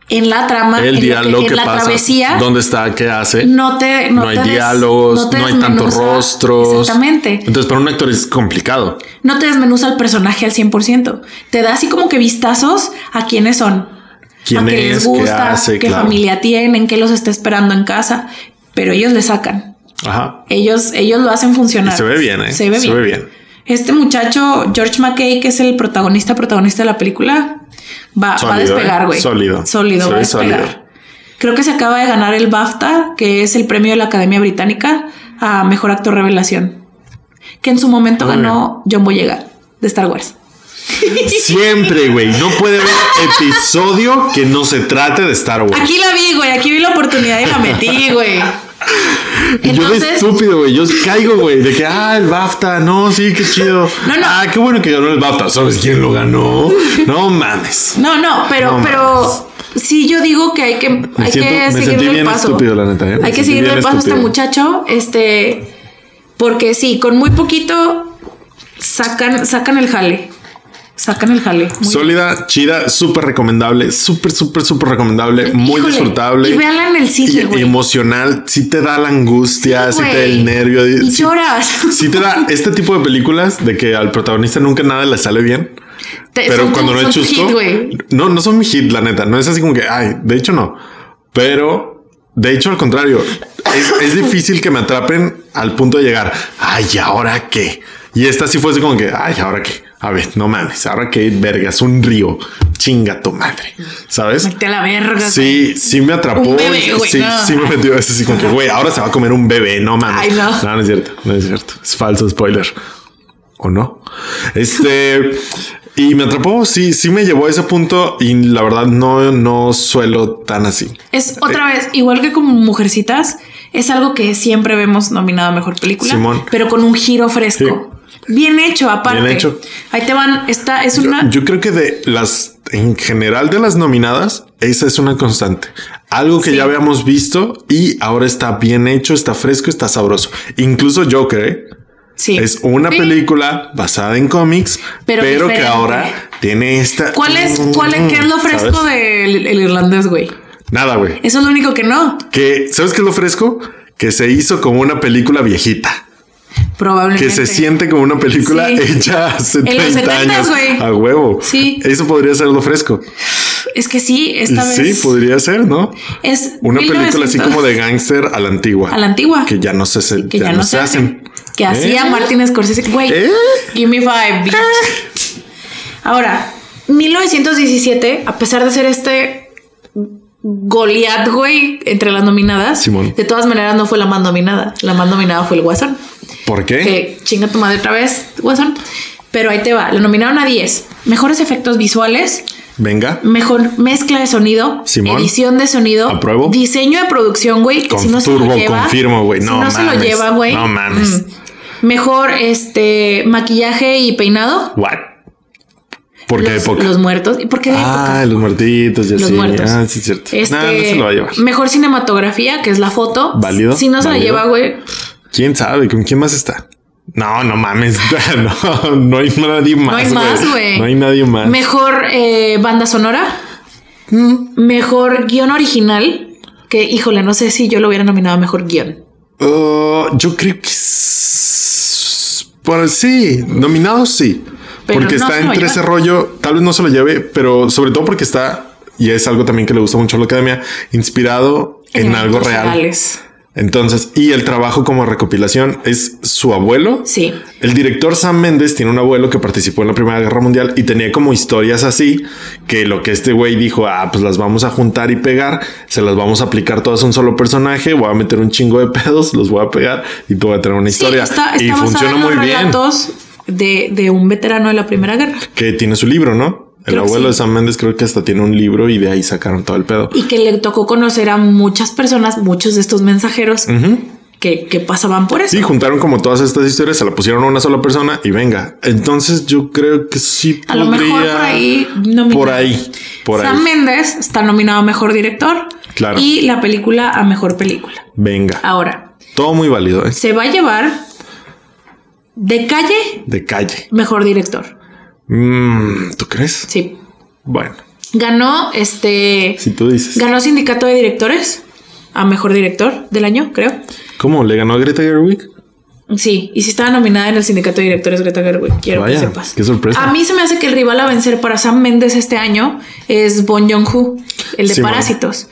B: en la trama,
A: El
B: en, lo
A: día,
B: que,
A: lo
B: en
A: que
B: la
A: pasa.
B: travesía,
A: ¿Dónde está? ¿Qué hace?
B: no te
A: Eh, No
B: no
A: hay
B: te des-
A: diálogos, no,
B: te
A: hay tantos
B: desmenuza-
A: rostros.
B: Exactamente.
A: Entonces, para un actor es complicado.
B: No te desmenuza el personaje al 100%. Te da así como que vistazos a quiénes son,
A: ¿Quién
B: a qué
A: es?
B: les
A: ¿Qué
B: gusta, qué,
A: hace? Claro.
B: familia tienen, qué los está esperando en casa, pero ellos le sacan.
A: Ajá.
B: Ellos ellos lo hacen funcionar.
A: Y se ve bien, ¿eh?
B: Se ve bien. Este muchacho, George McKay, que es el protagonista, protagonista de la película, va, va
A: Sólido,
B: a
A: ¿eh?
B: despegar, güey.
A: Sólido.
B: Sólido,
A: Se
B: va a
A: ve
B: despegar.
A: sólido.
B: Creo que se acaba de ganar el BAFTA, que es el premio de la Academia Británica a Mejor Actor Revelación. Que en su momento
A: Muy
B: ganó John Boyega de Star Wars.
A: Siempre, güey. No puede haber episodio que no se trate de Star Wars.
B: Aquí la vi, güey. Aquí vi la oportunidad y la metí, güey.
A: yo de
B: Entonces,
A: estúpido, güey. Yo caigo, güey. De que, ah, el BAFTA. No, sí, qué chido.
B: No, no.
A: Ah, qué bueno que ganó el BAFTA. ¿Sabes quién lo ganó? No mames.
B: no, no, pero,
A: No
B: pero sí yo digo que hay que,
A: Me
B: hay
A: siento- me
B: que
A: sentí
B: seguirle el
A: bien
B: paso.
A: estúpido, la neta, ¿eh? Me
B: Hay que
A: sentí
B: seguirle
A: bien
B: el paso a este
A: estúpido.
B: muchacho, este, porque sí, con muy poquito sacan, sacan el jale. Sacan el jale. Muy
A: Sólida, chida, súper recomendable, súper, súper, súper recomendable, muy
B: Híjole,
A: disfrutable.
B: y véanla en el cine,
A: Y-
B: güey.
A: y emocional, sí te da la angustia, sí, te da el
B: güey.
A: nervio.
B: Y
A: sí-
B: lloras.
A: Sí te da este tipo de películas de que al protagonista nunca nada le sale bien.
B: Te-
A: pero
B: Eh, son tu-
A: cuando no
B: son
A: es
B: tu
A: chusco.
B: hit, güey.
A: no, no son mi hit, la neta. No es así como que, ay, de hecho no. Pero, de hecho, al contrario, es, es difícil que me atrapen al punto de llegar, ay, ¿y ahora qué? Y esta sí fue así como que, ay, ¿ahora qué? A ver, no mames, ¿ahora qué? Vergas, un río. Chinga tu madre. ¿Sabes?
B: Vete a la verga.
A: Sí, sí me atrapó.
B: Un bebé, güey,
A: sí,
B: no.
A: sí me metió eso así como que, güey, ahora se va a comer un bebé, no mames.
B: Ay, no.
A: no, es cierto, no es cierto. Es falso spoiler. ¿O no? Este... y me atrapó, sí, sí me llevó a ese punto y la verdad no, no suelo tan así.
B: Es otra vez, igual que como Mujercitas, es algo que siempre vemos nominado a Mejor Película,
A: Simón.
B: pero con un giro fresco.
A: Sí.
B: Bien hecho, aparte.
A: Bien hecho.
B: Ahí te van. Esta es
A: Yo,
B: una.
A: yo creo que de las, en general de las nominadas, esa es una constante. Algo que
B: Sí.
A: ya habíamos visto y ahora está bien hecho, está fresco, está sabroso. Incluso Joker, ¿eh?
B: sí.
A: es una
B: Sí.
A: película basada en cómics,
B: Pero
A: pero, que
B: diferente.
A: ahora tiene esta.
B: ¿Cuál es, cuál es, qué es lo fresco
A: Mm, ¿Sabes?
B: del el irlandés, güey?
A: Nada, güey.
B: Eso es lo único que no.
A: Que, ¿sabes qué es lo fresco? Que se hizo como una película viejita.
B: Probablemente.
A: Que se siente como una película
B: Sí.
A: hecha hace
B: En los
A: 30
B: 70s,
A: años.
B: güey.
A: A huevo.
B: Sí.
A: Eso podría ser lo fresco.
B: Es que sí, esta
A: sí,
B: vez.
A: podría ser, ¿no?
B: Es
A: Una
B: 1900.
A: película así como de gángster a la antigua.
B: A la antigua.
A: Que ya no se, se-
B: que ya, no se hacen. Que
A: ¿Eh?
B: hacía Martin Scorsese. Güey,
A: ¿Eh?
B: give me five. bitch. Ahora, 1917, a pesar de ser este Goliath, güey, entre las nominadas,
A: Simón.
B: de todas maneras no fue la más nominada. La más nominada fue el Guasón.
A: ¿Por qué?
B: Que chinga tu madre otra vez, Guasón. Pero ahí te va. Lo nominaron a 10. Mejores efectos visuales,
A: Venga.
B: mejor mezcla de sonido,
A: Simón.
B: edición de sonido,
A: Apruebo.
B: diseño de producción, güey, que si no se lo
A: Confirmo,
B: lleva,
A: confirmo, güey.
B: si no
A: No
B: se lo
A: mames.
B: lleva, güey.
A: No mames.
B: mm, Mejor este maquillaje y peinado.
A: What? ¿Por qué
B: los,
A: época?
B: Los muertos. ¿Y por qué de
A: ah,
B: época?
A: los muertitos, ya
B: Los
A: sí.
B: muertos.
A: Ah, sí, es cierto.
B: Este,
A: No, no se lo va a llevar.
B: Mejor cinematografía, que es la foto.
A: Válido,
B: Si no se la
A: válido.
B: lleva, güey.
A: ¿Quién sabe? ¿Con quién más está? No, no mames. No, no hay nadie más.
B: No hay más, güey.
A: No hay nadie más.
B: Mejor eh, banda sonora.
A: Mm,
B: Mejor guión original. Que, híjole, no sé si yo lo hubiera nominado a mejor guión.
A: Uh, yo creo que s- por sí, nominado sí.
B: Pero
A: porque
B: no se
A: está
B: lo va a
A: entre
B: llevar.
A: ese rollo, tal vez no se lo lleve, pero sobre todo porque está, y es algo también que le gusta mucho a la academia, inspirado en, algo
B: eventos
A: real.
B: reales.
A: Entonces, y el trabajo como recopilación es su abuelo.
B: Sí.
A: El director Sam Méndez tiene un abuelo que participó en la Primera Guerra Mundial y tenía como historias así que lo que este güey dijo, ah, pues las vamos a juntar y pegar, se las vamos a aplicar todas a un solo personaje, voy a meter un chingo de pedos, los voy a pegar y tú vas a tener una
B: Sí,
A: historia.
B: está,
A: y
B: está basada
A: funciona
B: en los
A: muy bien.
B: relatos de, de un veterano de la Primera Guerra.
A: Que tiene su libro, ¿no? El
B: Creo que
A: abuelo
B: sí.
A: de Sam Méndez creo que hasta tiene un libro y de ahí sacaron todo el pedo.
B: Y que le tocó conocer a muchas personas, muchos de estos mensajeros que, que pasaban por eso.
A: Sí, juntaron como todas estas historias, se la pusieron a una sola persona y venga. Entonces yo creo que sí
B: a lo mejor
A: podría-
B: por ahí nominado.
A: Por ahí. Por
B: Sam
A: ahí.
B: Méndez está nominado a mejor director
A: Claro.
B: y la película a mejor película.
A: Venga.
B: Ahora,
A: Todo muy válido, ¿eh?
B: se va a llevar de calle
A: De calle.
B: mejor director.
A: Mm, ¿Tú crees?
B: Sí.
A: Bueno,
B: Ganó este.
A: si tú dices.
B: Ganó Sindicato de Directores a mejor director del año, creo.
A: ¿Cómo? ¿Le ganó a Greta Gerwig?
B: Sí, y si estaba nominada en el sindicato de directores Greta Gerwig, quiero
A: Vaya,
B: que sepas.
A: qué sorpresa.
B: A mí se me hace que el rival a vencer para Sam Méndez este año es Bon Joon-ho, el de
A: Sí, bueno.
B: Parásitos.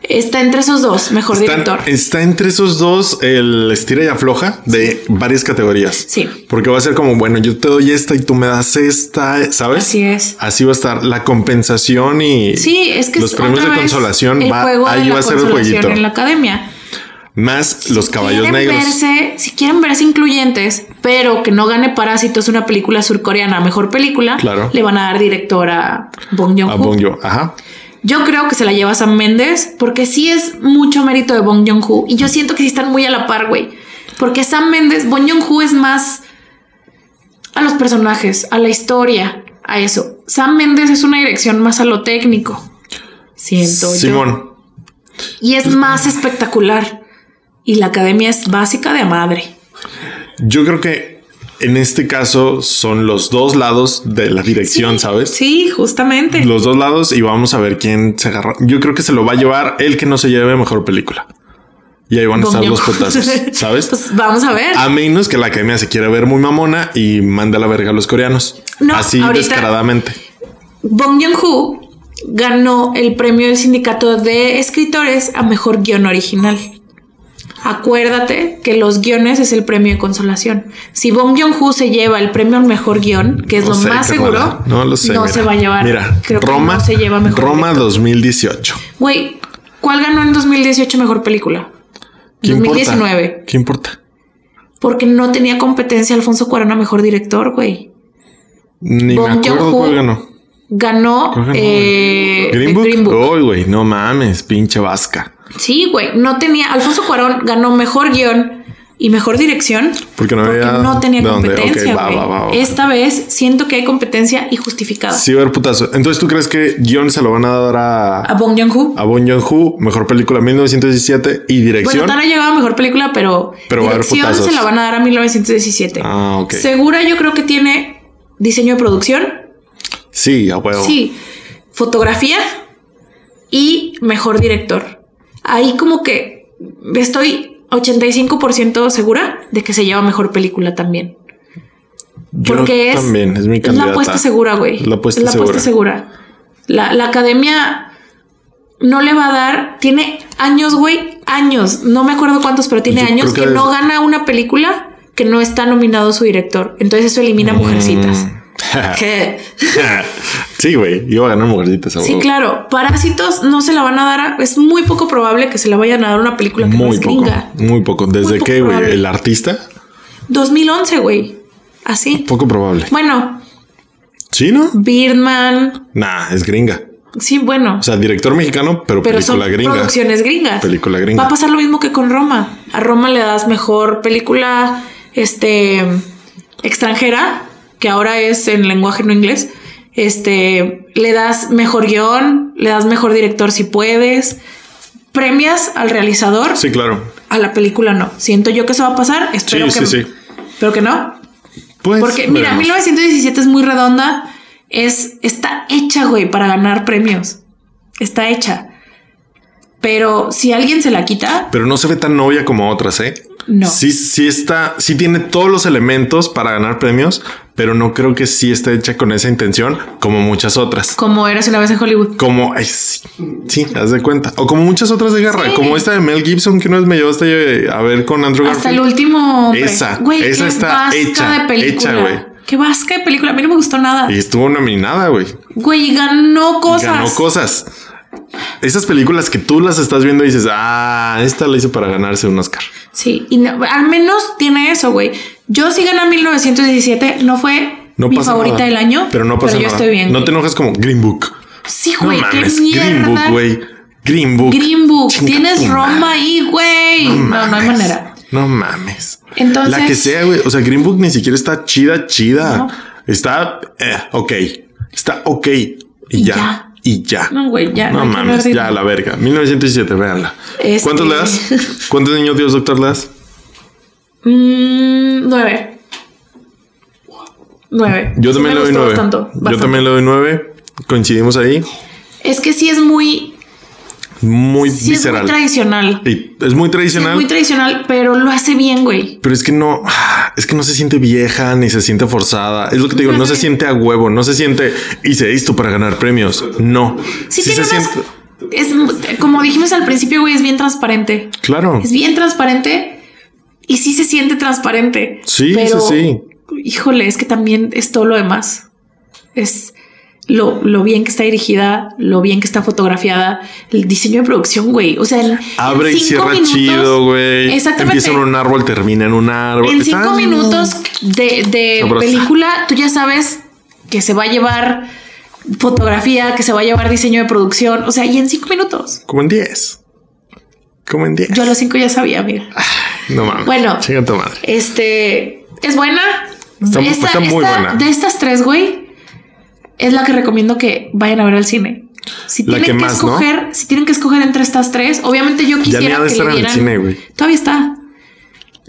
B: Está entre esos dos, mejor director.
A: Está, está entre esos dos el estira y afloja de varias categorías.
B: Sí.
A: Porque va a ser como, bueno, yo te doy esta y tú me das esta, ¿sabes?
B: Así es.
A: Así va a estar la compensación y
B: Sí, es que
A: los
B: es
A: premios
B: otra
A: de
B: vez
A: consolación.
B: el
A: va-
B: juego de
A: ahí
B: la
A: va a ser el
B: consolación
A: jueguito.
B: en la academia.
A: Más los caballos
B: quieren
A: negros.
B: verse- si quieren verse incluyentes, pero que no gane Parásitos una película surcoreana, mejor película,
A: Claro.
B: le van a dar director a Bong Joon-ho.
A: A Bong Joon. Ajá.
B: Yo creo que se la lleva Sam Méndez porque sí es mucho mérito de Bong Joon-ho y yo siento que sí están muy a la par, güey. Porque Sam Méndez, Bong Joon-ho es más a los personajes, a la historia, a eso. Sam Méndez es una dirección más a lo técnico. Siento yo.
A: Simón.
B: Y es más espectacular. Y la academia es básica de madre.
A: Yo creo que en este caso son los dos lados de la dirección, ¿sabes?
B: Sí, justamente.
A: Los dos lados y vamos a ver quién se agarra. Yo creo que se lo va a llevar el que no se lleve mejor película. Y ahí van a
B: Bong
A: estar los
B: Joon-ho.
A: potazos, ¿sabes?
B: Pues vamos a ver.
A: A menos que la academia se quiera ver muy mamona y manda a la verga a los coreanos.
B: No,
A: Así
B: ahorita-
A: descaradamente.
B: Bong Joon-ho ganó el premio del sindicato de escritores a mejor guión original. Acuérdate que los guiones es el premio de consolación. Si Bong Joon-ho se lleva el premio al mejor guión, que es
A: No
B: lo
A: sé,
B: más
A: carnala.
B: seguro,
A: No lo sé. mira.
B: se va a llevar.
A: Mira,
B: Creo que
A: Roma,
B: no se lleva mejor.
A: Roma
B: director.
A: 2018.
B: Güey, ¿cuál ganó en 2018 mejor película?
A: ¿Qué importa?
B: 2019.
A: ¿Qué importa?
B: Porque no tenía competencia Alfonso Cuarón a mejor director, güey.
A: Ni me
B: Bong
A: acuerdo
B: Joon-ho
A: cuál ganó.
B: Ganó,
A: ¿Cuál ganó, güey?
B: eh,
A: Green Book. Oh,
B: Green Book.
A: Ay, güey, no mames, pinche vasca.
B: Sí, güey, no tenía. Alfonso Cuarón ganó mejor guión, y mejor dirección
A: Porque no había
B: no tenía
A: de dónde.
B: competencia.
A: Ok, va,
B: güey.
A: va, va, va.
B: Esta vez siento que hay competencia y justificada.
A: Sí, va a haber putazo. Entonces, ¿tú crees que guión se lo van a dar a,
B: A Bong Joon-ho.
A: a Bong Joon-ho, mejor película 1917 y
B: Bueno,
A: dirección?
B: Tana llegaba a mejor película, pero,
A: Pero va a haber
B: dirección
A: putazos.
B: se la van a dar a 1917.
A: Ah, ok.
B: Segura yo creo que tiene diseño de producción,
A: sí, a huevo.
B: Sí, fotografía y mejor director. Ahí como que estoy 85% segura de que se lleva mejor película también.
A: Yo
B: porque es,
A: también, es mi candidata.
B: la apuesta segura, güey.
A: Es la apuesta
B: Es la
A: segura.
B: segura. La, la academia no le va a dar, tiene años, güey, años. No me acuerdo cuántos, pero tiene
A: Yo
B: años
A: creo que
B: que,
A: es-
B: no gana una película que no está nominado su director. Entonces eso
A: Mm.
B: elimina mujercitas.
A: Ah. sí, güey, iba a ganar mujercitas. a
B: Sí,
A: huevo.
B: claro. Parásitos no se la van a dar. a- es muy poco probable que se la vayan a dar a una película que no
A: Muy
B: es
A: poco,
B: gringa.
A: muy poco. ¿Desde
B: poco
A: qué, güey?
B: probable.
A: ¿El artista?
B: 2011, güey. Así.
A: Poco probable.
B: Bueno,
A: ¿Sí, no?
B: Birdman.
A: Nah, es gringa.
B: Sí, bueno.
A: O sea, director mexicano, pero,
B: pero son
A: película gringa.
B: producciones gringas.
A: Película gringa.
B: Va a pasar lo mismo que con Roma. A Roma le das mejor película este extranjera, que ahora es en lenguaje no inglés. Este, le das mejor guión, le das mejor director si puedes. Premias al realizador.
A: Sí, claro.
B: A la película no. Siento yo que eso va a pasar. Espero
A: Sí,
B: que
A: sí, sí.
B: Pero que no.
A: Pues.
B: Porque, mira,
A: veremos.
B: 1917 es muy redonda. Es, está hecha, güey, para ganar premios. Está hecha. Pero si alguien se la quita,
A: Pero no se ve tan novia como otras, ¿eh?
B: No.
A: Sí, sí está, sí tiene todos los elementos para ganar premios, pero no creo que sí esté hecha con esa intención como muchas otras.
B: como eras una vez en Hollywood.
A: Como, ay, sí, sí, haz de cuenta. O como muchas otras de guerra,
B: Sí.
A: como esta de Mel Gibson que una vez me llevaste a ver con Andrew
B: Hasta el
A: Garfield.
B: último. hombre.
A: Esa,
B: Güey,
A: esa
B: qué
A: está
B: vasca
A: hecha,
B: de película.
A: hecha, güey.
B: Qué vasca de película. A mí no me gustó nada.
A: Y estuvo nominada, güey.
B: Güey, ganó cosas.
A: Ganó cosas. Esas películas que tú las estás viendo y dices, ah, esta la hizo para ganarse un Oscar.
B: Sí, y no- al menos tiene eso, güey. Yo sí gané 1917, no fue
A: No
B: mi
A: pasa
B: favorita
A: nada.
B: del año,
A: Pero no pasa
B: yo
A: nada.
B: estoy bien.
A: No
B: güey.
A: te enojes como Green Book.
B: Sí,
A: No
B: güey, qué
A: mames,
B: mierda.
A: Green Book, güey. Green Book.
B: Green Book,
A: Chinga tu
B: tienes
A: madre.
B: Roma ahí, güey. No, no, hay
A: mames.
B: manera.
A: No mames.
B: Entonces-
A: La que sea, güey. O sea, Green Book ni siquiera está chida, chida.
B: No.
A: Está eh, ok. Está ok. Y,
B: Y
A: ya.
B: ya.
A: Y ya.
B: No, güey, ya,
A: No
B: no hay que
A: mames.
B: perder.
A: Ya, a la verga. 1907, véanla.
B: Este-
A: ¿Cuántos le das? ¿Cuántos niños Dios, doctor, le das?
B: Mm, nueve. Nueve.
A: Yo
B: Sí me
A: también le doy
B: gustó
A: nueve.
B: bastante,
A: Yo
B: bastante.
A: también le doy nueve. Coincidimos ahí.
B: Es que sí es muy,
A: Muy
B: sí es muy
A: visceral.
B: tradicional.
A: Y es muy
B: Sí es
A: tradicional.
B: muy tradicional, pero lo hace bien, güey.
A: Pero es que no, es que no se siente vieja ni se siente forzada. Es lo que te digo, no se
B: Ujú.
A: siente a huevo, no se siente hice esto para ganar premios. No,
B: Sí,
A: Sí
B: tiene
A: se
B: unas-
A: siente.
B: es mu- como dijimos al principio, güey, es bien transparente.
A: Claro,
B: Es bien transparente y sí se siente transparente.
A: Sí,
B: pero,
A: sí,
B: Híjole, es que también es todo lo demás. Es lo, lo bien que está dirigida, lo bien que está fotografiada, el diseño de producción, güey. O sea, en-
A: abre
B: en
A: y
B: cinco
A: cierra
B: minutos-
A: chido, güey.
B: Exactamente.
A: Empieza en un árbol, termina en un árbol.
B: En
A: Está-
B: cinco minutos de, de
A: Sabrosa.
B: película, tú ya sabes que se va a llevar fotografía, que se va a llevar diseño de producción. O sea, y en cinco minutos.
A: Como en 10. Como en 10.
B: Yo a los cinco ya sabía, mira.
A: No mames.
B: Bueno.
A: Chinga tu madre.
B: Este es buena.
A: Está- está muy buena.
B: De estas tres, güey, es la que recomiendo que vayan a ver al cine. Si
A: La
B: tienen
A: que
B: que,
A: más, ¿no?
B: escoger, si tienen que escoger entre estas tres, obviamente yo
A: Ya ni
B: quisiera
A: ha de
B: que le
A: estar en el
B: dieran-
A: cine, güey.
B: Todavía está.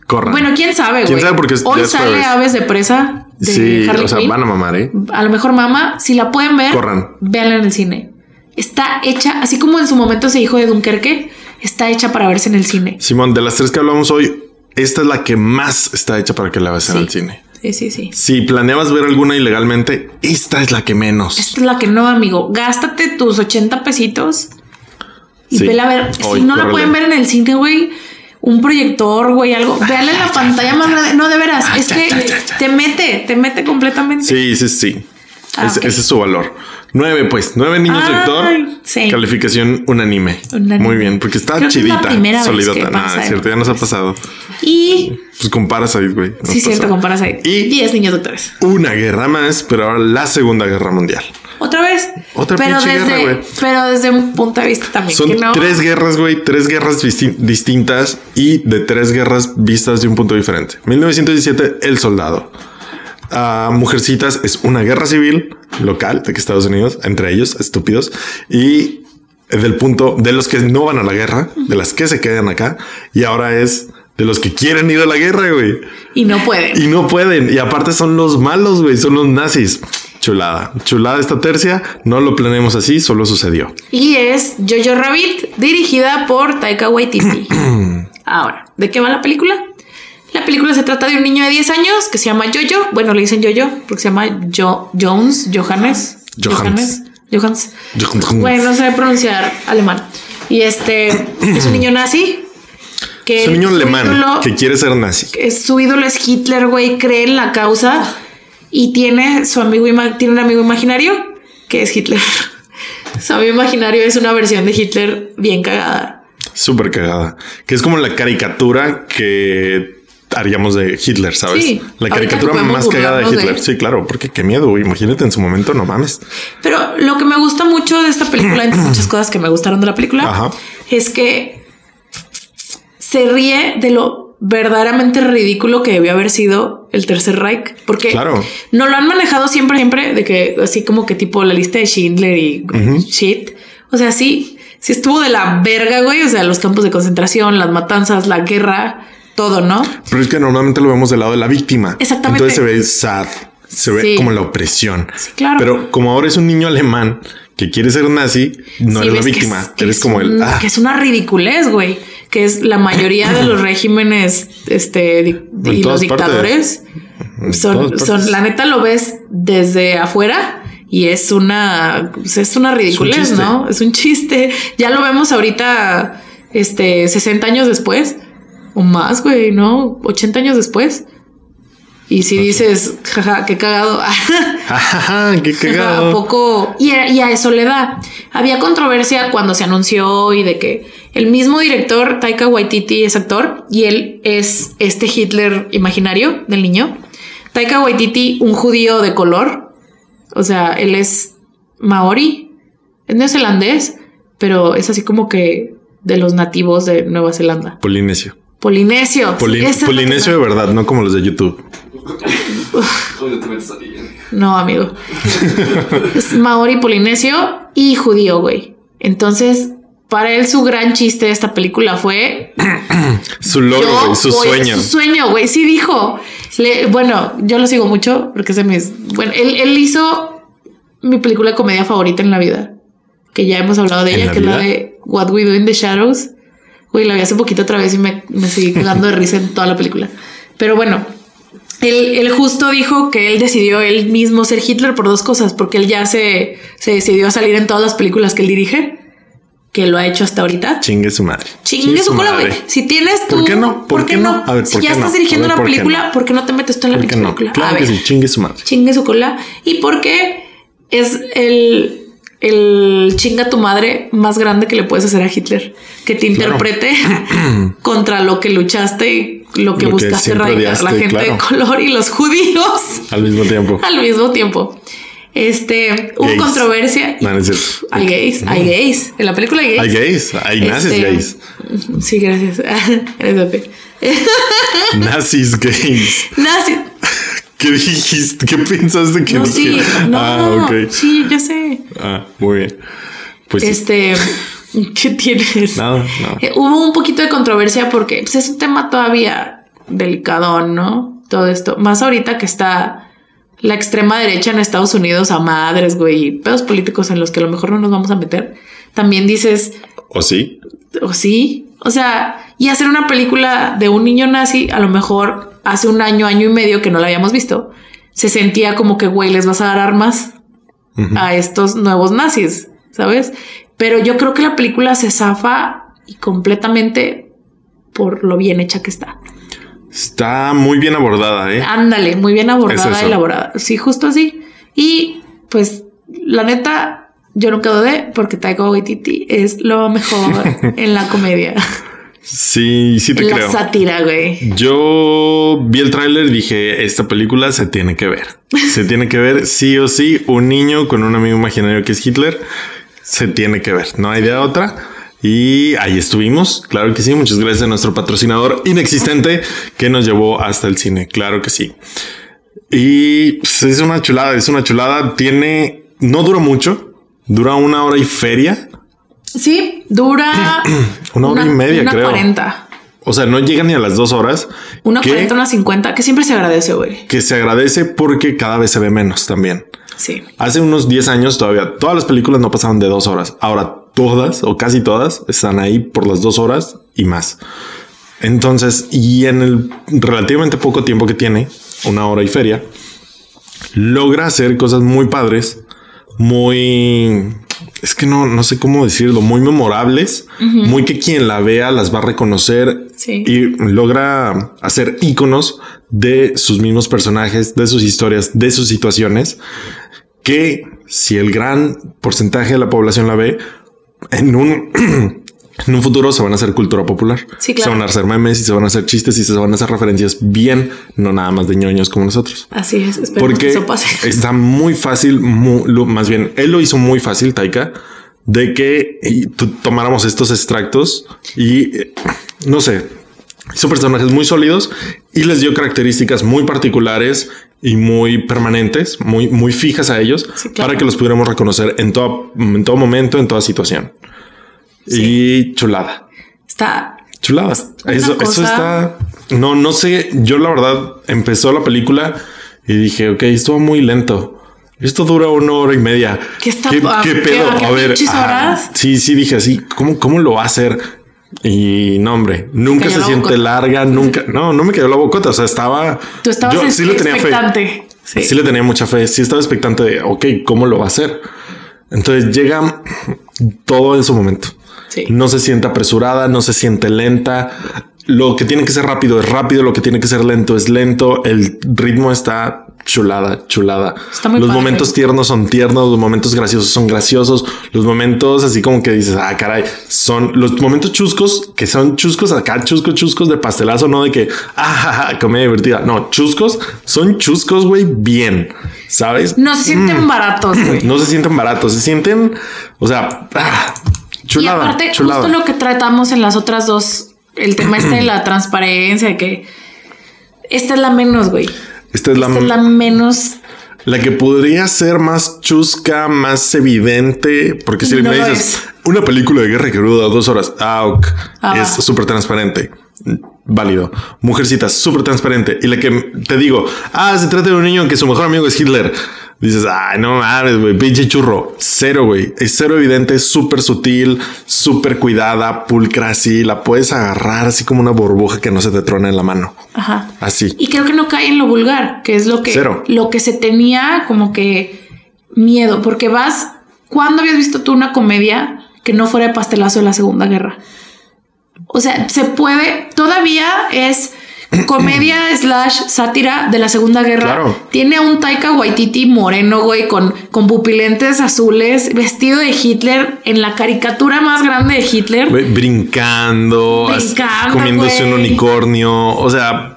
A: Corran.
B: Bueno, quién sabe, güey.
A: ¿Quién sabe? Porque es- ya
B: hoy
A: es
B: sale
A: jueves.
B: Aves de presa. De
A: sí,
B: Harley
A: o sea,
B: Quinn.
A: van a mamar, eh.
B: A lo mejor mamá, si la pueden ver,
A: Corran.
B: véanla en el cine. Está hecha, así como en su momento se dijo de Dunkerque, está hecha para verse en el cine.
A: Simón, de las tres que hablamos hoy, esta es la que más está hecha para que la veas en
B: Sí.
A: el cine.
B: Sí, sí, sí.
A: Si planeabas ver alguna ilegalmente, esta es la que menos.
B: Esta es la que no, amigo. Gástate tus 80 pesitos y
A: Sí.
B: vela a ver.
A: Hoy,
B: si no
A: córrele.
B: la pueden ver en el cine, güey, un proyector, güey, algo. Véala en la pantalla más grande. No, de veras. es
A: ya,
B: que
A: ya, ya, ya.
B: te mete, te mete completamente.
A: Sí, sí, sí.
B: Ah,
A: Es-
B: ok.
A: Ese es su valor. Nueve, pues. Nueve niños
B: Ay,
A: director.
B: sí.
A: Calificación unánime.
B: Unánime.
A: Muy bien, porque está
B: Creo que es la
A: chidita.
B: primera vez que
A: solidota.
B: pasa,
A: Nada, es cierto, ya nos ha pasado.
B: Y
A: Pues comparas ahí, güey. nos
B: sí, cierto,
A: pasó.
B: comparas ahí.
A: Y
B: 10 niños doctores.
A: una guerra más, pero ahora la Segunda Guerra Mundial.
B: otra vez.
A: Otra
B: pero
A: pinche guerra,
B: desde,
A: güey.
B: pero desde un punto de vista también.
A: Son
B: que no.
A: tres guerras, güey, tres guerras disti- distintas y de tres guerras vistas de un punto diferente. 1917, El Soldado. A Mujercitas es una guerra civil local de que Estados Unidos, entre ellos, estúpidos, y del punto de los que no van a la guerra, de las que se quedan acá, y ahora es de los que quieren ir a la guerra, güey.
B: Y no pueden.
A: Y no pueden. Y aparte son los malos, güey. Son los nazis. Chulada. Chulada esta tercia. No lo planeamos así, solo sucedió.
B: Y es Jojo Rabbit, dirigida por Taika Waititi. Ahora, ¿de qué va la película? La película se trata de un niño de 10 años que se llama Jojo. Bueno, le dicen Jojo porque se llama Jo- Jones, Johannes.
A: Johannes.
B: Johannes. Bueno, no sé pronunciar alemán. Y este es un niño nazi. Que
A: es un niño
B: su
A: alemán
B: ídolo-
A: que quiere ser nazi.
B: es- su ídolo es Hitler, güey, cree en la causa y tiene su amigo ima- tiene un amigo imaginario que es Hitler. su amigo imaginario es una versión de Hitler bien cagada.
A: Súper cagada. Que es como la caricatura que haríamos de Hitler, ¿sabes?
B: Sí.
A: La
B: Ahorita
A: caricatura
B: podemos
A: más cagada de
B: burlarnos de
A: Hitler.
B: él.
A: Sí, claro, porque qué miedo, güey. Imagínate en su momento, no mames.
B: Pero lo que me gusta mucho de esta película, entre muchas cosas que me gustaron de la película,
A: Ajá.
B: es que se ríe de lo verdaderamente ridículo que debió haber sido el Tercer Reich, porque
A: Claro.
B: no lo han manejado siempre, siempre de que así como que tipo la lista de Schindler y shit. O sea, sí, sí estuvo de la verga, güey. O sea, los campos de concentración, las matanzas, la guerra, todo, ¿no?
A: Pero es que normalmente lo vemos del lado de la víctima.
B: Exactamente.
A: Entonces se ve sad, se ve
B: Sí.
A: como la opresión.
B: Sí, claro.
A: Pero como ahora es un niño alemán que quiere ser nazi, no
B: Sí,
A: eres la
B: ves que
A: víctima,
B: es- que
A: eres
B: es
A: como el...
B: un-
A: ah,
B: Que es una ridiculez, güey. Que es la mayoría de los regímenes este, di-
A: En
B: y los
A: todas partes.
B: dictadores.
A: en
B: Son,
A: todas
B: son,
A: partes.
B: la neta lo ves desde afuera y es una, pues, es una ridiculez,
A: chiste.
B: ¿no? Es un chiste. Ya lo vemos ahorita, este, 60 años después o más, güey, ¿no? 80 años después. Y si dices, jaja, qué cagado.
A: Ajá, qué
B: ¿A
A: cagado.
B: poco? Y a, y a eso le da. Había controversia cuando se anunció y de que el mismo director, Taika Waititi, es actor y él es este Hitler imaginario del niño. Taika Waititi, un judío de color. O sea, él es maori, es neozelandés, pero es así como que de los nativos de Nueva Zelanda.
A: Polinesio.
B: Polinesio.
A: Poli-
B: Esa es la
A: Polinesio de verdad, no como los de YouTube.
B: No, amigo. es maori polinesio y judío, güey. Entonces, para él su gran chiste de esta película fue
A: Su logro,
B: yo
A: güey, su
B: voy-
A: sueño.
B: Su sueño, güey. Sí dijo. Le- bueno, yo lo sigo mucho porque es de mis... Bueno, él, él hizo mi película de comedia favorita en la vida. Que ya hemos hablado de
A: ¿En
B: ella,
A: la
B: que es la
A: vida?
B: de What We Do in the Shadows. Güey, la vi hace poquito otra vez y me, me seguí cagando de risa en toda la película. Pero bueno, él, él justo dijo que él decidió él mismo ser Hitler por dos cosas, porque él ya se, se decidió a salir en todas las películas que él dirige, que lo ha hecho hasta ahorita.
A: Chingue su madre.
B: Chingue su cola, güey. Si tienes tu.
A: ¿Por qué no? ¿Por qué no? A ver,
B: si
A: ¿por
B: ya
A: qué
B: estás
A: no?
B: dirigiendo
A: A
B: una
A: ver, ¿por qué
B: película,
A: no?
B: ¿por qué no te metes tú en la
A: ¿Por qué
B: pinche
A: no?
B: película?
A: Claro
B: a
A: que
B: ver,
A: sí, chingue su madre.
B: chingue su cola. Y porque es el. El chinga tu madre más grande que le puedes hacer a Hitler, que te
A: Claro.
B: interprete contra lo que luchaste y lo que
A: Lo que
B: buscaste
A: siempre
B: erradicar la
A: odiaste,
B: gente de
A: claro.
B: color y los judíos
A: Al mismo tiempo.
B: al mismo tiempo. Este, hubo
A: Gays.
B: controversia.
A: No, no es cierto.
B: Hay gays, hay gays. En la película hay gays.
A: Hay gays, hay nazis
B: Este,
A: gays.
B: Sí, gracias. Eres Pepe.
A: Nazis gays.
B: Nazi.
A: ¿Qué dijiste? ¿Qué pensaste que
B: No, sí.
A: dije?
B: No,
A: ah, ok.
B: sí, ya sé.
A: Ah, muy bien. Pues sí.
B: Este, ¿qué tienes?
A: Nada, nada.
B: Eh, hubo un poquito de controversia porque pues, es un tema todavía delicado, ¿no? Todo esto. Más ahorita que está la extrema derecha en Estados Unidos a madres, güey, y pedos políticos en los que a lo mejor no nos vamos a meter. También dices,
A: ¿O sí?
B: o sí. O sea, y hacer una película de un niño nazi, a lo mejor hace un año, año y medio que no la habíamos visto, se sentía como que, güey, les vas a dar armas a estos nuevos nazis, ¿sabes? Pero yo creo que la película se zafa y completamente por lo bien hecha que está.
A: Está muy bien abordada, ¿eh?
B: Ándale, muy bien abordada,
A: Es eso.
B: elaborada. Sí, justo así. Y pues, la neta, yo nunca dudé porque Taika Waititi es lo mejor en la comedia.
A: Sí, sí te
B: la
A: creo.
B: sátira, güey.
A: Yo vi el tráiler y dije, esta película se tiene que ver. Se tiene que ver sí o sí. Un niño con un amigo imaginario que es Hitler, se tiene que ver. No hay de otra. Y ahí estuvimos. Claro que sí. Muchas gracias a nuestro patrocinador inexistente que nos llevó hasta el cine. Claro que sí. Y pues, es una chulada, es una chulada. Tiene, no dura mucho. Dura una hora y feria.
B: Sí, dura
A: Una hora y media,
B: una
A: creo.
B: 40.
A: O sea, no llega ni a las dos horas.
B: Una
A: que-
B: 40, una 50, que siempre se agradece, güey.
A: que se agradece porque cada vez se ve menos también.
B: Sí.
A: Hace unos 10 años todavía todas las películas no pasaban de dos horas. Ahora todas o casi todas están ahí por las dos horas y más. Entonces, y en el relativamente poco tiempo que tiene, una hora y feria, logra hacer cosas muy padres, muy... Es que no, no sé cómo decirlo, muy memorables, muy que quien la vea las va a reconocer
B: Sí.
A: y logra hacer íconos de sus mismos personajes, de sus historias, de sus situaciones, que si el gran porcentaje de la población la ve, en un, en un futuro se van a hacer cultura popular.
B: Sí, claro.
A: Se van a hacer memes y se van a hacer chistes y se van a hacer referencias bien, no nada más de ñoños como nosotros.
B: Así es. Esperemos que
A: Porque
B: eso pase.
A: está muy fácil, mu- lo- más bien, él lo hizo muy fácil, Taika, de que y, tu- tomáramos estos extractos y, eh, no sé, hizo personajes muy sólidos y les dio características muy particulares y muy permanentes, muy, muy fijas a ellos,
B: Sí, claro.
A: para que los pudiéramos reconocer en, todo en todo momento, en toda situación. Y chulada.
B: Está.
A: Chulada.
B: Pues, una
A: Eso, eso
B: cosa-
A: está. No, no sé. Yo, la verdad, empezó la película y dije, ok, estuvo muy lento. Esto dura una hora y media.
B: ¿Qué está- ah, qué- ah, qué pinches horas?
A: sí, sí, dije así. ¿Cómo, cómo lo va a hacer? Y no, hombre, nunca
B: cayó
A: se
B: la
A: siente
B: bocota.
A: larga, nunca. No, no me quedó la bocota. O sea, estaba.
B: Tú estabas
A: yo sí le tenía fe.
B: expectante. Sí.
A: Sí le tenía mucha fe, sí estaba expectante de, ok, ¿cómo lo va a hacer? Entonces llega todo en su momento.
B: Sí.
A: No se siente apresurada, no se siente lenta. Lo que tiene que ser rápido es rápido, lo que tiene que ser lento es lento. El ritmo está chulada, chulada.
B: Está muy
A: los
B: padre.
A: momentos tiernos son tiernos, los momentos graciosos son graciosos, los momentos así como que dices, ah, caray, son los momentos chuscos que son chuscos acá, chuscos, chuscos de pastelazo, no de que, ah, ja, ja, comedia divertida. No, chuscos son chuscos, güey, bien, ¿sabes?
B: No se sienten baratos, güey.
A: Mm. No se sienten baratos, se sienten, o sea, ah, chulada,
B: y aparte,
A: chulada.
B: justo lo que tratamos en las otras dos, el tema este de la transparencia, de que esta es la menos, güey.
A: Esta es la,
B: esta es la menos.
A: la que podría ser más chusca, más evidente, porque si
B: Y no
A: me
B: lo
A: dices una película de guerra que dura dos horas, ah, ok,
B: Ah.
A: es súper transparente. Válido. Mujercita, súper transparente. Y la que te digo, ah, se trata de un niño que su mejor amigo es Hitler. Dices, ay, no mames, güey, pinche churro. Cero, güey. Es cero evidente, es súper sutil, súper cuidada, pulcra, así. La puedes agarrar así como una burbuja que no se te trona en la mano.
B: Ajá.
A: Así.
B: Y creo que no cae en lo vulgar, que es lo que,
A: Cero.
B: lo que se tenía como que miedo, porque vas, ¿cuándo habías visto tú una comedia que no fuera de pastelazo de la Segunda Guerra? O sea, se puede, todavía es comedia slash sátira de la Segunda Guerra.
A: Claro.
B: Tiene a un Taika Waititi moreno, güey, con, con pupilentes azules, vestido de Hitler, en la caricatura más grande de Hitler.
A: Güey, brincando, así,
B: Brincando,
A: comiéndose un
B: güey.
A: unicornio, o sea,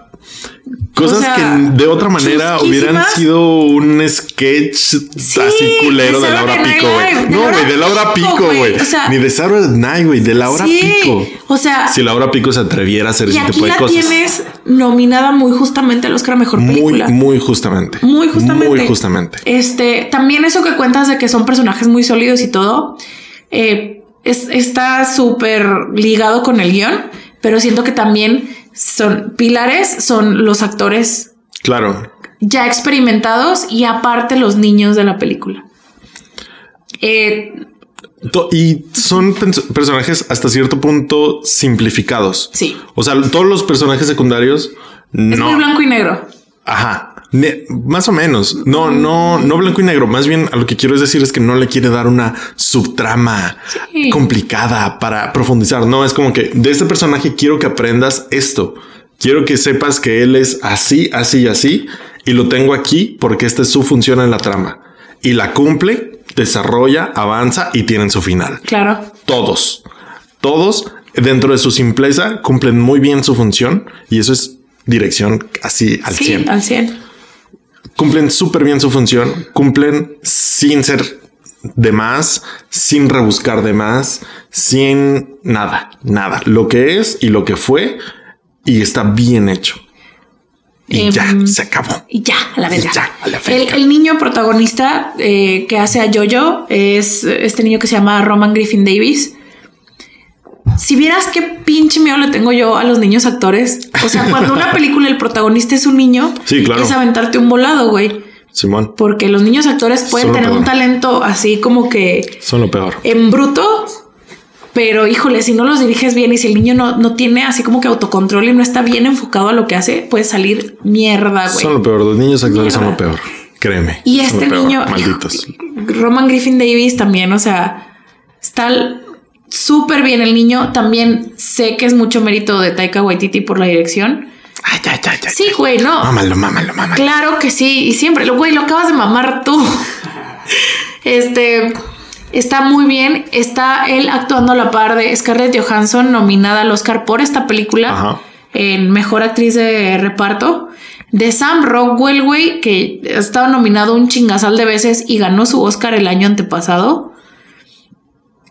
A: cosas
B: O sea,
A: que de otra manera
B: chusquísimas.
A: hubieran sido un sketch así culero
B: de
A: de la hora
B: Saturday Night
A: pico, güey.
B: Live, de
A: No,
B: Laura
A: güey, de la hora pico, güey.
B: o sea,
A: Ni de Saturday Night, güey, de la hora
B: sí,
A: pico.
B: O sea,
A: Si la hora pico se atreviera a hacer
B: y
A: ese
B: aquí
A: tipo de
B: la
A: cosas.
B: tienes nominada muy justamente al Oscar a Mejor
A: Muy,
B: Película.
A: muy justamente.
B: Muy justamente.
A: Muy justamente.
B: Este, también eso que cuentas de que son personajes muy sólidos y todo, eh, es- está súper ligado con el guión, pero siento que también son pilares, son los actores
A: Claro.
B: ya experimentados y aparte los niños de la película. Eh,
A: To- Y son pens- personajes hasta cierto punto simplificados.
B: Sí.
A: O sea, todos los personajes secundarios
B: es
A: no.
B: muy blanco y negro.
A: Ajá. Ne- más o menos. No, no, no blanco y negro. Más bien a lo que quiero es decir es que no le quiere dar una subtrama
B: Sí.
A: complicada para profundizar. No, es como que de este personaje quiero que aprendas esto. Quiero que sepas que él es así, así y así. Y lo tengo aquí porque esta es su función en la trama. Y la cumple, desarrolla, avanza y tienen su final
B: Claro.
A: todos, todos dentro de su simpleza, cumplen muy bien su función y eso es dirección así al
B: sí,
A: 100.
B: al 100.
A: Cumplen súper bien su función, cumplen sin ser de más, sin rebuscar de más, sin nada, nada. Lo que es y lo que fue y está bien hecho. Y
B: Em,
A: ya, se acabó.
B: Y ya, a la verga.
A: Y ya, a la
B: el,
A: verga.
B: el niño protagonista eh, que hace a Jojo es este niño que se llama Roman Griffin Davis. Si vieras qué pinche miedo le tengo yo a los niños actores. O sea, cuando una película el protagonista es un niño,
A: Sí, claro.
B: es aventarte un volado, güey.
A: Simón,
B: Porque los niños actores pueden
A: Solo
B: tener
A: perdón.
B: un talento así como que
A: son lo peor.
B: en bruto, pero híjole, si no los diriges bien y si el niño no, no tiene así como que autocontrol y no está bien enfocado a lo que hace, puede salir mierda, güey.
A: Son lo peor. Los niños actores son lo
B: Ah, Mierda.
A: peor. Créeme.
B: Y
A: son lo
B: este
A: peor.
B: niño,
A: Malditos.
B: Roman Griffin Davis también, o sea, está l- súper bien el niño. También sé que es mucho mérito de Taika Waititi por la dirección.
A: Ay, ay, ay, ay.
B: Sí, güey, no.
A: Mámalo, mámalo, mámalo.
B: Claro que sí, y siempre, lo güey, lo acabas de mamar tú. Este está muy bien. Está él actuando a la par de Scarlett Johansson, nominada al Oscar por esta película
A: Ajá.
B: en mejor actriz de reparto. De Sam Rockwell, güey, que ha estado nominado un chingazal de veces y ganó su Oscar el año antepasado.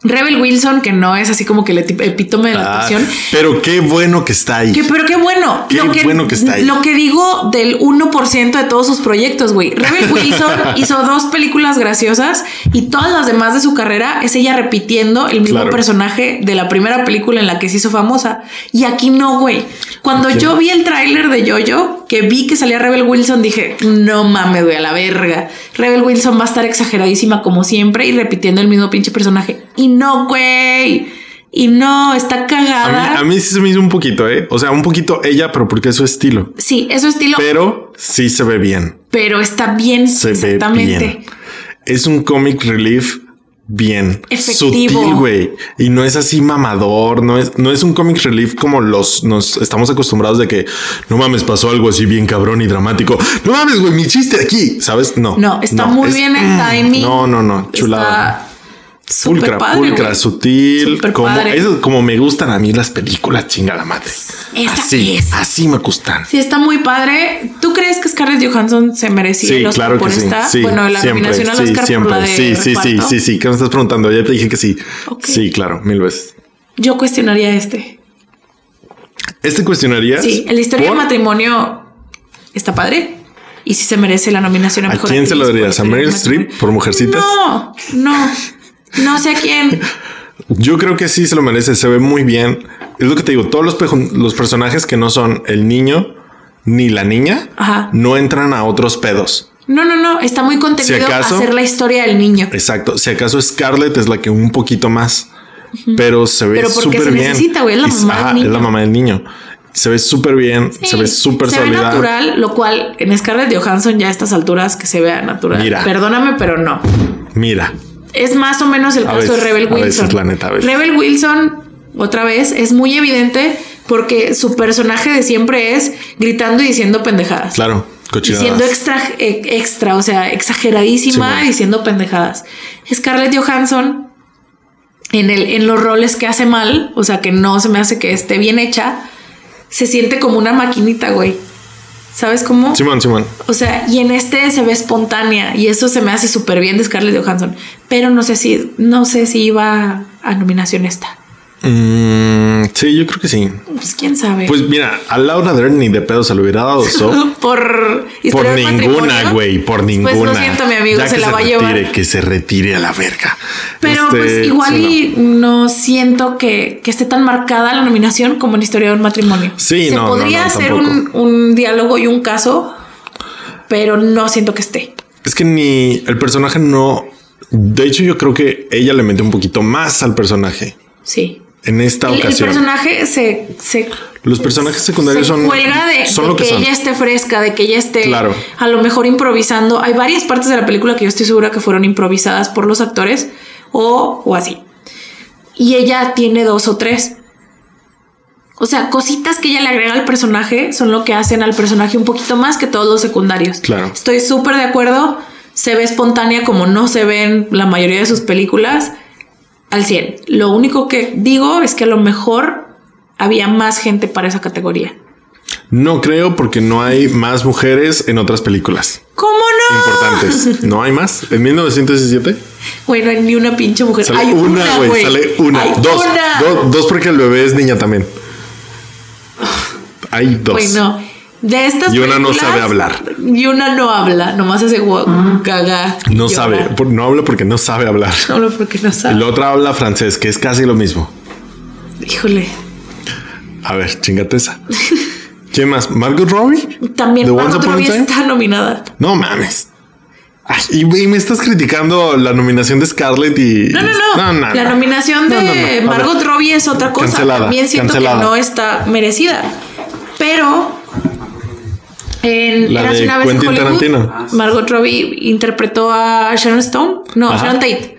B: Rebel Wilson, que no es así como que el eti- epítome de la
A: Ah,
B: actuación.
A: pero qué bueno que está ahí.
B: Que- pero qué bueno.
A: Qué bueno que está ahí.
B: Lo que digo del 1% de todos sus proyectos, güey. Rebel Wilson hizo dos películas graciosas y todas las demás de su carrera es ella repitiendo el mismo
A: Claro.
B: personaje de la primera película en la que se hizo famosa. Y aquí no, güey. Cuando
A: Ok.
B: yo vi el tráiler de Jojo, que vi que salía Rebel Wilson, dije, no mames, güey, a la verga. Rebel Wilson va a estar exageradísima como siempre y repitiendo el mismo pinche personaje. Y no, güey. Y no, está
A: a, mí,
B: cagada.
A: a mí sí se me hizo un poquito, ¿eh? O sea, un poquito ella, pero porque es su estilo.
B: Sí, es su estilo,
A: Pero sí se ve bien.
B: pero está bien
A: Se ve
B: exactamente.
A: bien. Es un comic relief bien
B: Efectivo.
A: sutil, güey. Y no es así mamador, no es, no es un comic relief como los nos estamos acostumbrados de que no mames, pasó algo así bien cabrón y dramático. No mames, güey, mi chiste aquí, ¿sabes? No.
B: No, está muy
A: es-
B: bien el
A: mm,
B: timing.
A: No, no, no, chulada.
B: Está súper
A: Pulcra,
B: padre,
A: pulcra,
B: güey.
A: sutil,
B: Súper
A: como
B: padre.
A: eso es como me gustan a mí las películas, chinga la madre.
B: Esa
A: así,
B: es.
A: así me gustan.
B: Sí, está muy padre. ¿Tú crees que Scarlett Johansson se merecía
A: Sí,
B: el Oscar
A: claro
B: por
A: que sí.
B: esta?
A: sí,
B: bueno, la
A: siempre,
B: nominación al
A: sí,
B: Oscar
A: siempre.
B: por la de
A: sí, sí, sí,
B: reparto.
A: sí, sí, ¿qué me estás preguntando? Ya te dije que sí.
B: Ok.
A: Sí, claro, mil veces.
B: Yo cuestionaría este.
A: ¿Este cuestionarías?
B: Sí, el historia
A: por-
B: del matrimonio está padre. Y si se merece la nominación a
A: ¿A
B: mejor
A: quién se lo
B: actriz por
A: darías? ¿A
B: Historia del
A: Meryl Streep
B: Matrimonio?
A: por Mujercitas?
B: No, no. No sé a quién.
A: Yo creo que sí se lo merece, se ve muy bien. Es lo que te digo, todos los, pejo- los personajes que no son el niño ni la niña
B: Ajá.
A: no entran a otros pedos.
B: No, no, no. Está muy contenido
A: Si acaso-
B: hacer la historia del niño.
A: Exacto. Si acaso Scarlett es la que un poquito más, pero se ve
B: Pero porque
A: súper
B: se
A: bien.
B: necesita, güey, es la
A: Y-
B: mamá del
A: ajá,
B: niño.
A: es la mamá del niño. Se ve súper bien, se ve
B: Sí,
A: súper
B: Se ve
A: sólida.
B: natural, lo cual en Scarlett Johansson ya a estas alturas que se vea natural.
A: Mira.
B: Perdóname, pero no.
A: Mira,
B: Es más o menos el
A: A
B: caso
A: veces,
B: de Rebel
A: a
B: Wilson.
A: veces, la neta, a veces.
B: Rebel Wilson, otra vez, es muy evidente porque su personaje de siempre es gritando y diciendo pendejadas.
A: claro,
B: Y siendo
A: cochinadas.
B: extra, eh, extra, o sea, exageradísima
A: Simón.
B: diciendo pendejadas. Scarlett Johansson, en, el, en los roles que hace mal, o sea, que no se me hace que esté bien hecha, se siente como una maquinita, güey. ¿Sabes cómo?
A: Simón, Simón.
B: O sea, y en este se ve espontánea y eso se me hace súper bien de Scarlett Johansson. Pero no sé si, no sé si iba a nominación esta.
A: Mm, sí, yo creo que sí.
B: Pues quién sabe.
A: Pues mira, a Laura Dern ni de pedo se lo hubiera dado. So.
B: por
A: Por
B: historia de
A: ninguna,
B: matrimonio.
A: güey, por
B: Pues, lo
A: ninguna.
B: siento, mi amigo,
A: Ya
B: se
A: que
B: la va a
A: retire,
B: llevar.
A: Que se retire a la verga.
B: Pero
A: Este,
B: pues igual
A: sí, no.
B: y no siento que, que esté tan marcada la nominación como en Historia de un matrimonio.
A: Sí,
B: Se
A: no, no,
B: podría
A: no,
B: hacer un,
A: tampoco.
B: un diálogo y un caso, pero no siento que esté.
A: Es que ni el personaje no. De hecho, yo creo que ella le mete un poquito más al personaje
B: Sí.
A: en esta
B: El, el
A: ocasión.
B: personaje se, se
A: Los personajes secundarios
B: se
A: son,
B: cuelga de,
A: son
B: de
A: lo que,
B: que,
A: son.
B: ella esté fresca, de que ella esté
A: Claro.
B: a lo mejor improvisando. Hay varias partes de la película que yo estoy segura que fueron improvisadas por los actores o, o así. Y ella tiene dos o tres. O sea, cositas que ella le agrega al personaje son lo que hacen al personaje un poquito más que todos los secundarios.
A: Claro.
B: Estoy súper de acuerdo. Se ve espontánea como no se ve en la mayoría de sus películas. al 100. Lo único que digo es que a lo mejor había más gente para esa categoría.
A: No creo porque no hay más mujeres en otras películas
B: ¿Cómo no?
A: importantes. No hay más. En 1917
B: Güey, no hay ni una pinche mujer.
A: sale
B: hay
A: una, güey. Sale una.
B: Hay
A: Dos,
B: una.
A: do- dos porque el bebé es niña también. Hay dos.
B: Güey, Pues no. De estas
A: Y una no
B: películas,
A: sabe hablar.
B: Y una no habla, nomás hace guau- gaga.
A: No
B: llora.
A: sabe, por- no habla porque no sabe hablar.
B: No habla porque no
A: Y
B: sabe.
A: la otra habla francés, que es casi lo mismo.
B: Híjole.
A: A ver, chingate esa. ¿Quién más? ¿Margot Robbie?
B: También
A: ¿The Once
B: Margot
A: Upon a
B: Robbie
A: Time?
B: está nominada.
A: No mames. Ay, y, y me estás criticando la nominación de Scarlett y.
B: No, no, no. la nominación
A: No,
B: de
A: no, no. A ver.
B: Margot Robbie es otra cosa.
A: Cancelada,
B: También siento
A: cancelada.
B: que no está merecida. Pero en
A: La
B: Érase
A: de
B: una vez en
A: Quentin
B: Hollywood,
A: Tarantino.
B: Margot Robbie interpretó a Sharon Stone. No,
A: Ajá.
B: Sharon Tate.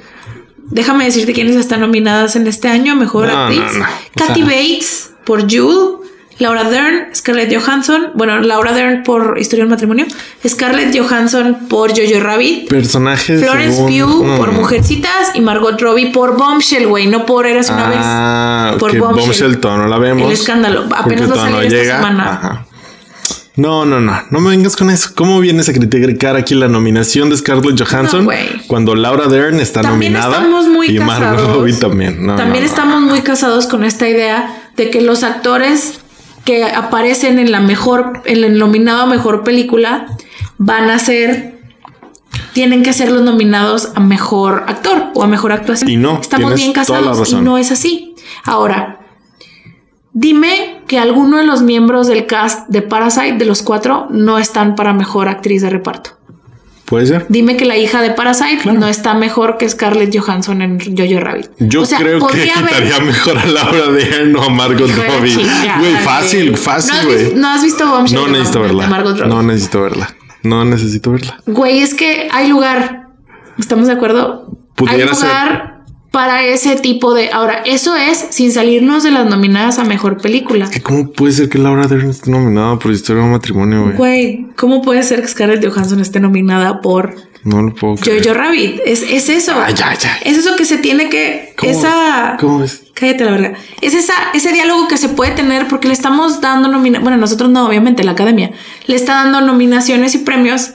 B: Déjame decirte quiénes están nominadas en este año a mejor
A: No, no,
B: actriz.
A: no. O
B: Kathy
A: sea-
B: Bates por Jude. Laura Dern, Scarlett Johansson, bueno, Laura Dern por Historia del Matrimonio, Scarlett Johansson por Jojo Rabbit,
A: Personajes.
B: Florence
A: según- Mm.
B: Pugh
A: no,
B: por
A: no.
B: Mujercitas y Margot Robbie por Bombshell, güey, no por Eras una
A: Ah,
B: vez.
A: por
B: Por Bombshell.
A: Bombshell todavía no la vemos.
B: El escándalo. Apenas
A: porque
B: va a
A: todavía
B: salir esta semana.
A: Ajá. No, no, no, no me vengas con eso. ¿Cómo vienes a criticar aquí la nominación de Scarlett Johansson
B: güey.
A: cuando Laura Dern está
B: También
A: nominada
B: estamos muy
A: y Margot
B: casados.
A: Robbie también? No,
B: También
A: no, no.
B: estamos muy casados con esta idea de que los actores que aparecen en la mejor, en el nominado a mejor película, van a ser, tienen que ser los nominados a mejor actor o a mejor actuación.
A: Y no,
B: estamos
A: tienes
B: bien
A: toda la
B: casados
A: razón.
B: y no es así. Ahora, dime que alguno de los miembros del cast de Parasite, de los cuatro, no están para mejor actriz de reparto.
A: Puede ser.
B: Dime que la hija de Parasite no está mejor que Scarlett Johansson en Jojo Rabbit.
A: Yo
B: O sea,
A: creo que
B: podría haber-
A: quitaría mejor a Laura Dern o a Margot
B: Hijo de la
A: Robbie.
B: chingada,
A: Güey, fácil,
B: güey. ¿No
A: fácil,
B: has
A: güey.
B: vis- ¿No has visto Bombshell?
A: No
B: de
A: necesito
B: Mar- de
A: verla.
B: Margot Robbie?
A: No necesito verla. No necesito verla.
B: Güey, es que hay lugar. ¿Estamos de acuerdo?
A: Pudiera
B: hay
A: ser.
B: lugar para ese tipo de. Ahora, eso es sin salirnos de las nominadas a mejor película.
A: Que ¿Cómo puede ser que Laura Dern esté nominada por historia de un matrimonio, güey?
B: Güey, ¿cómo puede ser que Scarlett Johansson esté nominada por
A: No lo puedo creer.
B: Jojo Rabbit? Es, es eso.
A: Ay, Ah, ya, ya.
B: Es eso que se tiene que.
A: ¿Cómo
B: esa.
A: es? ¿Cómo es?
B: Cállate la verga. Es esa, ese diálogo que se puede tener porque le estamos dando nominaciones. Bueno, nosotros no, obviamente, la academia le está dando nominaciones y premios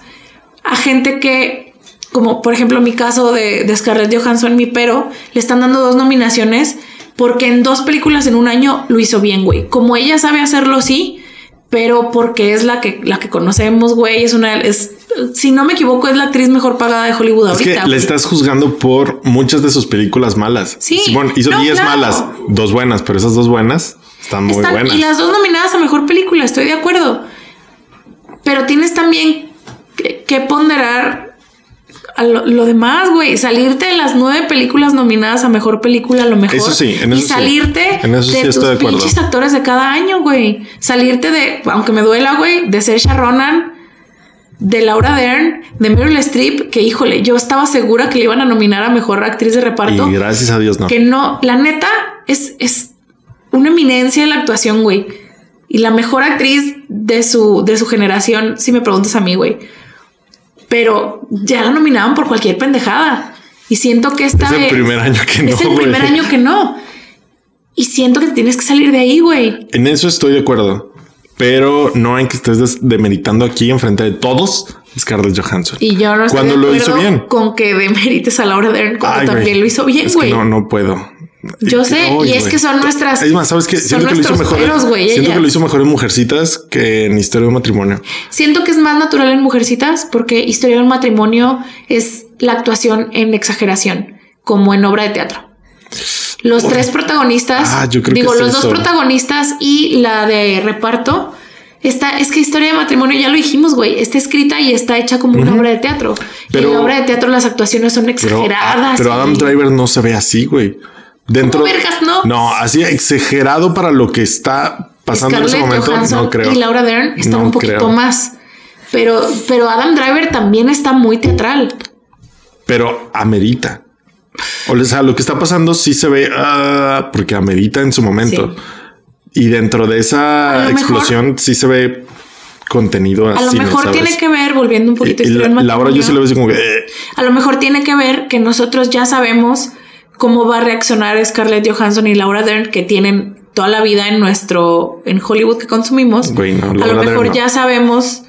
B: a gente que, como por ejemplo mi caso de, de Scarlett Johansson, mi pero, le están dando dos nominaciones porque en dos películas en un año lo hizo bien, güey. Como ella sabe hacerlo, sí, pero porque es la que, la que conocemos, güey. Es una. Es, si no me equivoco, es la actriz mejor pagada de Hollywood
A: Es
B: ahorita.
A: que le
B: güey.
A: estás juzgando por muchas de sus películas malas.
B: Sí.
A: Bueno, hizo
B: No,
A: 10
B: claro.
A: malas, dos buenas, pero esas dos buenas están muy
B: Están-
A: buenas.
B: Y las dos nominadas a mejor película, estoy de acuerdo. Pero tienes también que, que ponderar a lo, lo demás, güey. Salirte de las nueve películas nominadas a mejor película, a lo mejor.
A: Eso sí, en
B: Y
A: eso sí.
B: salirte
A: En eso
B: de
A: sí
B: tus
A: estoy de acuerdo.
B: pinches actores de cada año, güey. Salirte de, aunque me duela, güey, de Saoirse Ronan. De Laura Dern, de Meryl Streep, que híjole, yo estaba segura que le iban a nominar a mejor actriz de reparto
A: Y gracias a Dios no.
B: que no, la neta es, es una eminencia en la actuación, güey. Y la mejor actriz de su, de su generación, si me preguntas a mí, güey. Pero ya la nominaban por cualquier pendejada. Y siento que esta
A: Es el
B: vez-
A: primer año que
B: Es
A: no,
B: el primer
A: güey.
B: año que no. Y siento que tienes que salir de ahí, güey.
A: En eso estoy de acuerdo. Pero no en que estés des- demeritando aquí enfrente de todos Scarlett Johansson.
B: Y yo no estoy
A: Cuando
B: de
A: lo
B: acuerdo
A: hizo bien.
B: con que demerites a Laura Dern cuando
A: Ay, güey.
B: también lo hizo bien,
A: Es que
B: güey.
A: No, no puedo.
B: Yo sé,
A: Ay,
B: y es
A: güey.
B: que son nuestras-
A: Es más, sabes que
B: son
A: siento que lo hizo
B: nuestros
A: mejor.
B: peros, güey,
A: siento que
B: ellas.
A: lo hizo mejor en Mujercitas que en Historia de un Matrimonio.
B: Siento que es más natural en Mujercitas porque Historia del Matrimonio es la actuación en exageración, como en obra de teatro. Los tres protagonistas,
A: Ah, yo creo que
B: digo,
A: es
B: los
A: eso.
B: dos protagonistas y la de reparto, está, es que Historia de Matrimonio, ya lo dijimos, güey, está escrita y está hecha como una obra de teatro.
A: Pero-
B: y en la obra de teatro las actuaciones son
A: Pero, ah,
B: exageradas.
A: pero
B: y-
A: Adam Driver no se ve así, güey. Dentro.
B: ¿Cómo vergas no?
A: No, así exagerado para lo que está pasando en
B: Scarlett
A: ese momento.
B: Johansson
A: no creo.
B: y Laura Dern están
A: No
B: un poquito
A: creo.
B: más. Pero, pero Adam Driver también está muy teatral.
A: Pero amerita. O sea, lo que está pasando sí se ve ah, porque amerita en su momento.
B: Sí.
A: Y dentro de
B: A
A: esa
B: lo
A: explosión sí se ve contenido
B: A
A: así.
B: lo mejor
A: ¿no?
B: tiene
A: ¿Sabes?
B: que ver, volviendo un poquito
A: Y- y
B: a Historia del
A: la- Laura yo
B: Matrimonio,
A: sí lo veo así como que, eh,
B: A lo mejor tiene que ver que nosotros ya sabemos cómo va a reaccionar Scarlett Johansson y Laura Dern, que tienen toda la vida en nuestro, en Hollywood que consumimos.
A: Güey, no,
B: a
A: Laura
B: lo
A: Dern
B: mejor
A: no.
B: ya sabemos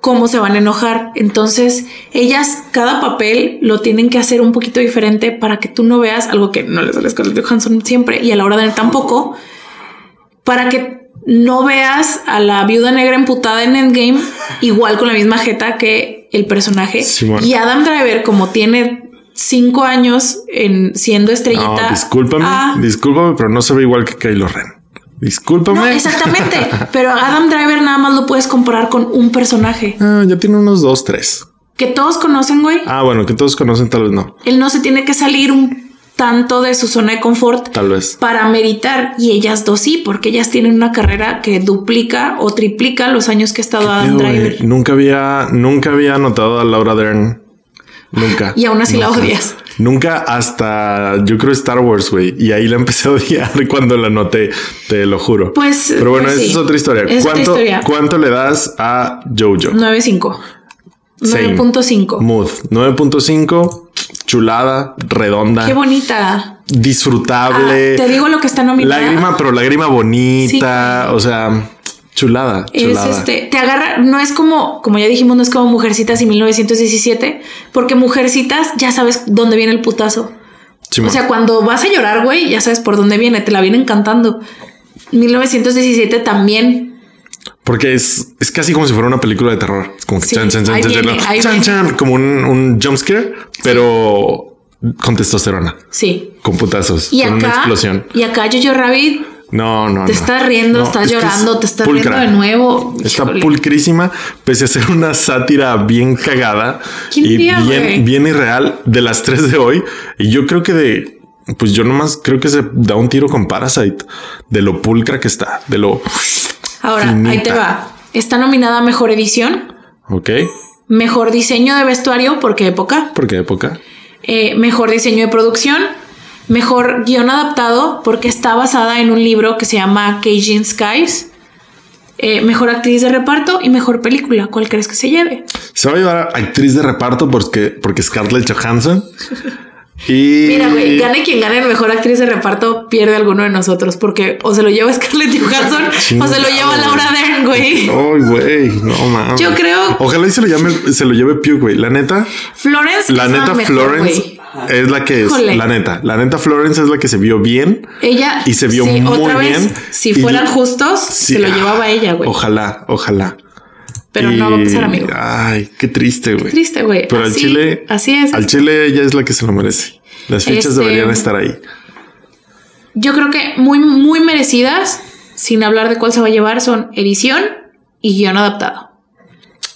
B: cómo se van a enojar. Entonces, ellas, cada papel lo tienen que hacer un poquito diferente para que tú no veas algo que no les sale a Scarlett Johansson siempre y a Laura Dern tampoco, para que no veas a la viuda negra emputada en Endgame igual con la misma jeta que el personaje.
A: Simón.
B: Y Adam Driver, como tiene cinco años en siendo
A: No,
B: estrellita.
A: discúlpame,
B: ah,
A: discúlpame, pero no se ve igual que Kylo Ren. Discúlpame.
B: no, exactamente. pero Adam Driver nada más lo puedes comparar con un personaje
A: Ah, ya tiene unos dos, tres.
B: que todos conocen, güey.
A: Ah, bueno, que todos conocen, tal vez no.
B: Él no se tiene que salir un tanto de su zona de confort
A: Tal vez.
B: para meritar y ellas dos sí, porque ellas tienen una carrera que duplica o triplica los años que ha estado Adam
A: Pero, güey,
B: Driver.
A: eh, nunca había, nunca había notado a Laura Dern. Nunca.
B: Y aún así la
A: Nunca.
B: odias.
A: Nunca hasta yo creo Star Wars, güey. Y ahí la empecé a odiar cuando la noté, te lo juro.
B: Pues,
A: Pero bueno,
B: pues
A: esa
B: sí.
A: es otra historia.
B: Es otra
A: ¿Cuánto,
B: historia.
A: ¿Cuánto le das a Jojo?
B: 9.5.
A: Same.
B: 9.5.
A: Mood 9.5, chulada, redonda,
B: Qué bonita. Ah,
A: disfrutable.
B: te digo lo que está nominada.
A: lágrima, pero lágrima bonita. O sea, chulada,
B: Es
A: chulada.
B: este, te agarra, no es como, como ya dijimos, no es como Mujercitas y 1917, porque Mujercitas ya sabes dónde viene el putazo.
A: Simón.
B: O sea, cuando vas a llorar, güey, ya sabes por dónde viene, te la vienen cantando. 1917 también.
A: Porque es, es casi como si fuera una película de terror. Es como que
B: Sí,
A: chan, chan, chan,
B: ahí
A: chan,
B: viene,
A: chan,
B: ahí
A: chan,
B: viene.
A: chan, como un, un jumpscare, pero con testosterona,
B: Sí.
A: con putazos,
B: Y
A: con una
B: acá,
A: explosión.
B: y acá Jojo Rabbit
A: No, no.
B: te
A: no.
B: estás riendo,
A: No,
B: estás
A: es que es
B: llorando, te estás
A: pulcra.
B: riendo de nuevo.
A: Está
B: Híjole.
A: pulcrísima, pese a ser una sátira bien cagada
B: ¿Quién
A: y
B: diría, güey?
A: bien, bien irreal de las tres de hoy. Y yo creo que de, pues yo nomás creo que se da un tiro con Parasite de lo pulcra que está, de lo.
B: Ahora, ahí te
A: finita.
B: va. Está nominada a Mejor Edición,
A: Ok,
B: Mejor Diseño de Vestuario, porque época,
A: porque época.
B: eh, mejor diseño de producción, mejor guión adaptado, porque está basada en un libro que se llama Cajun Skies, eh, mejor actriz de reparto y mejor película. ¿Cuál crees que se lleve?
A: Se va a llevar a actriz de reparto porque, porque Scarlett Johansson. Y
B: Mira, güey, gane quien gane el mejor actriz de reparto, pierde alguno de nosotros, porque o se lo lleva Scarlett Johansson o se lo lleva
A: Chingado,
B: Laura Dern, güey.
A: Ay, güey, no mames.
B: Yo creo-
A: Ojalá y se lo llame, se lo lleve Pew, güey. La neta,
B: Florence,
A: la
B: es
A: neta
B: mejor,
A: Florence
B: güey.
A: es la que es.
B: Híjole.
A: La neta, la neta Florence es la que se vio bien.
B: Ella
A: Y se vio
B: sí,
A: muy
B: otra vez,
A: bien.
B: Si
A: Y-
B: fueran justos, se lo
A: ah,
B: llevaba ella, güey.
A: Ojalá, ojalá.
B: Pero no va a pasar, amigo.
A: Ay, qué triste, güey.
B: Triste, güey.
A: Pero al
B: Así-
A: Chile,
B: así es.
A: Al Chile ella es la que se lo merece. Las fichas
B: Este-
A: deberían estar ahí.
B: Yo creo que muy, muy merecidas, sin hablar de cuál se va a llevar, son edición y guión adaptado.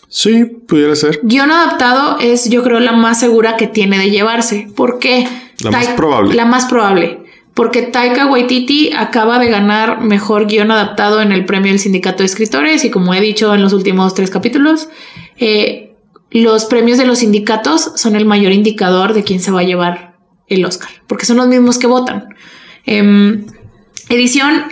A: Sí, pudiera ser.
B: Guión adaptado es, yo creo, la más segura que tiene de llevarse. ¿Por qué?
A: La más
B: Tai-
A: probable.
B: La más probable. Porque Taika Waititi acaba de ganar mejor guión adaptado en el premio del Sindicato de Escritores y como he dicho en los últimos tres capítulos, eh, los premios de los sindicatos son el mayor indicador de quién se va a llevar el Oscar, porque son los mismos que votan. Em, edición,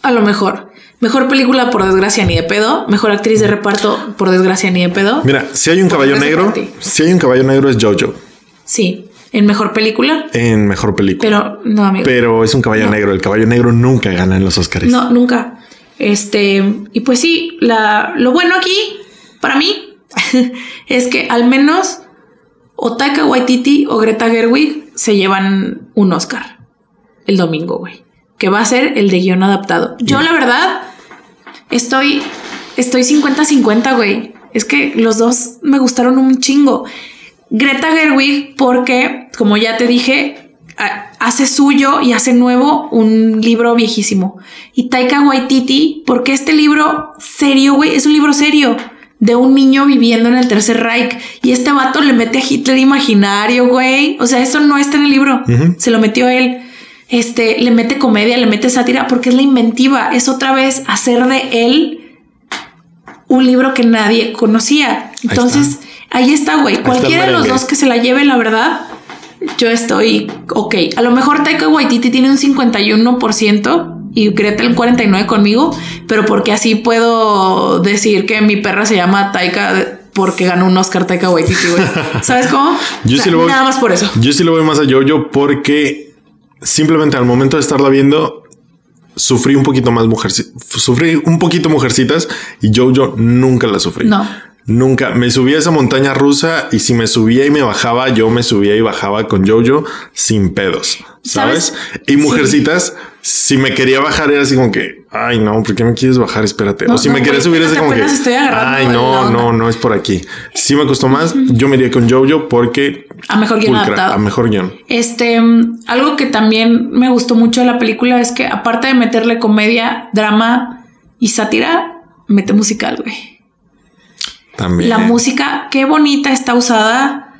B: a lo mejor. Mejor película, por desgracia, ni de pedo. Mejor actriz de reparto, por desgracia, ni de pedo.
A: Mira, si hay un
B: Por
A: caballo
B: eso
A: negro,
B: partí.
A: si hay un caballo negro es Jojo
B: Sí, en mejor película,
A: en mejor película.
B: pero no, amigo.
A: Pero es un caballo negro. El caballo negro nunca gana en los Oscars.
B: No, nunca. Este, y pues sí, la, lo bueno aquí, para mí, es que al menos o Taika Waititi o Greta Gerwig se llevan un Oscar el domingo, güey. Que va a ser el de guión adaptado. Yo, la verdad, estoy. Estoy 50-50, güey. Es que los dos me gustaron un chingo. Greta Gerwig, porque, como ya te dije, ha- hace suyo y hace nuevo un libro viejísimo. Y Taika Waititi, porque este libro serio, güey, es un libro serio de un niño viviendo en el Tercer Reich. Y este vato le mete a Hitler imaginario, güey. O sea, eso no está en el libro.
A: Ujú.
B: Se lo metió él. Este, le mete comedia, le mete sátira, porque es la inventiva. Es otra vez hacer de él un libro que nadie conocía. Entonces, ahí está, güey.
A: está el
B: Cualquiera de los
A: merengue.
B: dos que se la lleve, la verdad, yo estoy ok. A lo mejor Taika Waititi tiene un 51% y Greta el 49% conmigo, pero porque así puedo decir que mi perra se llama Taika porque ganó un Oscar Taika Waititi, güey. ¿Sabes cómo?
A: Yo
B: O sea,
A: sí le voy-
B: Nada más por eso.
A: Yo sí le voy más a Jojo porque simplemente al momento de estarla viendo sufrí un poquito más mujercitas, sufrí un poquito mujercitas y Jojo nunca la sufrí.
B: No.
A: Nunca me subí a esa montaña rusa y si me subía y me bajaba, yo me subía y bajaba con Jojo sin pedos, ¿sabes?
B: ¿Sabes?
A: Y mujercitas, si me quería bajar era así como que, ay no, ¿por qué me quieres bajar? Espérate.
B: No,
A: o si
B: no,
A: me quería
B: güey,
A: subir es
B: espérate,
A: como que,
B: apenas estoy agarrando
A: ay
B: la
A: no,
B: onda".
A: no, no es por aquí. Si me costó más, yo me iría con Jojo porque
B: A mejor guión
A: pulcra,
B: adaptado.
A: a mejor guión.
B: Este, mm, algo que también me gustó mucho de la película es que aparte de meterle comedia, drama y sátira, mete musical, güey.
A: También.
B: La música, qué bonita está usada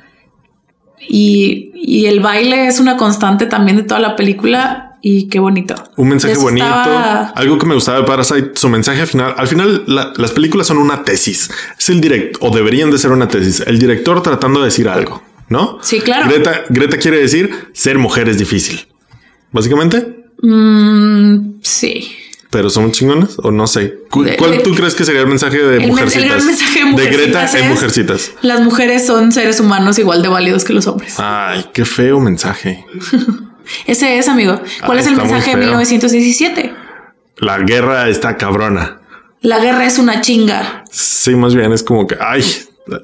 B: y, y el baile es una constante también de toda la película y qué bonito.
A: Un mensaje
B: Eso
A: bonito.
B: estaba-
A: Algo que me gustaba de Parasite, su mensaje final. Al final, la- las películas son una tesis. Es el directo, o deberían de ser una tesis. El director tratando de decir algo, ¿no?
B: Sí, claro.
A: Greta, Greta quiere decir ser mujer es difícil. Básicamente,
B: Mm, sí.
A: pero son chingones o no sé. ¿Cu-
B: De-
A: ¿Cuál
B: de-
A: tú crees que sería el mensaje de
B: men-
A: mujercitas?
B: gran mensaje de
A: De Greta
B: Mujercitas
A: en
B: es-
A: mujercitas.
B: Las mujeres son seres humanos igual de válidos que los hombres.
A: Ay, qué feo mensaje.
B: Ese es, amigo. ¿Cuál
A: Ah,
B: es el
A: está muy
B: mensaje de
A: feo.
B: 1917?
A: La guerra está cabrona.
B: La guerra es una chinga.
A: Sí, más bien es como que, ay,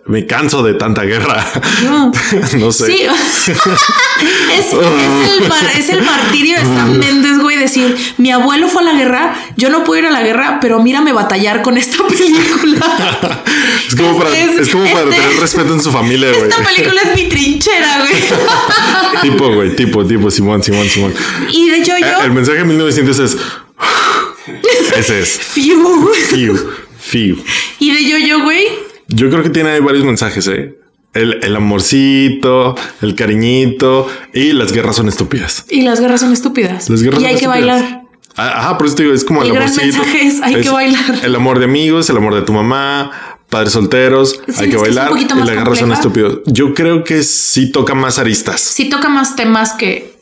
A: me canso de tanta guerra.
B: No.
A: no sé.
B: Sí. es, es el mar- es el martirio de Sam Mendes, güey, decir, mi abuelo fue a la guerra, yo no pude ir a la guerra, pero mírame batallar con esta película.
A: Es como para,
B: Es-
A: es como para
B: este-
A: tener respeto en su familia, güey.
B: esta película es mi trinchera, güey.
A: Tipo, güey, tipo, tipo, Simón, Simón, Simón.
B: y de
A: Eh, El
B: Jojo,
A: mensaje de 1900 es... Ese es.
B: fiu.
A: Fiu, fiu.
B: Y de Jojo, güey,
A: Yo creo que tiene ahí varios mensajes, ¿eh? El, el amorcito, el cariñito y las guerras son estúpidas.
B: y las guerras son estúpidas.
A: Las guerras
B: y
A: son
B: hay que
A: estúpidas.
B: bailar.
A: Ah, Ajá, por eso te digo, es como el,
B: El gran
A: amorcito.
B: mensaje es, hay que bailar.
A: El amor de amigos, el amor de tu mamá, padres solteros,
B: ¿Sientes
A: hay
B: que
A: que
B: es un
A: bailar.
B: poquito
A: y
B: más
A: las guerras son
B: compleja?
A: estúpidas. Yo creo que sí toca más aristas.
B: Si toca más temas que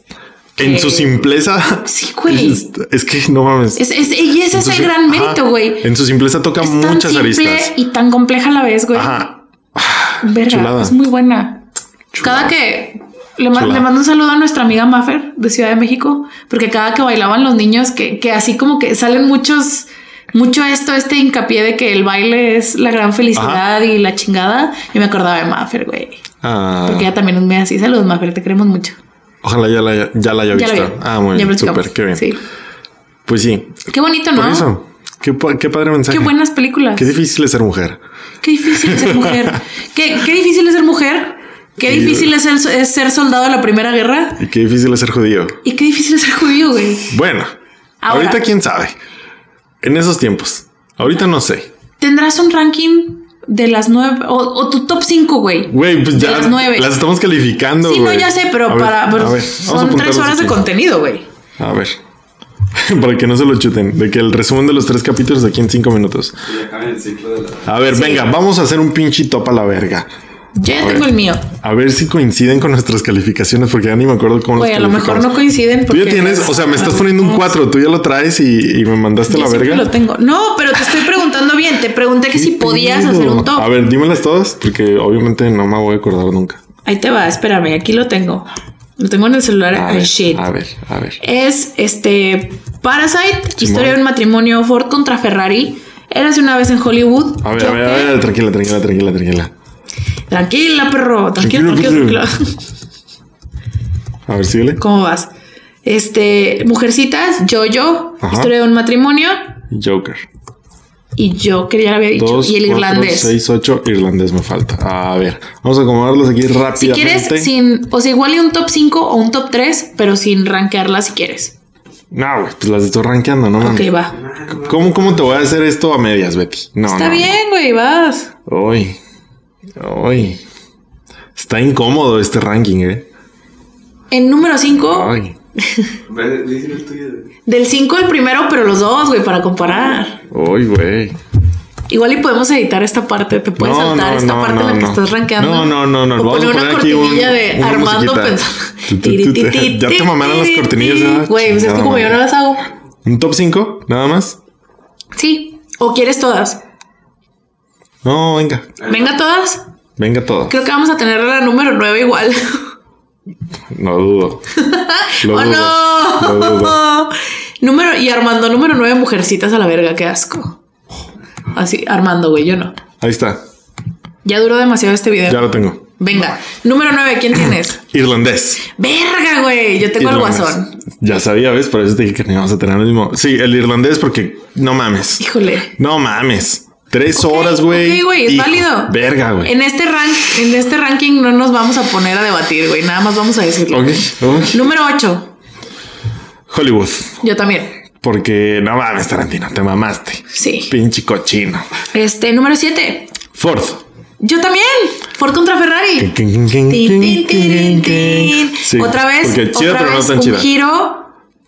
A: En
B: que-
A: su simpleza.
B: Sí, güey.
A: Es, es que no mames.
B: Es, es- y ese es
A: Entonces,
B: el gran
A: ajá,
B: mérito, güey.
A: En su simpleza toca
B: Es tan
A: muchas
B: simple
A: aristas.
B: y tan compleja a la vez, güey.
A: Ajá.
B: Verga,
A: chulada.
B: es muy buena. Cada que le, ma-
A: Chulada.
B: le mando un saludo a nuestra amiga Maffer de Ciudad de México, porque cada que bailaban los niños, que, que así como que salen muchos, mucho esto, este hincapié de que el baile es la gran felicidad y la chingada. Y me acordaba de Maffer, güey.
A: Ah,
B: Porque ella también me así, saludos Maffer, te queremos mucho.
A: ojalá ya la, ya la haya
B: Ya la
A: visto.
B: vi.
A: Ah, muy
B: Ya
A: bien.
B: platicamos.
A: Súper, qué bien.
B: Sí.
A: Pues sí.
B: Qué bonito,
A: Por
B: ¿no?
A: eso. Qué, pa- qué padre mensaje.
B: Qué buenas películas.
A: Qué difícil es ser mujer.
B: Qué difícil es ser mujer. qué, qué difícil es ser mujer. Qué
A: Y-
B: difícil es ser, es ser soldado de la Primera Guerra.
A: Y qué difícil es ser judío.
B: Y qué difícil es ser judío, güey.
A: Bueno,
B: Ahora.
A: ahorita quién sabe. En esos tiempos. Ahorita no sé.
B: Tendrás un ranking de las nueve o, o tu top cinco, güey.
A: Güey, pues
B: De
A: ya
B: las nueve.
A: estamos calificando.
B: sí, no,
A: güey.
B: ya sé, pero
A: A ver,
B: para. pero
A: a ver, vamos a
B: son
A: apuntarlos
B: tres horas de
A: aquí.
B: contenido, güey.
A: A ver. Para que no se lo chuten. De que el resumen de los tres capítulos de aquí en cinco minutos. A ver, venga, vamos a hacer un pinche top a la verga.
B: Yo ya
A: A
B: tengo
A: ver.
B: el mío.
A: A ver si coinciden con nuestras calificaciones, porque ya ni me acuerdo cómo
B: Güey,
A: las
B: a lo mejor
A: calificamos.
B: no coinciden.
A: Tú
B: Porque
A: ya tienes, o sea, me estás poniendo un 4, tú ya lo traes y, y me mandaste
B: Yo
A: la
B: siempre
A: verga.
B: lo tengo. No, pero te estoy preguntando bien. Te pregunté que si podías
A: Digo,
B: hacer un top.
A: A ver, dímelas todas, porque obviamente no me voy a acordar nunca.
B: Ahí te va, espérame. Aquí lo tengo. Lo tengo en el celular.
A: A
B: Ay,
A: ver,
B: shit.
A: a ver, a ver.
B: es este Parasite, historia de un matrimonio Ford contra Ferrari. Érase una vez en Hollywood.
A: A ver, a ver, a ver, tranquila, tranquila, tranquila, tranquila.
B: Tranquila, perro. Tranquilo,
A: Tranquilo,
B: tranquilo,
A: perro.
B: tranquilo.
A: A ver, síguele.
B: ¿Cómo vas? Este, Mujercitas, Jojo,
A: Ajá.
B: historia de un matrimonio.
A: Joker.
B: Y yo que ya lo había dicho.
A: Dos,
B: y el
A: cuatro,
B: irlandés.
A: Seis, ocho, irlandés me falta. A ver, vamos a acomodarlos aquí rápidamente.
B: si quieres, sin, o sea, igual y un top 5 o un top 3, pero sin rankearla si quieres.
A: No, güey, pues las estoy rankeando, ¿no?
B: Ok,
A: mames.
B: va.
A: ¿Cómo, ¿Cómo te voy a hacer esto a medias, Betty? No,
B: Está
A: no,
B: bien, güey, vas.
A: no. Uy. Uy. Está incómodo este ranking, ¿eh?
B: En número 5,
A: Ay.
B: del 5 al primero, pero los dos, güey, para comparar.
A: Uy, güey.
B: Igual y podemos editar esta parte, te puedes saltar esta parte en la que estás rankeando.
A: No, no, no, no.
B: O
A: Vamos
B: poner
A: a
B: una
A: poner aquí un-
B: cortinilla de
A: una
B: Armando
A: musiquita. Tu, tu, tu, tu.
B: pensando.
A: Ya te mamaron las cortinillas, ¿verdad?
B: Güey, pues es que
A: Chingada
B: como yo
A: madre.
B: no las hago.
A: ¿Un top 5? ¿Nada más?
B: Sí. O quieres todas.
A: No, venga.
B: Venga todas.
A: Venga todo.
B: Creo que vamos a tener la número 9 igual.
A: No dudo. Lo
B: ¡Oh,
A: dudo. Lo dudo.
B: no! Número, y Armando, número 9, mujercitas a la verga, qué asco. Así, Armando, güey, yo no.
A: Ahí está.
B: Ya duró demasiado este video.
A: Ya lo tengo.
B: Venga, número 9, ¿quién tienes?
A: Irlandés.
B: Verga, güey. Yo tengo el
A: Irlandés.
B: guasón.
A: Ya sabía, ¿ves? Por eso te dije que no íbamos a tener el mismo. Sí, el irlandés, porque no mames.
B: Híjole.
A: No mames. Tres horas, güey.
B: Ok, güey, es
A: Hijo,
B: válido.
A: Verga, güey.
B: En este rank, en este ranking no nos vamos a poner a debatir, güey. Nada más vamos a decirlo.
A: Ok, ok.
B: Número 8.
A: Hollywood.
B: Yo también.
A: Porque no mames, Tarantino, te mamaste.
B: Sí.
A: Pinche cochino.
B: Este, número 7.
A: Ford.
B: Yo también. Ford contra Ferrari.
A: Tin, tin,
B: Tin,
A: tin,
B: tin, tin, tin.
A: tin, tin. Sí,
B: otra vez,
A: Porque chida,
B: otra
A: pero no
B: vez
A: tan
B: un
A: chida.
B: giro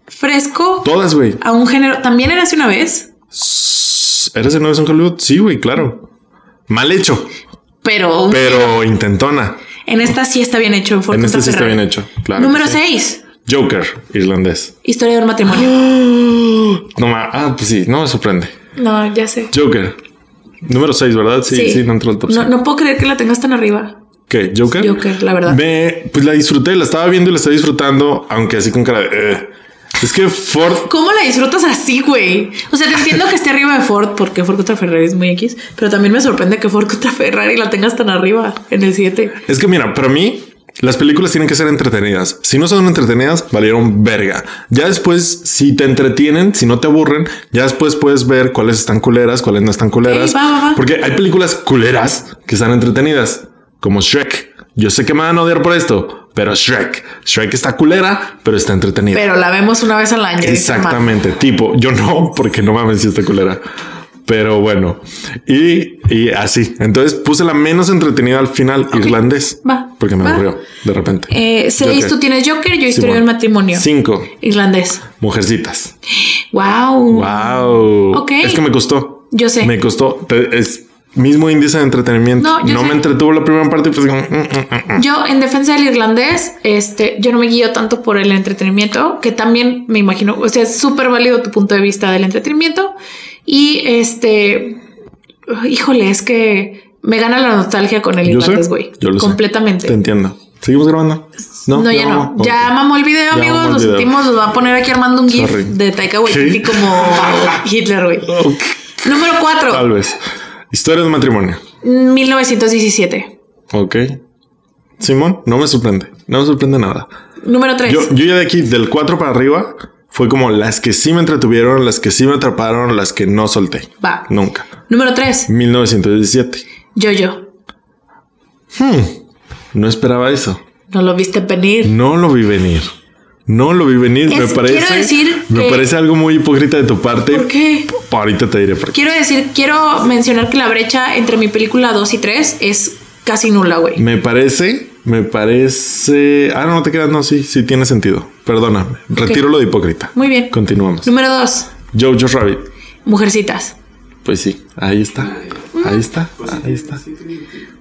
B: fresco
A: Todas, güey.
B: a un género. También era hace una vez,
A: ¿Eres el nuevo en Hollywood? Sí, güey, claro. Mal hecho,
B: pero, un-
A: pero intentona.
B: en esta sí está bien hecho. En, Ford
A: En
B: contra
A: este sí está
B: Ferrari.
A: bien hecho, claro
B: número
A: que sí.
B: 6.
A: Joker, irlandés.
B: Historia de un matrimonio.
A: No ma- Ah, pues sí, no me sorprende.
B: No, ya sé.
A: Joker. Número 6, ¿verdad? Sí, sí, no entró al top
B: no,
A: 6.
B: no puedo creer que la tengas tan arriba.
A: ¿Qué? ¿Joker?
B: Joker, la verdad.
A: Me, pues la disfruté, la estaba viendo y la estaba disfrutando, aunque así con cara de... "Eh". Es que Ford...
B: ¿Cómo la disfrutas así, güey? O sea, te entiendo que esté arriba de Ford, porque Ford contra Ferrari es muy X, pero también me sorprende que Ford contra Ferrari la tengas tan arriba en el 7.
A: Es que mira, para mí las películas tienen que ser entretenidas. Si no son entretenidas, valieron verga. Ya después, si te entretienen, si no te aburren, ya después puedes ver cuáles están culeras, cuáles no están culeras.
B: Ok, va, va, va.
A: Porque hay películas culeras que están entretenidas, como Shrek. Yo sé que me van a odiar por esto, pero Shrek. Shrek está culera, pero está entretenida.
B: Pero la vemos una vez al año. dice Marta.
A: Exactamente, tipo, yo no, porque no mames si esta culera. Pero bueno, y, y así. Entonces puse la menos entretenida al final, irlandés,
B: va,
A: porque me
B: va.
A: aburrió de repente.
B: Eh, seis,
A: Joker.
B: tú tienes Joker, yo historia
A: Simón.
B: del matrimonio.
A: Cinco,
B: Irlandés.
A: mujercitas.
B: Wow.
A: Wow.
B: Ok.
A: Es que me costó.
B: Yo sé.
A: Me costó. Te- Es mismo índice de entretenimiento.
B: No, yo sé.
A: me entretuvo la primera parte y fue así como, mm, mm, mm, mm.
B: Yo, en defensa del irlandés, este, yo no me guío tanto por el entretenimiento, que también me imagino, o sea, es súper válido tu punto de vista del entretenimiento. Y este, híjole, es que me gana la nostalgia con el
A: Yo sé,
B: irlandés, güey.
A: yo lo sé.
B: Completamente.
A: Te entiendo. ¿Seguimos grabando?
B: No, ya no.
A: Ok.
B: Ya mamó el video,
A: Ya
B: amigos.
A: mamó el
B: Nos
A: video.
B: sentimos, nos va a poner aquí armando un GIF
A: Sorry.
B: de Taika Waititi
A: ¿Qué?
B: como Hitler, güey.
A: Ok,
B: Número
A: Tal
B: 4,
A: vez. Historia de matrimonio.
B: 1917.
A: Ok. Simón, no me sorprende. No me sorprende nada.
B: Número 3.
A: Yo, yo ya de aquí, del 4 para arriba, fue como las que sí me entretuvieron, las que sí me atraparon, las que no solté.
B: Va.
A: Nunca.
B: Número 3,
A: 1917.
B: yo, yo.
A: No esperaba eso.
B: No lo viste venir.
A: No lo vi venir. No lo vi venir.
B: Es-
A: me parece.
B: quiero decir
A: me
B: que-
A: parece algo muy hipócrita de tu parte.
B: ¿Por qué?
A: Ahorita te diré por qué.
B: Quiero decir, quiero mencionar que la brecha entre mi película 2 y 3 es casi nula, güey.
A: Me parece. Me parece. Ah, no, no te creas. No, sí, sí tiene sentido. Perdóname. Retiro lo de hipócrita.
B: Muy bien.
A: Continuamos.
B: Número 2,
A: Jojo Rabbit.
B: Mujercitas.
A: Pues sí, ahí está. Ahí está. Ahí está.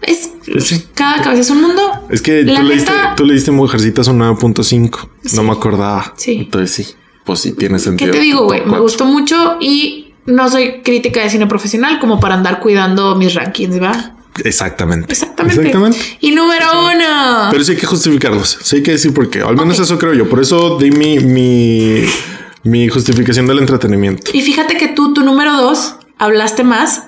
B: Es
A: Pues sí.
B: cada cabeza es un mundo.
A: Es que
B: La
A: tú le, diste,
B: neta,
A: tú le diste Mujercitas un 9.5. No me acordaba.
B: Sí.
A: Entonces sí. Pues sí, tiene
B: ¿Qué
A: sentido.
B: te digo, güey?
A: Top
B: Me
A: cuatro.
B: gustó mucho y no soy crítica de cine profesional como para andar cuidando mis rankings, ¿va?
A: Exactamente.
B: Exactamente. Ah.
A: Exactamente.
B: Y número uno.
A: Pero sí hay que justificarlos. Sí hay que decir por qué. Al menos eso creo yo. Por eso di mi, mi, mi justificación del entretenimiento.
B: Y fíjate que tú, tu número 2, hablaste más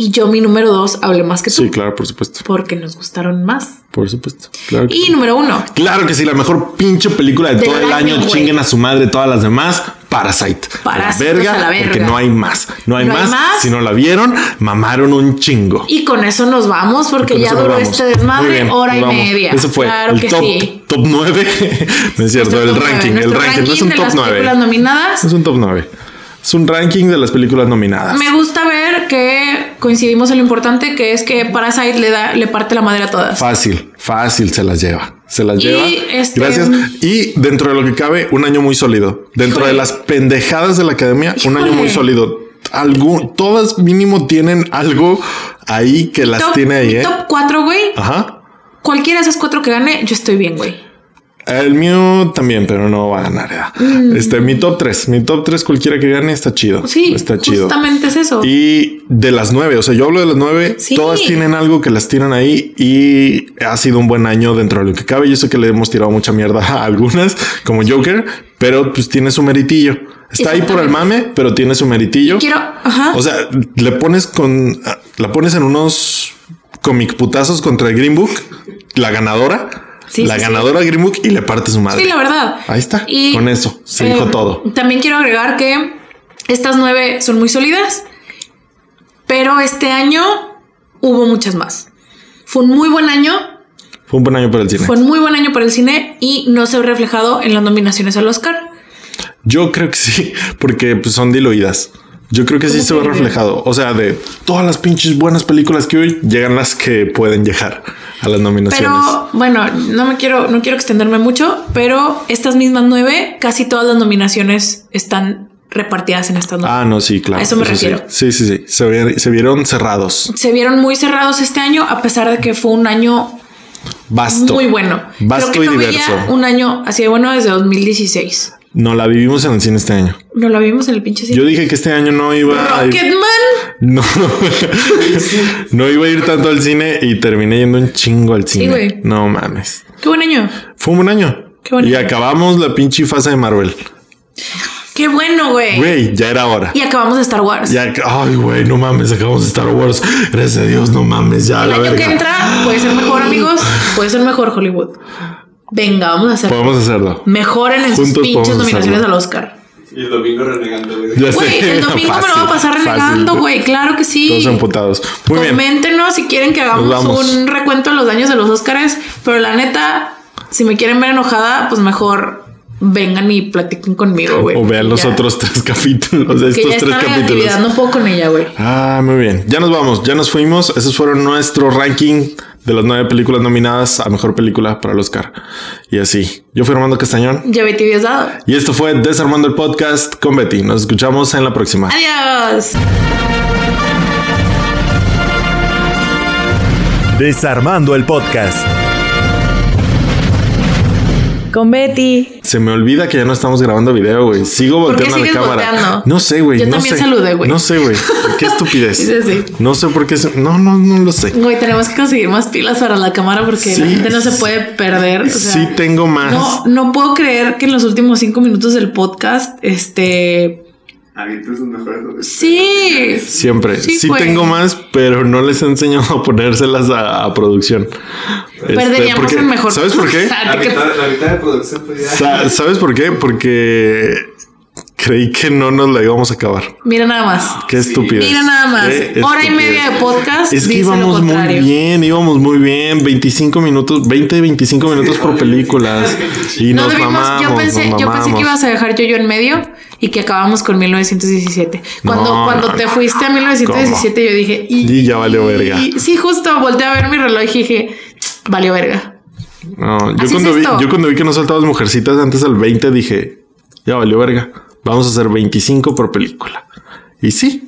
B: y yo, mi número 2, hablé más que tú.
A: Sí, claro, por supuesto.
B: Porque nos gustaron más.
A: Por supuesto. Claro que
B: Y
A: sí.
B: número uno.
A: Claro que sí, la mejor pinche película de
B: Del
A: todo el
B: año,
A: año.
B: güey.
A: Chinguen a su madre todas las demás. Parasite.
B: Parásitos a la verga.
A: Porque no hay más. No hay,
B: No hay
A: más.
B: más.
A: Si no la vieron, mamaron un chingo.
B: Y con eso nos vamos porque
A: Con
B: ya
A: eso nos
B: duró
A: vamos.
B: este
A: Muy
B: desmadre
A: bien,
B: hora y
A: nos vamos.
B: media.
A: Eso fue
B: Claro
A: el
B: que
A: top,
B: sí.
A: top 9. no es cierto,
B: Nuestro
A: el
B: top nueve,
A: ranking. El
B: nuestro
A: ranking no es un
B: de
A: top
B: las
A: 9.
B: películas nominadas.
A: Es un top 9. Es un ranking de las películas nominadas.
B: Me gusta ver que coincidimos en lo importante que es que Parasite le da, le parte la madre a todas.
A: Fácil, fácil se las lleva. Se las
B: Y,
A: lleva.
B: este,
A: Gracias. Y dentro de lo que cabe, un año muy sólido. Dentro
B: Híjole.
A: de las pendejadas de la academia, un año muy
B: Híjole.
A: sólido. Algo, todas mínimo tienen algo ahí que las
B: Top-
A: tiene ahí,
B: mi
A: ¿eh?
B: Top 4, güey.
A: Ajá.
B: Cualquiera de esas cuatro que gane, yo estoy bien, güey.
A: El mío también, pero no va a ganar. ¿verdad? Este, mi top 3. Mi top 3, cualquiera que gane, está chido.
B: Mm. Sí,
A: está chido.
B: justamente es eso.
A: Y de las nueve, o sea, yo hablo de las nueve,
B: Sí.
A: todas tienen algo que las tiran ahí y ha sido un buen año dentro de lo que cabe. Yo sé que le hemos tirado mucha mierda a algunas, como Joker, pero pues tiene su meritillo. Está ahí por el mame, pero tiene su meritillo.
B: Quiero, ajá.
A: O sea, le pones con, la pones en unos comic putazos contra Green Book, la ganadora,
B: Sí,
A: la
B: sí, sí.
A: ganadora Green Book y le parte su madre.
B: Sí, la verdad. eh,
A: Ahí está. Con eso se dijo todo.
B: También quiero agregar que estas nueve son muy sólidas, pero este año hubo muchas más. Fue un muy buen año,
A: Fue un buen año para el cine.
B: fue un muy buen año para el cine y no se ve reflejado en las nominaciones al Oscar.
A: Yo creo que sí, porque pues, son diluidas. Yo creo que sí
B: ¿Cómo
A: se ve
B: que?
A: reflejado. O sea, de todas las pinches buenas películas que hoy llegan las que pueden llegar a las nominaciones.
B: Pero bueno, no me quiero, no quiero extenderme mucho, pero estas mismas nueve, casi todas las nominaciones están repartidas en estas nueve.
A: Ah, no, sí, claro.
B: A eso me
A: sí.
B: refiero.
A: Sí, sí, sí. Se, vi- se vieron cerrados.
B: Se vieron muy cerrados este año, a pesar de que fue un año
A: Vasto.
B: Muy bueno.
A: Vasto
B: Creo que
A: y
B: no
A: diverso.
B: veía un año así de bueno desde 2016.
A: No la vivimos en el cine este año.
B: No lo vimos en el pinche cine.
A: Yo dije que este año no iba a...
B: Rocketman.
A: No, no iba a ir tanto al cine y terminé yendo un chingo al cine.
B: güey.
A: no mames.
B: Qué buen año.
A: Fue un buen año.
B: Qué buen
A: y
B: año.
A: acabamos la pinche fase de Marvel.
B: Qué bueno, güey.
A: Güey, ya era hora.
B: Y acabamos de Star Wars.
A: Ya, ay, güey, no mames, acabamos de Star Wars. Gracias a Dios, no mames, ya
B: el
A: la
B: año
A: verga.
B: que entra puede ser mejor, amigos. Puede ser mejor Hollywood. Venga, vamos a hacer.
A: Podemos hacerlo.
B: Mejoren en sus
A: Juntos
B: pinches
A: podemos
B: nominaciones
A: hacerlo.
B: al Oscar.
E: Y el domingo renegando, güey.
A: Ya
B: Güey,
A: sé.
B: el domingo me lo voy a pasar
A: Fácil,
B: renegando,
A: fácil.
B: güey. Claro que sí.
A: Todos amputados. Muy bien.
B: Coméntenos si quieren que
A: Nos
B: hagamos
A: vamos.
B: un recuento de los daños de los Óscares, pero la neta, si me quieren ver enojada, pues mejor vengan y platiquen conmigo, güey.
A: O
B: porque
A: vean los
B: ya-
A: otros tres capítulos de
B: Que ya
A: estos tres
B: esta
A: capítulos.
B: negatividad no puedo con ella, güey.
A: Ah, muy bien. Ya nos vamos, ya nos fuimos. Esos fueron nuestro ranking de las nueve películas nominadas a mejor película para el Oscar. Y así. Yo fui Armando Castañón
B: Ya Betty habías dado.
A: y esto fue Desarmando el Podcast con Betty. Nos escuchamos en la próxima.
B: Adiós.
C: Desarmando el podcast.
D: Con Betty.
A: Se me olvida que ya no estamos grabando video, güey. Sigo
B: ¿Por qué
A: volteando a la
B: sigues
A: cámara.
B: volteando?
A: No sé, güey.
B: Yo
A: no
B: también
A: sé.
B: saludé, güey.
A: No sé, güey. Qué estupidez.
B: Dice así.
A: No sé por qué. se- No, no, no lo sé.
B: Güey, tenemos que conseguir más pilas para la cámara porque
A: Sí,
B: la gente no se
A: sí.
B: puede perder. o sea,
A: sí tengo más.
B: No, no puedo creer que en los últimos cinco minutos del podcast, este.
E: Avientan sus mejores.
B: Sí.
A: Siempre. Sí,
B: Sí, güey.
A: tengo más, pero no les he enseñado a ponérselas a, a producción. Este,
B: Perderíamos
A: porque-
B: el mejor.
A: ¿Sabes por qué?
E: La
B: Ah, ¿qué-
E: mitad, la mitad de producción, pues ya.
A: Sa- ¿Sabes por qué? Porque creí que no nos la íbamos a acabar.
B: Mira nada más.
A: Qué estupidez.
B: Mira nada más.
A: Qué
B: Hora y
A: estupidez.
B: media de podcast. dice
A: Es que
B: lo
A: íbamos muy
B: contrario.
A: bien, íbamos muy bien, 25 minutos, 20, 25 minutos por películas. Y
B: No
A: nos
B: debimos-
A: mamamos,
B: yo, pensé,
A: nos
B: yo pensé que
A: mamamos.
B: ibas a dejar yo, yo en medio y que acabamos con 1917. Cuando,
A: No,
B: cuando
A: no,
B: te
A: no.
B: fuiste a 1917, yo dije.
A: Y ya valió verga.
B: y- sí, justo volteé a ver mi reloj y dije, valió verga.
A: No,
B: Así
A: yo
B: es
A: cuando, vi,
B: esto.
A: yo cuando vi que no saltabas mujercitas antes al 20 dije, ya valió verga, vamos a hacer 25 por película. Y sí,